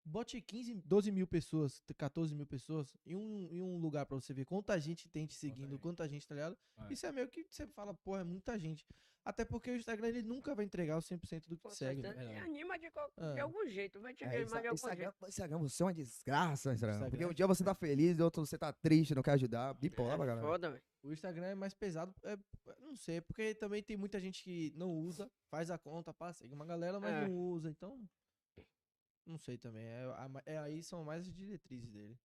[SPEAKER 2] Bote 15, 12 mil pessoas, 14 mil pessoas em um, em um lugar pra você ver quanta gente tem te seguindo,
[SPEAKER 4] gente.
[SPEAKER 2] quanta gente, tá ligado?
[SPEAKER 4] É.
[SPEAKER 2] Isso é meio que você fala, pô, é muita gente. Até porque o Instagram, ele nunca vai entregar o 100% do que
[SPEAKER 1] Com
[SPEAKER 2] te segue. né?
[SPEAKER 1] certeza.
[SPEAKER 4] verdade.
[SPEAKER 1] tá E anima de, qual- de
[SPEAKER 2] Ah.
[SPEAKER 1] algum jeito. Vai te
[SPEAKER 3] É,
[SPEAKER 1] animar de
[SPEAKER 3] Insta-
[SPEAKER 1] algum
[SPEAKER 3] Instagram,
[SPEAKER 1] jeito.
[SPEAKER 3] Instagram, você é uma desgraça, Instagram.
[SPEAKER 2] Instagram
[SPEAKER 3] Porque
[SPEAKER 2] é
[SPEAKER 3] um dia você tá feliz, outro você tá triste, não quer ajudar. Bipolar pra
[SPEAKER 1] É
[SPEAKER 3] galera.
[SPEAKER 1] foda, velho.
[SPEAKER 2] O Instagram é mais pesado, é, não sei, porque também tem muita gente que não usa, faz a conta, passa, segue uma galera, mas
[SPEAKER 1] É.
[SPEAKER 2] não usa, então. Não sei também. É, a ma- é aí são mais as diretrizes dele.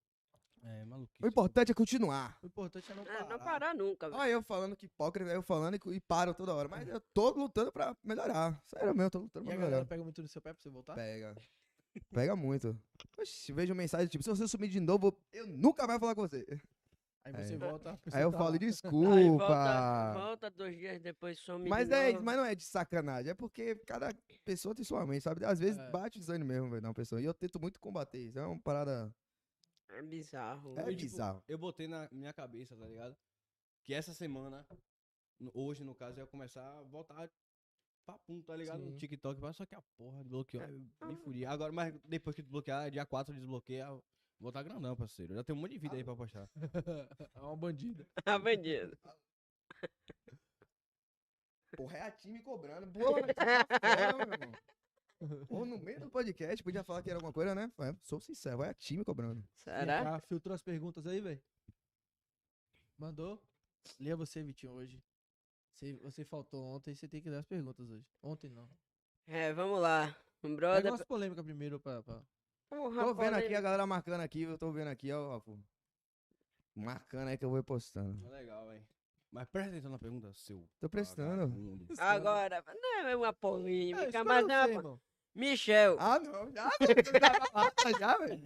[SPEAKER 4] É, maluquice.
[SPEAKER 3] O importante é continuar.
[SPEAKER 2] O importante é não parar.
[SPEAKER 1] É, não parar nunca, velho.
[SPEAKER 3] Olha eu falando que hipócrita, eu falando e, e paro toda hora. Mas eu tô lutando pra melhorar. Sério mesmo, eu tô lutando
[SPEAKER 2] E a
[SPEAKER 3] pra
[SPEAKER 2] galera
[SPEAKER 3] melhorar.
[SPEAKER 2] pega muito no seu pé pra você voltar?
[SPEAKER 3] Pega. Pega muito. Oxi, vejo mensagem tipo, se você sumir de novo, eu nunca mais vou falar com você.
[SPEAKER 2] Aí você
[SPEAKER 3] É.
[SPEAKER 2] volta. a
[SPEAKER 3] Aí
[SPEAKER 2] pessoa
[SPEAKER 3] eu
[SPEAKER 2] tá
[SPEAKER 3] falo,
[SPEAKER 2] lá.
[SPEAKER 3] desculpa.
[SPEAKER 1] Aí volta, volta dois dias depois, some
[SPEAKER 3] mas,
[SPEAKER 1] de
[SPEAKER 3] é,
[SPEAKER 1] novo.
[SPEAKER 3] mas não é de sacanagem, é porque cada pessoa tem sua mente, sabe? Às vezes
[SPEAKER 2] É.
[SPEAKER 3] bate o desânimo mesmo, velho, na pessoa. E eu tento muito combater isso. É uma parada.
[SPEAKER 1] É bizarro.
[SPEAKER 3] É
[SPEAKER 4] Eu, tipo,
[SPEAKER 3] bizarro.
[SPEAKER 4] Eu botei na minha cabeça, tá ligado? Que essa semana, no- hoje no caso, eu ia começar a voltar papum, tá ligado? No
[SPEAKER 2] Sim.
[SPEAKER 4] TikTok, mas só que a porra desbloqueou.
[SPEAKER 3] É,
[SPEAKER 4] aí eu Me fudi. Agora, mas depois que desbloquear, dia 4 desbloqueia, eu vou tá grandão, parceiro. Eu já tenho um monte de vida
[SPEAKER 3] Ah.
[SPEAKER 4] aí pra postar.
[SPEAKER 1] Tá
[SPEAKER 2] é uma bandida.
[SPEAKER 1] Ah, bandido.
[SPEAKER 3] porra, é a time cobrando. Boa, mas tá fora, meu irmão. Ou no meio do podcast, podia falar que era alguma coisa, né? É, sou sincero, é a time cobrando.
[SPEAKER 1] Será?
[SPEAKER 2] Ah, filtrou as perguntas aí, velho. Mandou. Leia você, Vitinho, hoje. Você, você faltou ontem, você tem que ler as perguntas hoje. Ontem não.
[SPEAKER 1] É, vamos lá. Um
[SPEAKER 2] Pega
[SPEAKER 1] brother.
[SPEAKER 2] umas polêmicas primeiro pra... pra-
[SPEAKER 1] Porra,
[SPEAKER 3] Tô vendo
[SPEAKER 1] polêmica.
[SPEAKER 3] aqui, a galera marcando aqui, eu tô vendo aqui, ó. ó, pô. Marcando aí que eu vou postando.
[SPEAKER 4] tá Legal, velho. Mas presta atenção na pergunta, seu.
[SPEAKER 3] Tô prestando.
[SPEAKER 4] vagabundo.
[SPEAKER 1] Agora, não é uma
[SPEAKER 2] É,
[SPEAKER 1] polêmica,
[SPEAKER 2] escolhe
[SPEAKER 1] mas é uma
[SPEAKER 2] você,
[SPEAKER 1] po-
[SPEAKER 2] irmão.
[SPEAKER 1] Michel,
[SPEAKER 3] Ah, não, já, velho. tu Já, tá já, velho.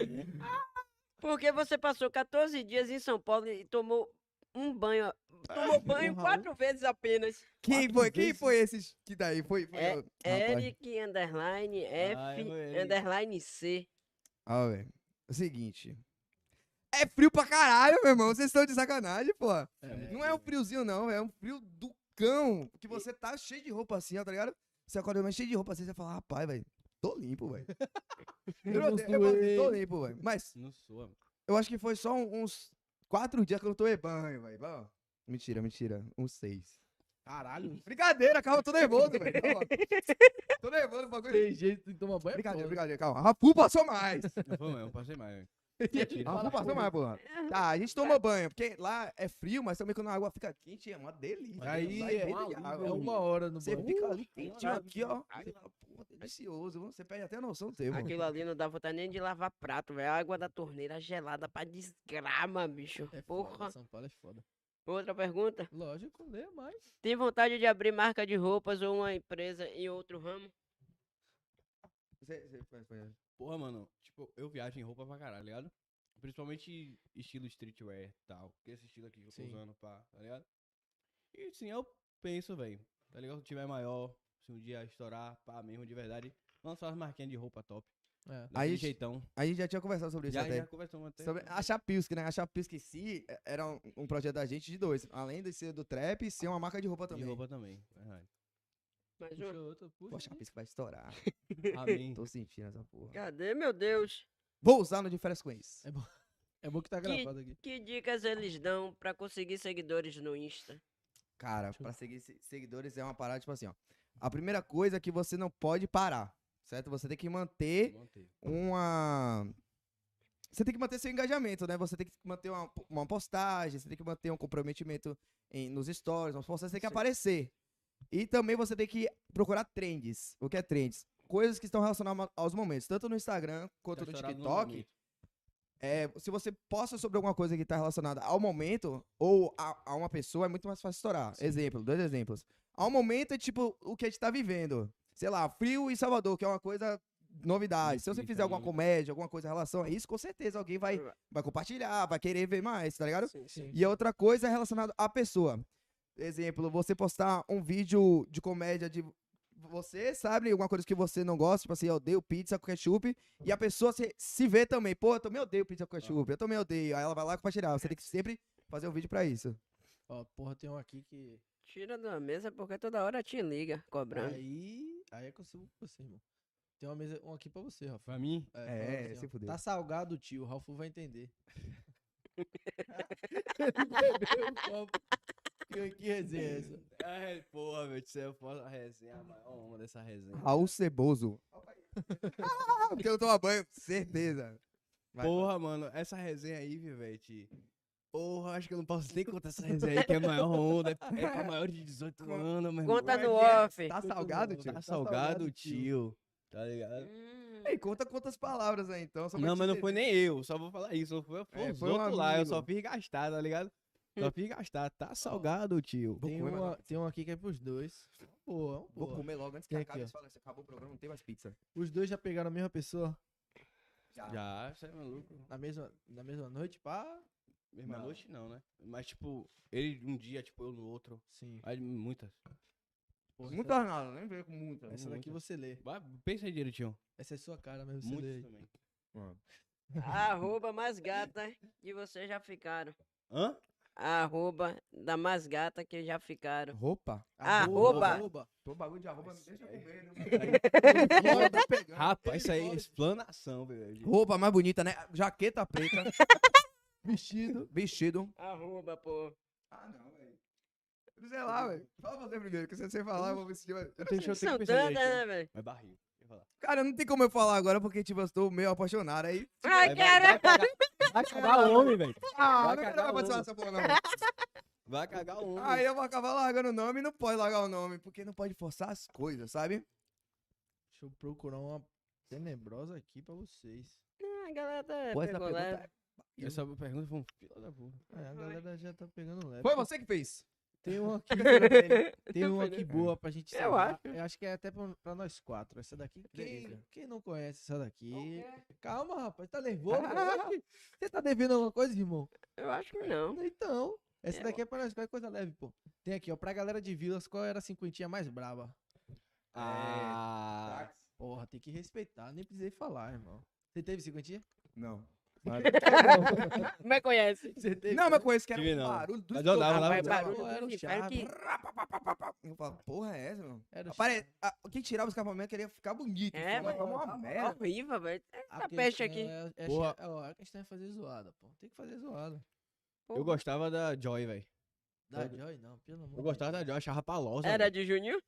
[SPEAKER 1] por que você passou 14 dias em São Paulo e tomou um banho? Tomou banho
[SPEAKER 2] Raul.
[SPEAKER 1] quatro vezes apenas.
[SPEAKER 3] Quem
[SPEAKER 2] Quatro
[SPEAKER 3] foi, quem
[SPEAKER 2] vezes.
[SPEAKER 3] foi esses que daí? Foi, foi
[SPEAKER 1] É,
[SPEAKER 3] eu. Rapaz. é
[SPEAKER 1] Eric underline F
[SPEAKER 4] Ah, eu vou Eric.
[SPEAKER 1] underline C.
[SPEAKER 3] Ah, velho. É o seguinte. É frio pra caralho, meu irmão. Vocês estão de sacanagem, pô.
[SPEAKER 4] É,
[SPEAKER 3] Não é um friozinho, não. É um frio do cão. Que você tá cheio de roupa assim, ó, tá ligado? Você acorda mais cheio de roupa assim, você fala, rapaz, velho. Tô limpo, velho. Eu,
[SPEAKER 2] não
[SPEAKER 3] odeio- eu falo assim, tô
[SPEAKER 2] suei.
[SPEAKER 3] limpo, velho. Mas
[SPEAKER 4] Não sou, mano.
[SPEAKER 3] eu acho que foi só um- uns quatro dias que eu não tomei banho, velho. Bom, Mentira, mentira. Uns seis.
[SPEAKER 4] Caralho.
[SPEAKER 3] Brincadeira, calma, tô nervoso, velho. calma. Tô nervoso, bagulho.
[SPEAKER 2] Tem jeito de tomar banho? é
[SPEAKER 3] Brincadeira,
[SPEAKER 2] foda.
[SPEAKER 3] brincadeira, calma. Rafu passou mais.
[SPEAKER 4] Não foi, mesmo, passei mais, velho.
[SPEAKER 3] Ah, não passou mais, porra. Tá, a gente tomou banho, porque lá é frio, mas também quando a água fica quente é uma delícia.
[SPEAKER 2] Aí
[SPEAKER 3] Sai
[SPEAKER 2] é
[SPEAKER 4] um
[SPEAKER 3] dentro de
[SPEAKER 2] uma,
[SPEAKER 3] água,
[SPEAKER 2] é uma hora no
[SPEAKER 3] Você
[SPEAKER 2] banho.
[SPEAKER 3] fica ali quentinho
[SPEAKER 2] maravilha.
[SPEAKER 3] aqui, ó. Você fala, Pô, delicioso. viu? Você perde até a noção do tempo.
[SPEAKER 1] Aquilo ali não dá vontade nem de lavar prato, velho. É A água da torneira gelada pra desgrama, bicho.
[SPEAKER 2] É foda,
[SPEAKER 1] Porra.
[SPEAKER 2] São Paulo é foda.
[SPEAKER 1] Outra pergunta.
[SPEAKER 2] Lógico, né? lê mais.
[SPEAKER 1] Tem vontade de abrir marca de roupas ou uma empresa em outro ramo?
[SPEAKER 3] Você- você faz- faz-
[SPEAKER 4] Porra, mano, tipo, eu viajo em roupa pra caralho, tá ligado? Principalmente estilo streetwear e tal. Que é esse estilo aqui que eu tô
[SPEAKER 2] Sim.
[SPEAKER 4] usando, pá, tá ligado? E assim, eu penso, velho, tá ligado? Se eu tiver maior, se um dia estourar, pá, mesmo, de verdade, lançar umas marquinhas de roupa top.
[SPEAKER 2] É.
[SPEAKER 4] Daquele
[SPEAKER 3] Aí-
[SPEAKER 4] jeitão.
[SPEAKER 3] A gente já tinha conversado sobre isso
[SPEAKER 4] Já,
[SPEAKER 3] até.
[SPEAKER 4] já conversamos até.
[SPEAKER 3] Sobre a Chapisk, né? A Chapisk em si é- era um, um projeto da gente de dois. Além de ser do trap, ser uma marca de roupa
[SPEAKER 4] de
[SPEAKER 3] também.
[SPEAKER 4] roupa também. é verdade.
[SPEAKER 1] Mais
[SPEAKER 2] Puxa
[SPEAKER 1] uma.
[SPEAKER 2] outra,
[SPEAKER 3] Pô, a
[SPEAKER 2] puxa.
[SPEAKER 3] Chapisk vai estourar.
[SPEAKER 4] Amém.
[SPEAKER 3] Tô sentindo essa porra.
[SPEAKER 1] Cadê, meu Deus?
[SPEAKER 3] Vou usar no de férias com isso.
[SPEAKER 2] É bom que tá
[SPEAKER 1] Que-
[SPEAKER 2] gravado aqui.
[SPEAKER 1] Que dicas eles dão pra conseguir seguidores no Insta?
[SPEAKER 3] Cara, pra seguir se- seguidores é uma parada, tipo assim, ó. A primeira coisa é que você não pode parar, certo? Você tem que manter
[SPEAKER 4] Mantei.
[SPEAKER 3] uma. Você tem que manter seu engajamento, né? Você tem que manter uma, po- uma postagem, você tem que manter um comprometimento em- nos stories, nos postagens, você tem que
[SPEAKER 2] Sim.
[SPEAKER 3] aparecer. E também você tem que procurar trends. O que é trends? Coisas que estão relacionadas aos momentos, tanto no Instagram quanto
[SPEAKER 4] Tá
[SPEAKER 3] no
[SPEAKER 4] estourado no
[SPEAKER 3] TikTok.
[SPEAKER 4] momento.
[SPEAKER 3] É, se você posta sobre alguma coisa que está relacionada ao momento ou a, a uma pessoa, é muito mais fácil estourar. Exemplo, dois exemplos. Ao momento é tipo o que a gente tá vivendo. Sei lá, frio em Salvador, que é uma coisa novidade. Se você
[SPEAKER 4] Sim,
[SPEAKER 3] fizer
[SPEAKER 4] tá
[SPEAKER 3] alguma
[SPEAKER 4] ligado.
[SPEAKER 3] comédia, alguma coisa em relação a isso, com certeza alguém vai, vai compartilhar, vai querer ver mais, tá ligado?
[SPEAKER 1] Sim,
[SPEAKER 2] sim.
[SPEAKER 3] E a outra coisa é relacionada à pessoa. Exemplo, você postar um vídeo de comédia de você, sabe? Alguma coisa que você não gosta, tipo assim, eu odeio pizza com ketchup. E a pessoa se, se vê também, pô, eu também odeio pizza com ketchup, eu também odeio. Aí ela vai lá compartilhar. Você tem que sempre fazer um vídeo pra isso.
[SPEAKER 2] Ó, porra, tem um aqui que.
[SPEAKER 1] Tira da mesa porque toda hora te liga cobrando.
[SPEAKER 2] Aí. Aí é consigo pra você, irmão. Tem uma mesa, um aqui pra você, Rafa.
[SPEAKER 4] Pra mim,
[SPEAKER 3] É,
[SPEAKER 2] falando ó,
[SPEAKER 3] se fudeu.
[SPEAKER 2] Tá salgado, tio. O Ralfo vai entender. Ele bebeu um copo. Que, que resenha é essa?
[SPEAKER 4] é, porra, meu, você é foda a resenha, a maior onda dessa resenha.
[SPEAKER 3] Raul Ceboso. ah, porque eu não tomo banho, certeza. Vai, Tá
[SPEAKER 4] Porra, mano, essa resenha aí, Vivete. Porra, acho que eu não posso nem contar essa resenha aí, que é maior onda. É pra maior de 18 anos, meu irmão.
[SPEAKER 1] Conta
[SPEAKER 3] como é
[SPEAKER 1] no
[SPEAKER 3] que é?
[SPEAKER 1] off.
[SPEAKER 3] Tá salgado, tio?
[SPEAKER 4] Tá salgado, tio. Tá ligado?
[SPEAKER 1] Hum.
[SPEAKER 3] Ei, conta quantas palavras aí, então. só pra
[SPEAKER 4] Não,
[SPEAKER 3] gente
[SPEAKER 4] mas não
[SPEAKER 3] entender.
[SPEAKER 4] foi nem eu, só vou falar isso. Foi, foi
[SPEAKER 3] É,
[SPEAKER 4] os
[SPEAKER 3] foi um
[SPEAKER 4] outros lá, eu só
[SPEAKER 3] amigo.
[SPEAKER 4] fiz gastar, tá ligado? Só fiz gastar. Tá salgado, tio.
[SPEAKER 2] Tem,
[SPEAKER 3] comer mais
[SPEAKER 2] uma, tem um aqui que é pros dois. Boa, é um
[SPEAKER 3] Vou
[SPEAKER 2] boa.
[SPEAKER 3] comer logo antes que
[SPEAKER 2] Tem
[SPEAKER 3] acabe.
[SPEAKER 4] é?
[SPEAKER 2] aqui, ó.
[SPEAKER 3] Eles falam, "Você acabou o programa, não tem mais pizza.
[SPEAKER 2] Os dois já pegaram a mesma pessoa
[SPEAKER 4] Já, você é maluco.
[SPEAKER 2] na mesma, na mesma noite, pá?
[SPEAKER 4] Mesma
[SPEAKER 2] Não.
[SPEAKER 4] noite não, né? Mas, tipo, ele um dia, tipo, eu no outro.
[SPEAKER 2] Sim.
[SPEAKER 4] Aí, muitas.
[SPEAKER 2] Porra,
[SPEAKER 3] Muito
[SPEAKER 2] essa,
[SPEAKER 3] nada, nem veio com muita.
[SPEAKER 2] essa daqui
[SPEAKER 4] muita.
[SPEAKER 2] você lê.
[SPEAKER 4] Vai, pensa aí direitinho.
[SPEAKER 2] Essa é sua cara mesmo, você
[SPEAKER 4] Muitas
[SPEAKER 2] lê. aí.
[SPEAKER 4] também.
[SPEAKER 1] A arroba mais gata que vocês já ficaram.
[SPEAKER 4] Hã?
[SPEAKER 1] A arroba da mais gata que já ficaram.
[SPEAKER 3] Roupa?
[SPEAKER 2] Ah,
[SPEAKER 1] Arroba.
[SPEAKER 2] Arroba.
[SPEAKER 3] Pô, bagulho de arroba, me deixa com medo.
[SPEAKER 4] Rapaz, isso aí é explanação, velho.
[SPEAKER 3] tá Roupa mais bonita, né? Jaqueta preta.
[SPEAKER 2] Vestido.
[SPEAKER 3] vestido.
[SPEAKER 1] Arroba, pô.
[SPEAKER 3] Ah, não, velho. Sei lá, velho. Fala você primeiro, que se você falar, eu vou me sentir.
[SPEAKER 4] Eu tenho, eu tenho que pensar
[SPEAKER 1] Santana,
[SPEAKER 4] direito, né?
[SPEAKER 1] né, velho?
[SPEAKER 4] Mas barril. eu ia falar.
[SPEAKER 3] Cara, não tem como eu falar agora, porque, tipo, eu estou meio apaixonado aí.
[SPEAKER 1] Ai,
[SPEAKER 4] Vai- vai-
[SPEAKER 1] cara.
[SPEAKER 4] vai cagar- Vai cagar o homem, velho.
[SPEAKER 3] Ah,
[SPEAKER 4] Vai
[SPEAKER 3] não quero
[SPEAKER 4] cagar
[SPEAKER 3] mais
[SPEAKER 4] o
[SPEAKER 3] participar
[SPEAKER 4] mundo.
[SPEAKER 3] dessa porra, não. velho.
[SPEAKER 4] Vai cagar o homem.
[SPEAKER 3] Aí eu vou acabar largando o nome e não pode largar o nome, porque não pode forçar as coisas, sabe?
[SPEAKER 2] Deixa eu procurar uma tenebrosa aqui pra vocês.
[SPEAKER 1] A galera tá
[SPEAKER 3] Pô, essa
[SPEAKER 1] pegou
[SPEAKER 3] pergunta
[SPEAKER 1] leve.
[SPEAKER 4] Essa pergunta foi um fila da porra.
[SPEAKER 2] É, a galera já tá pegando leve.
[SPEAKER 3] Foi você que fez.
[SPEAKER 2] Tem uma aqui, tem
[SPEAKER 1] Não
[SPEAKER 2] uma
[SPEAKER 1] foi, né?
[SPEAKER 2] aqui boa pra gente
[SPEAKER 1] Eu
[SPEAKER 2] salvar.
[SPEAKER 1] acho.
[SPEAKER 2] Eu acho que é até pra, pra nós quatro. Essa daqui, quem,
[SPEAKER 3] Beleza.
[SPEAKER 2] quem não conhece essa daqui? Calma, rapaz, tá nervoso? rapaz? Você tá devendo alguma coisa, irmão?
[SPEAKER 1] Eu acho que não.
[SPEAKER 2] Então, essa
[SPEAKER 1] É,
[SPEAKER 2] daqui é pra nós quatro, é coisa leve, pô. Tem aqui, ó, pra galera de Vilas, qual era a cinquentinha mais braba?
[SPEAKER 4] Ah.
[SPEAKER 2] Porra, tem que respeitar, nem precisei falar, irmão. Você teve cinquentinha? Tá
[SPEAKER 3] Não.
[SPEAKER 1] Como é que conhece?
[SPEAKER 2] Você teve?
[SPEAKER 3] Não, mas conheço que era
[SPEAKER 4] Tive
[SPEAKER 3] um
[SPEAKER 4] não.
[SPEAKER 3] barulho do
[SPEAKER 4] Mas eu dava,
[SPEAKER 3] estômago.
[SPEAKER 4] dava,
[SPEAKER 1] Vai,
[SPEAKER 4] dava.
[SPEAKER 2] bravo.
[SPEAKER 1] barulho
[SPEAKER 2] Era o
[SPEAKER 1] do inferno que...
[SPEAKER 3] Rá, pá, pá, pá, pá, pá. Eu falo, porra, é essa, mano?
[SPEAKER 2] Era
[SPEAKER 3] Apare... Ah, quem tirava os capamentos queria ficar bonito.
[SPEAKER 1] É,
[SPEAKER 3] mas
[SPEAKER 1] mas-
[SPEAKER 3] é
[SPEAKER 2] tá
[SPEAKER 3] uma merda.
[SPEAKER 1] Horrível, velho.
[SPEAKER 2] Essa
[SPEAKER 1] peste aqui.
[SPEAKER 2] É, é,
[SPEAKER 4] Porra.
[SPEAKER 2] é, ó, a questão é fazer zoada, pô. Tem que fazer zoada.
[SPEAKER 4] Eu gostava da Joy, velho.
[SPEAKER 2] Da
[SPEAKER 4] Eu-
[SPEAKER 2] Joy, não, pelo amor de
[SPEAKER 4] Eu gostava da
[SPEAKER 2] Deus.
[SPEAKER 4] Joy, achava palosa.
[SPEAKER 1] Era
[SPEAKER 4] velho.
[SPEAKER 1] de Juninho?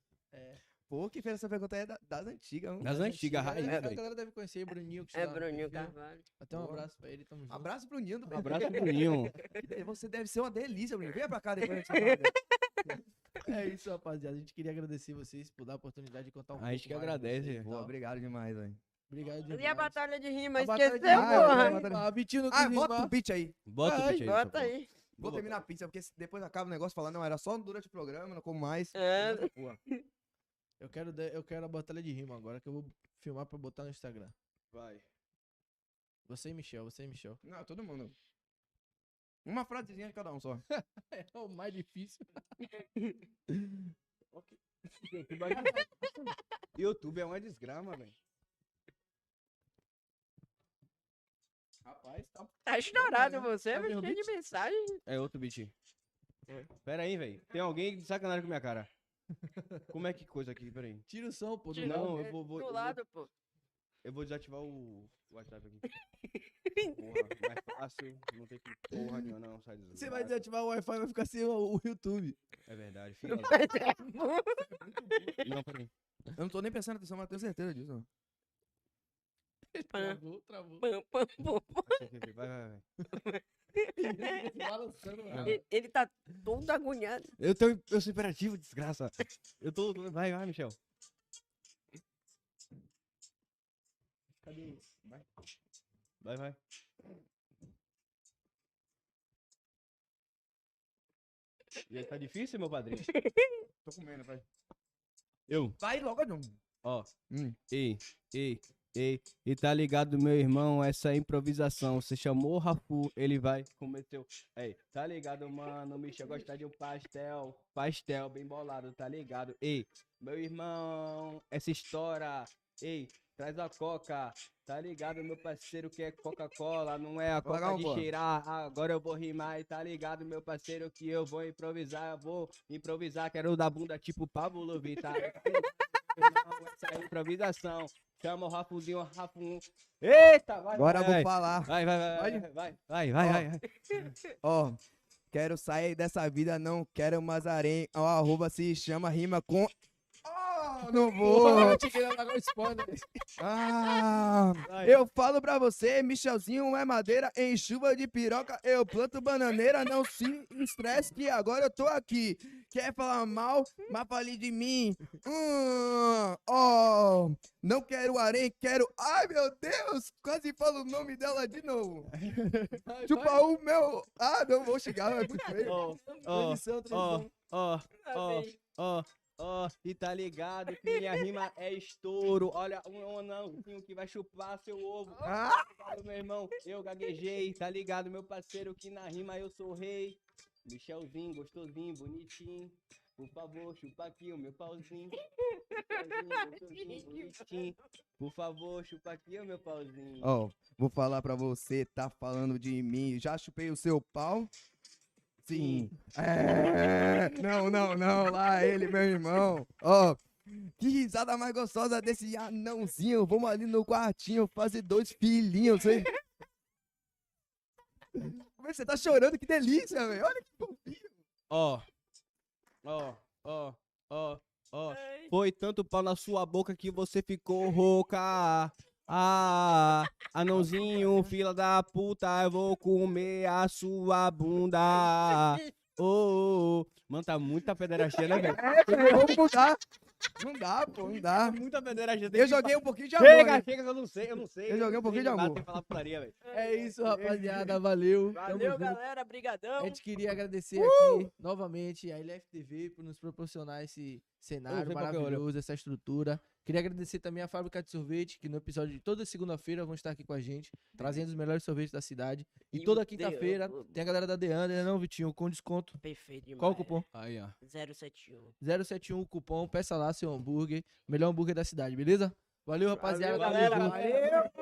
[SPEAKER 3] Pô, que fez essa pergunta é da- das antigas. mano.
[SPEAKER 4] Das antigas, raiz,
[SPEAKER 2] né? A
[SPEAKER 4] velho.
[SPEAKER 2] galera deve conhecer o Bruninho. Que
[SPEAKER 1] É
[SPEAKER 2] estudava no
[SPEAKER 1] Bruninho
[SPEAKER 2] perfil.
[SPEAKER 1] Carvalho.
[SPEAKER 2] Até um
[SPEAKER 3] Boa.
[SPEAKER 2] abraço pra ele, tamo junto.
[SPEAKER 3] Abraço pro Ninho do
[SPEAKER 4] Um abraço pro Ninho.
[SPEAKER 3] Perfil. Você deve ser uma delícia, Bruninho. Venha pra cá depois. a gente fala dela.
[SPEAKER 2] É isso, rapaziada. A gente queria agradecer vocês por dar a oportunidade de contar um
[SPEAKER 4] A gente
[SPEAKER 2] pouco
[SPEAKER 4] que
[SPEAKER 2] mais de
[SPEAKER 4] agradece.
[SPEAKER 2] vocês e
[SPEAKER 3] Pô,
[SPEAKER 2] tal.
[SPEAKER 3] obrigado demais, velho.
[SPEAKER 2] Obrigado demais.
[SPEAKER 1] E a batalha de rima?
[SPEAKER 2] batalha
[SPEAKER 1] Esqueceu,
[SPEAKER 2] de rima,
[SPEAKER 3] Ah,
[SPEAKER 1] porra?
[SPEAKER 3] eu vou-
[SPEAKER 2] porra. Ah, Vitinho não
[SPEAKER 3] Ah,
[SPEAKER 2] quis
[SPEAKER 3] bota o
[SPEAKER 2] rimar.
[SPEAKER 3] beat aí.
[SPEAKER 4] Bota o
[SPEAKER 2] Ai,
[SPEAKER 4] pitch aí.
[SPEAKER 1] Bota
[SPEAKER 4] por favor.
[SPEAKER 1] aí.
[SPEAKER 3] Vou terminar a pizza, porque se- depois acaba o negócio falando, não, era só durante o programa, não como mais.
[SPEAKER 1] É,
[SPEAKER 2] Porra. Eu quero, de- eu quero a batalha de rima agora, que eu vou filmar pra botar no Instagram.
[SPEAKER 4] Vai.
[SPEAKER 2] Você e Michel, você e Michel.
[SPEAKER 3] Não, todo mundo. Uma frasezinha de cada um só.
[SPEAKER 2] É o mais difícil.
[SPEAKER 4] YouTube é uma desgrama, velho.
[SPEAKER 2] Rapaz, tá...
[SPEAKER 1] tá estourado
[SPEAKER 2] né?
[SPEAKER 1] você,
[SPEAKER 2] Tá
[SPEAKER 1] velho.
[SPEAKER 2] derrubando.
[SPEAKER 1] Cheio de mensagem.
[SPEAKER 4] É outro beat. Pera aí, velho. Tem alguém de sacanagem com minha cara. Como é que coisa aqui? Pera aí.
[SPEAKER 2] Tira o som, pô. do
[SPEAKER 1] Tira.
[SPEAKER 2] lado.
[SPEAKER 4] Não, eu vou, vou,
[SPEAKER 1] É
[SPEAKER 4] eu
[SPEAKER 1] Do
[SPEAKER 4] vou-
[SPEAKER 1] lado, pô.
[SPEAKER 4] eu vou desativar o o WhatsApp aqui. Porra, mais fácil. Não tem que porra nenhuma, não. Sai do
[SPEAKER 2] Você vai desativar o Wi-Fi, vai ficar sem o, o YouTube.
[SPEAKER 4] É verdade, filho.
[SPEAKER 1] Mas é bom.
[SPEAKER 4] Não, peraí.
[SPEAKER 3] Eu não tô nem prestando atenção, mas tenho certeza disso. mano.
[SPEAKER 1] Pã,
[SPEAKER 2] Travou, travou.
[SPEAKER 1] pã, pã, pã, pã.
[SPEAKER 4] Vai, vai, vai.
[SPEAKER 2] Balançando,
[SPEAKER 4] Ah.
[SPEAKER 2] velho.
[SPEAKER 1] Ele- Ele tá todo agoniado.
[SPEAKER 4] Eu, tenho, eu sou imperativo, desgraça. Eu tô. Vai, vai, Michel.
[SPEAKER 2] Cadê? Vai.
[SPEAKER 4] Vai, vai. E aí, tá difícil, meu padrinho?
[SPEAKER 3] Tô comendo, vai.
[SPEAKER 4] Eu.
[SPEAKER 3] Vai logo, John.
[SPEAKER 4] Ó.
[SPEAKER 3] Hum.
[SPEAKER 4] Ei, ei, ei. E tá ligado, meu irmão, essa improvisação. Você chamou o Rafu, ele vai comer teu. Aí, tá ligado, mano? Michel gosta de um pastel. Pastel bem bolado, tá ligado? Ei, meu irmão, essa história. Ei, traz a coca. Tá ligado, meu parceiro, que é Coca-Cola, não é a
[SPEAKER 3] Vai
[SPEAKER 4] coca
[SPEAKER 3] lá,
[SPEAKER 4] de
[SPEAKER 3] vambora.
[SPEAKER 4] cheirar. Agora eu vou rimar e tá ligado, meu parceiro, que eu vou improvisar. Eu vou improvisar, quero dar bunda tipo Pablo Vittar. Não, essa é improvisação. Chama o Rafuzinho, Rafu. Eita, vai,
[SPEAKER 3] Agora
[SPEAKER 4] vai,
[SPEAKER 3] eu vou
[SPEAKER 4] vai.
[SPEAKER 3] falar.
[SPEAKER 4] Vai, vai, vai,
[SPEAKER 3] Olha.
[SPEAKER 4] vai, vai, vai, vai,
[SPEAKER 3] Ó.
[SPEAKER 4] vai, vai.
[SPEAKER 3] Ó, quero sair dessa vida, não quero mais arém. Ó, arroba se chama rima com. Oh, não
[SPEAKER 2] Porra,
[SPEAKER 3] vou.
[SPEAKER 2] eu tinha que dar um spoiler.
[SPEAKER 3] Ah,
[SPEAKER 4] Vai.
[SPEAKER 3] eu falo pra você, Michelzinho é madeira em chuva de piroca. Eu planto bananeira, não se estresse que agora eu tô aqui. Quer falar mal? Mas fale de mim. Hum, ó, não quero arém, quero. Ai, meu Deus! Quase falo o nome dela de novo.
[SPEAKER 2] Vai, vai.
[SPEAKER 3] Chupa o meu. Ah, não vou chegar, é muito feio.
[SPEAKER 4] Ó, ó,
[SPEAKER 2] Transição,
[SPEAKER 4] ó,
[SPEAKER 2] transição.
[SPEAKER 4] ó, ó,
[SPEAKER 1] Amém.
[SPEAKER 4] ó, ó, e tá ligado que minha rima é estouro. Olha, um anãozinho que vai chupar seu ovo.
[SPEAKER 3] Ah,
[SPEAKER 4] Fala, meu irmão, eu gaguejei, tá ligado, meu parceiro, que na rima eu sou rei. Michelzinho, gostosinho, bonitinho. Por favor, chupa aqui o meu pauzinho. Michelzinho, gostosinho, bonitinho. Por favor, chupa aqui o meu pauzinho.
[SPEAKER 3] Ó, vou falar pra você, tá falando de mim. Já chupei o seu pau? Sim. É. Não, não, não. Lá ele, meu irmão. Ó. Que risada mais gostosa desse anãozinho. Vamos ali no quartinho fazer dois filhinhos, hein? Como é que Você tá chorando, que delícia, velho. Olha que fofinho.
[SPEAKER 4] Ó, Ó, ó, ó, ó.
[SPEAKER 1] Ai.
[SPEAKER 4] Foi tanto pau na sua boca que você ficou rouca. Ah, anãozinho, fila da puta, eu vou comer a sua bunda. Ô, ô, ô. mano, tá muita pederastia, né, velho? Tá
[SPEAKER 3] É, velho, vamos mudar. Não dá, pô, não dá.
[SPEAKER 4] Muita pederastia. tem
[SPEAKER 3] Eu
[SPEAKER 4] que pa-
[SPEAKER 3] joguei um pouquinho de amor.
[SPEAKER 4] Chega,
[SPEAKER 3] né?
[SPEAKER 4] chega, que eu não sei, eu não sei.
[SPEAKER 3] Eu joguei um pouquinho de amor.
[SPEAKER 4] Tem que falar putaria, velho.
[SPEAKER 2] É isso, rapaziada. Valeu. Tamo
[SPEAKER 1] Valeu,
[SPEAKER 2] junto.
[SPEAKER 1] galera. Brigadão.
[SPEAKER 2] A gente queria agradecer
[SPEAKER 1] Uh!
[SPEAKER 2] aqui novamente a LFTV por nos proporcionar esse cenário
[SPEAKER 4] sei qual que é o olho.
[SPEAKER 2] maravilhoso, essa estrutura. Queria agradecer também a Fábrica de Sorvete, que no episódio de toda segunda-feira vão estar aqui com a gente, trazendo os melhores sorvetes da cidade. E,
[SPEAKER 1] E o
[SPEAKER 2] toda
[SPEAKER 1] The
[SPEAKER 2] quinta-feira
[SPEAKER 1] Up.
[SPEAKER 2] tem a galera da Deandra, né não, Vitinho? Com desconto.
[SPEAKER 1] Perfeito demais.
[SPEAKER 2] Qual é o cupom?
[SPEAKER 4] Aí, ó.
[SPEAKER 1] 071.
[SPEAKER 2] 071 o cupom, peça lá seu hambúrguer, melhor hambúrguer da cidade, beleza? Valeu, rapaziada. tamo
[SPEAKER 1] galera.
[SPEAKER 2] junto.
[SPEAKER 1] Valeu.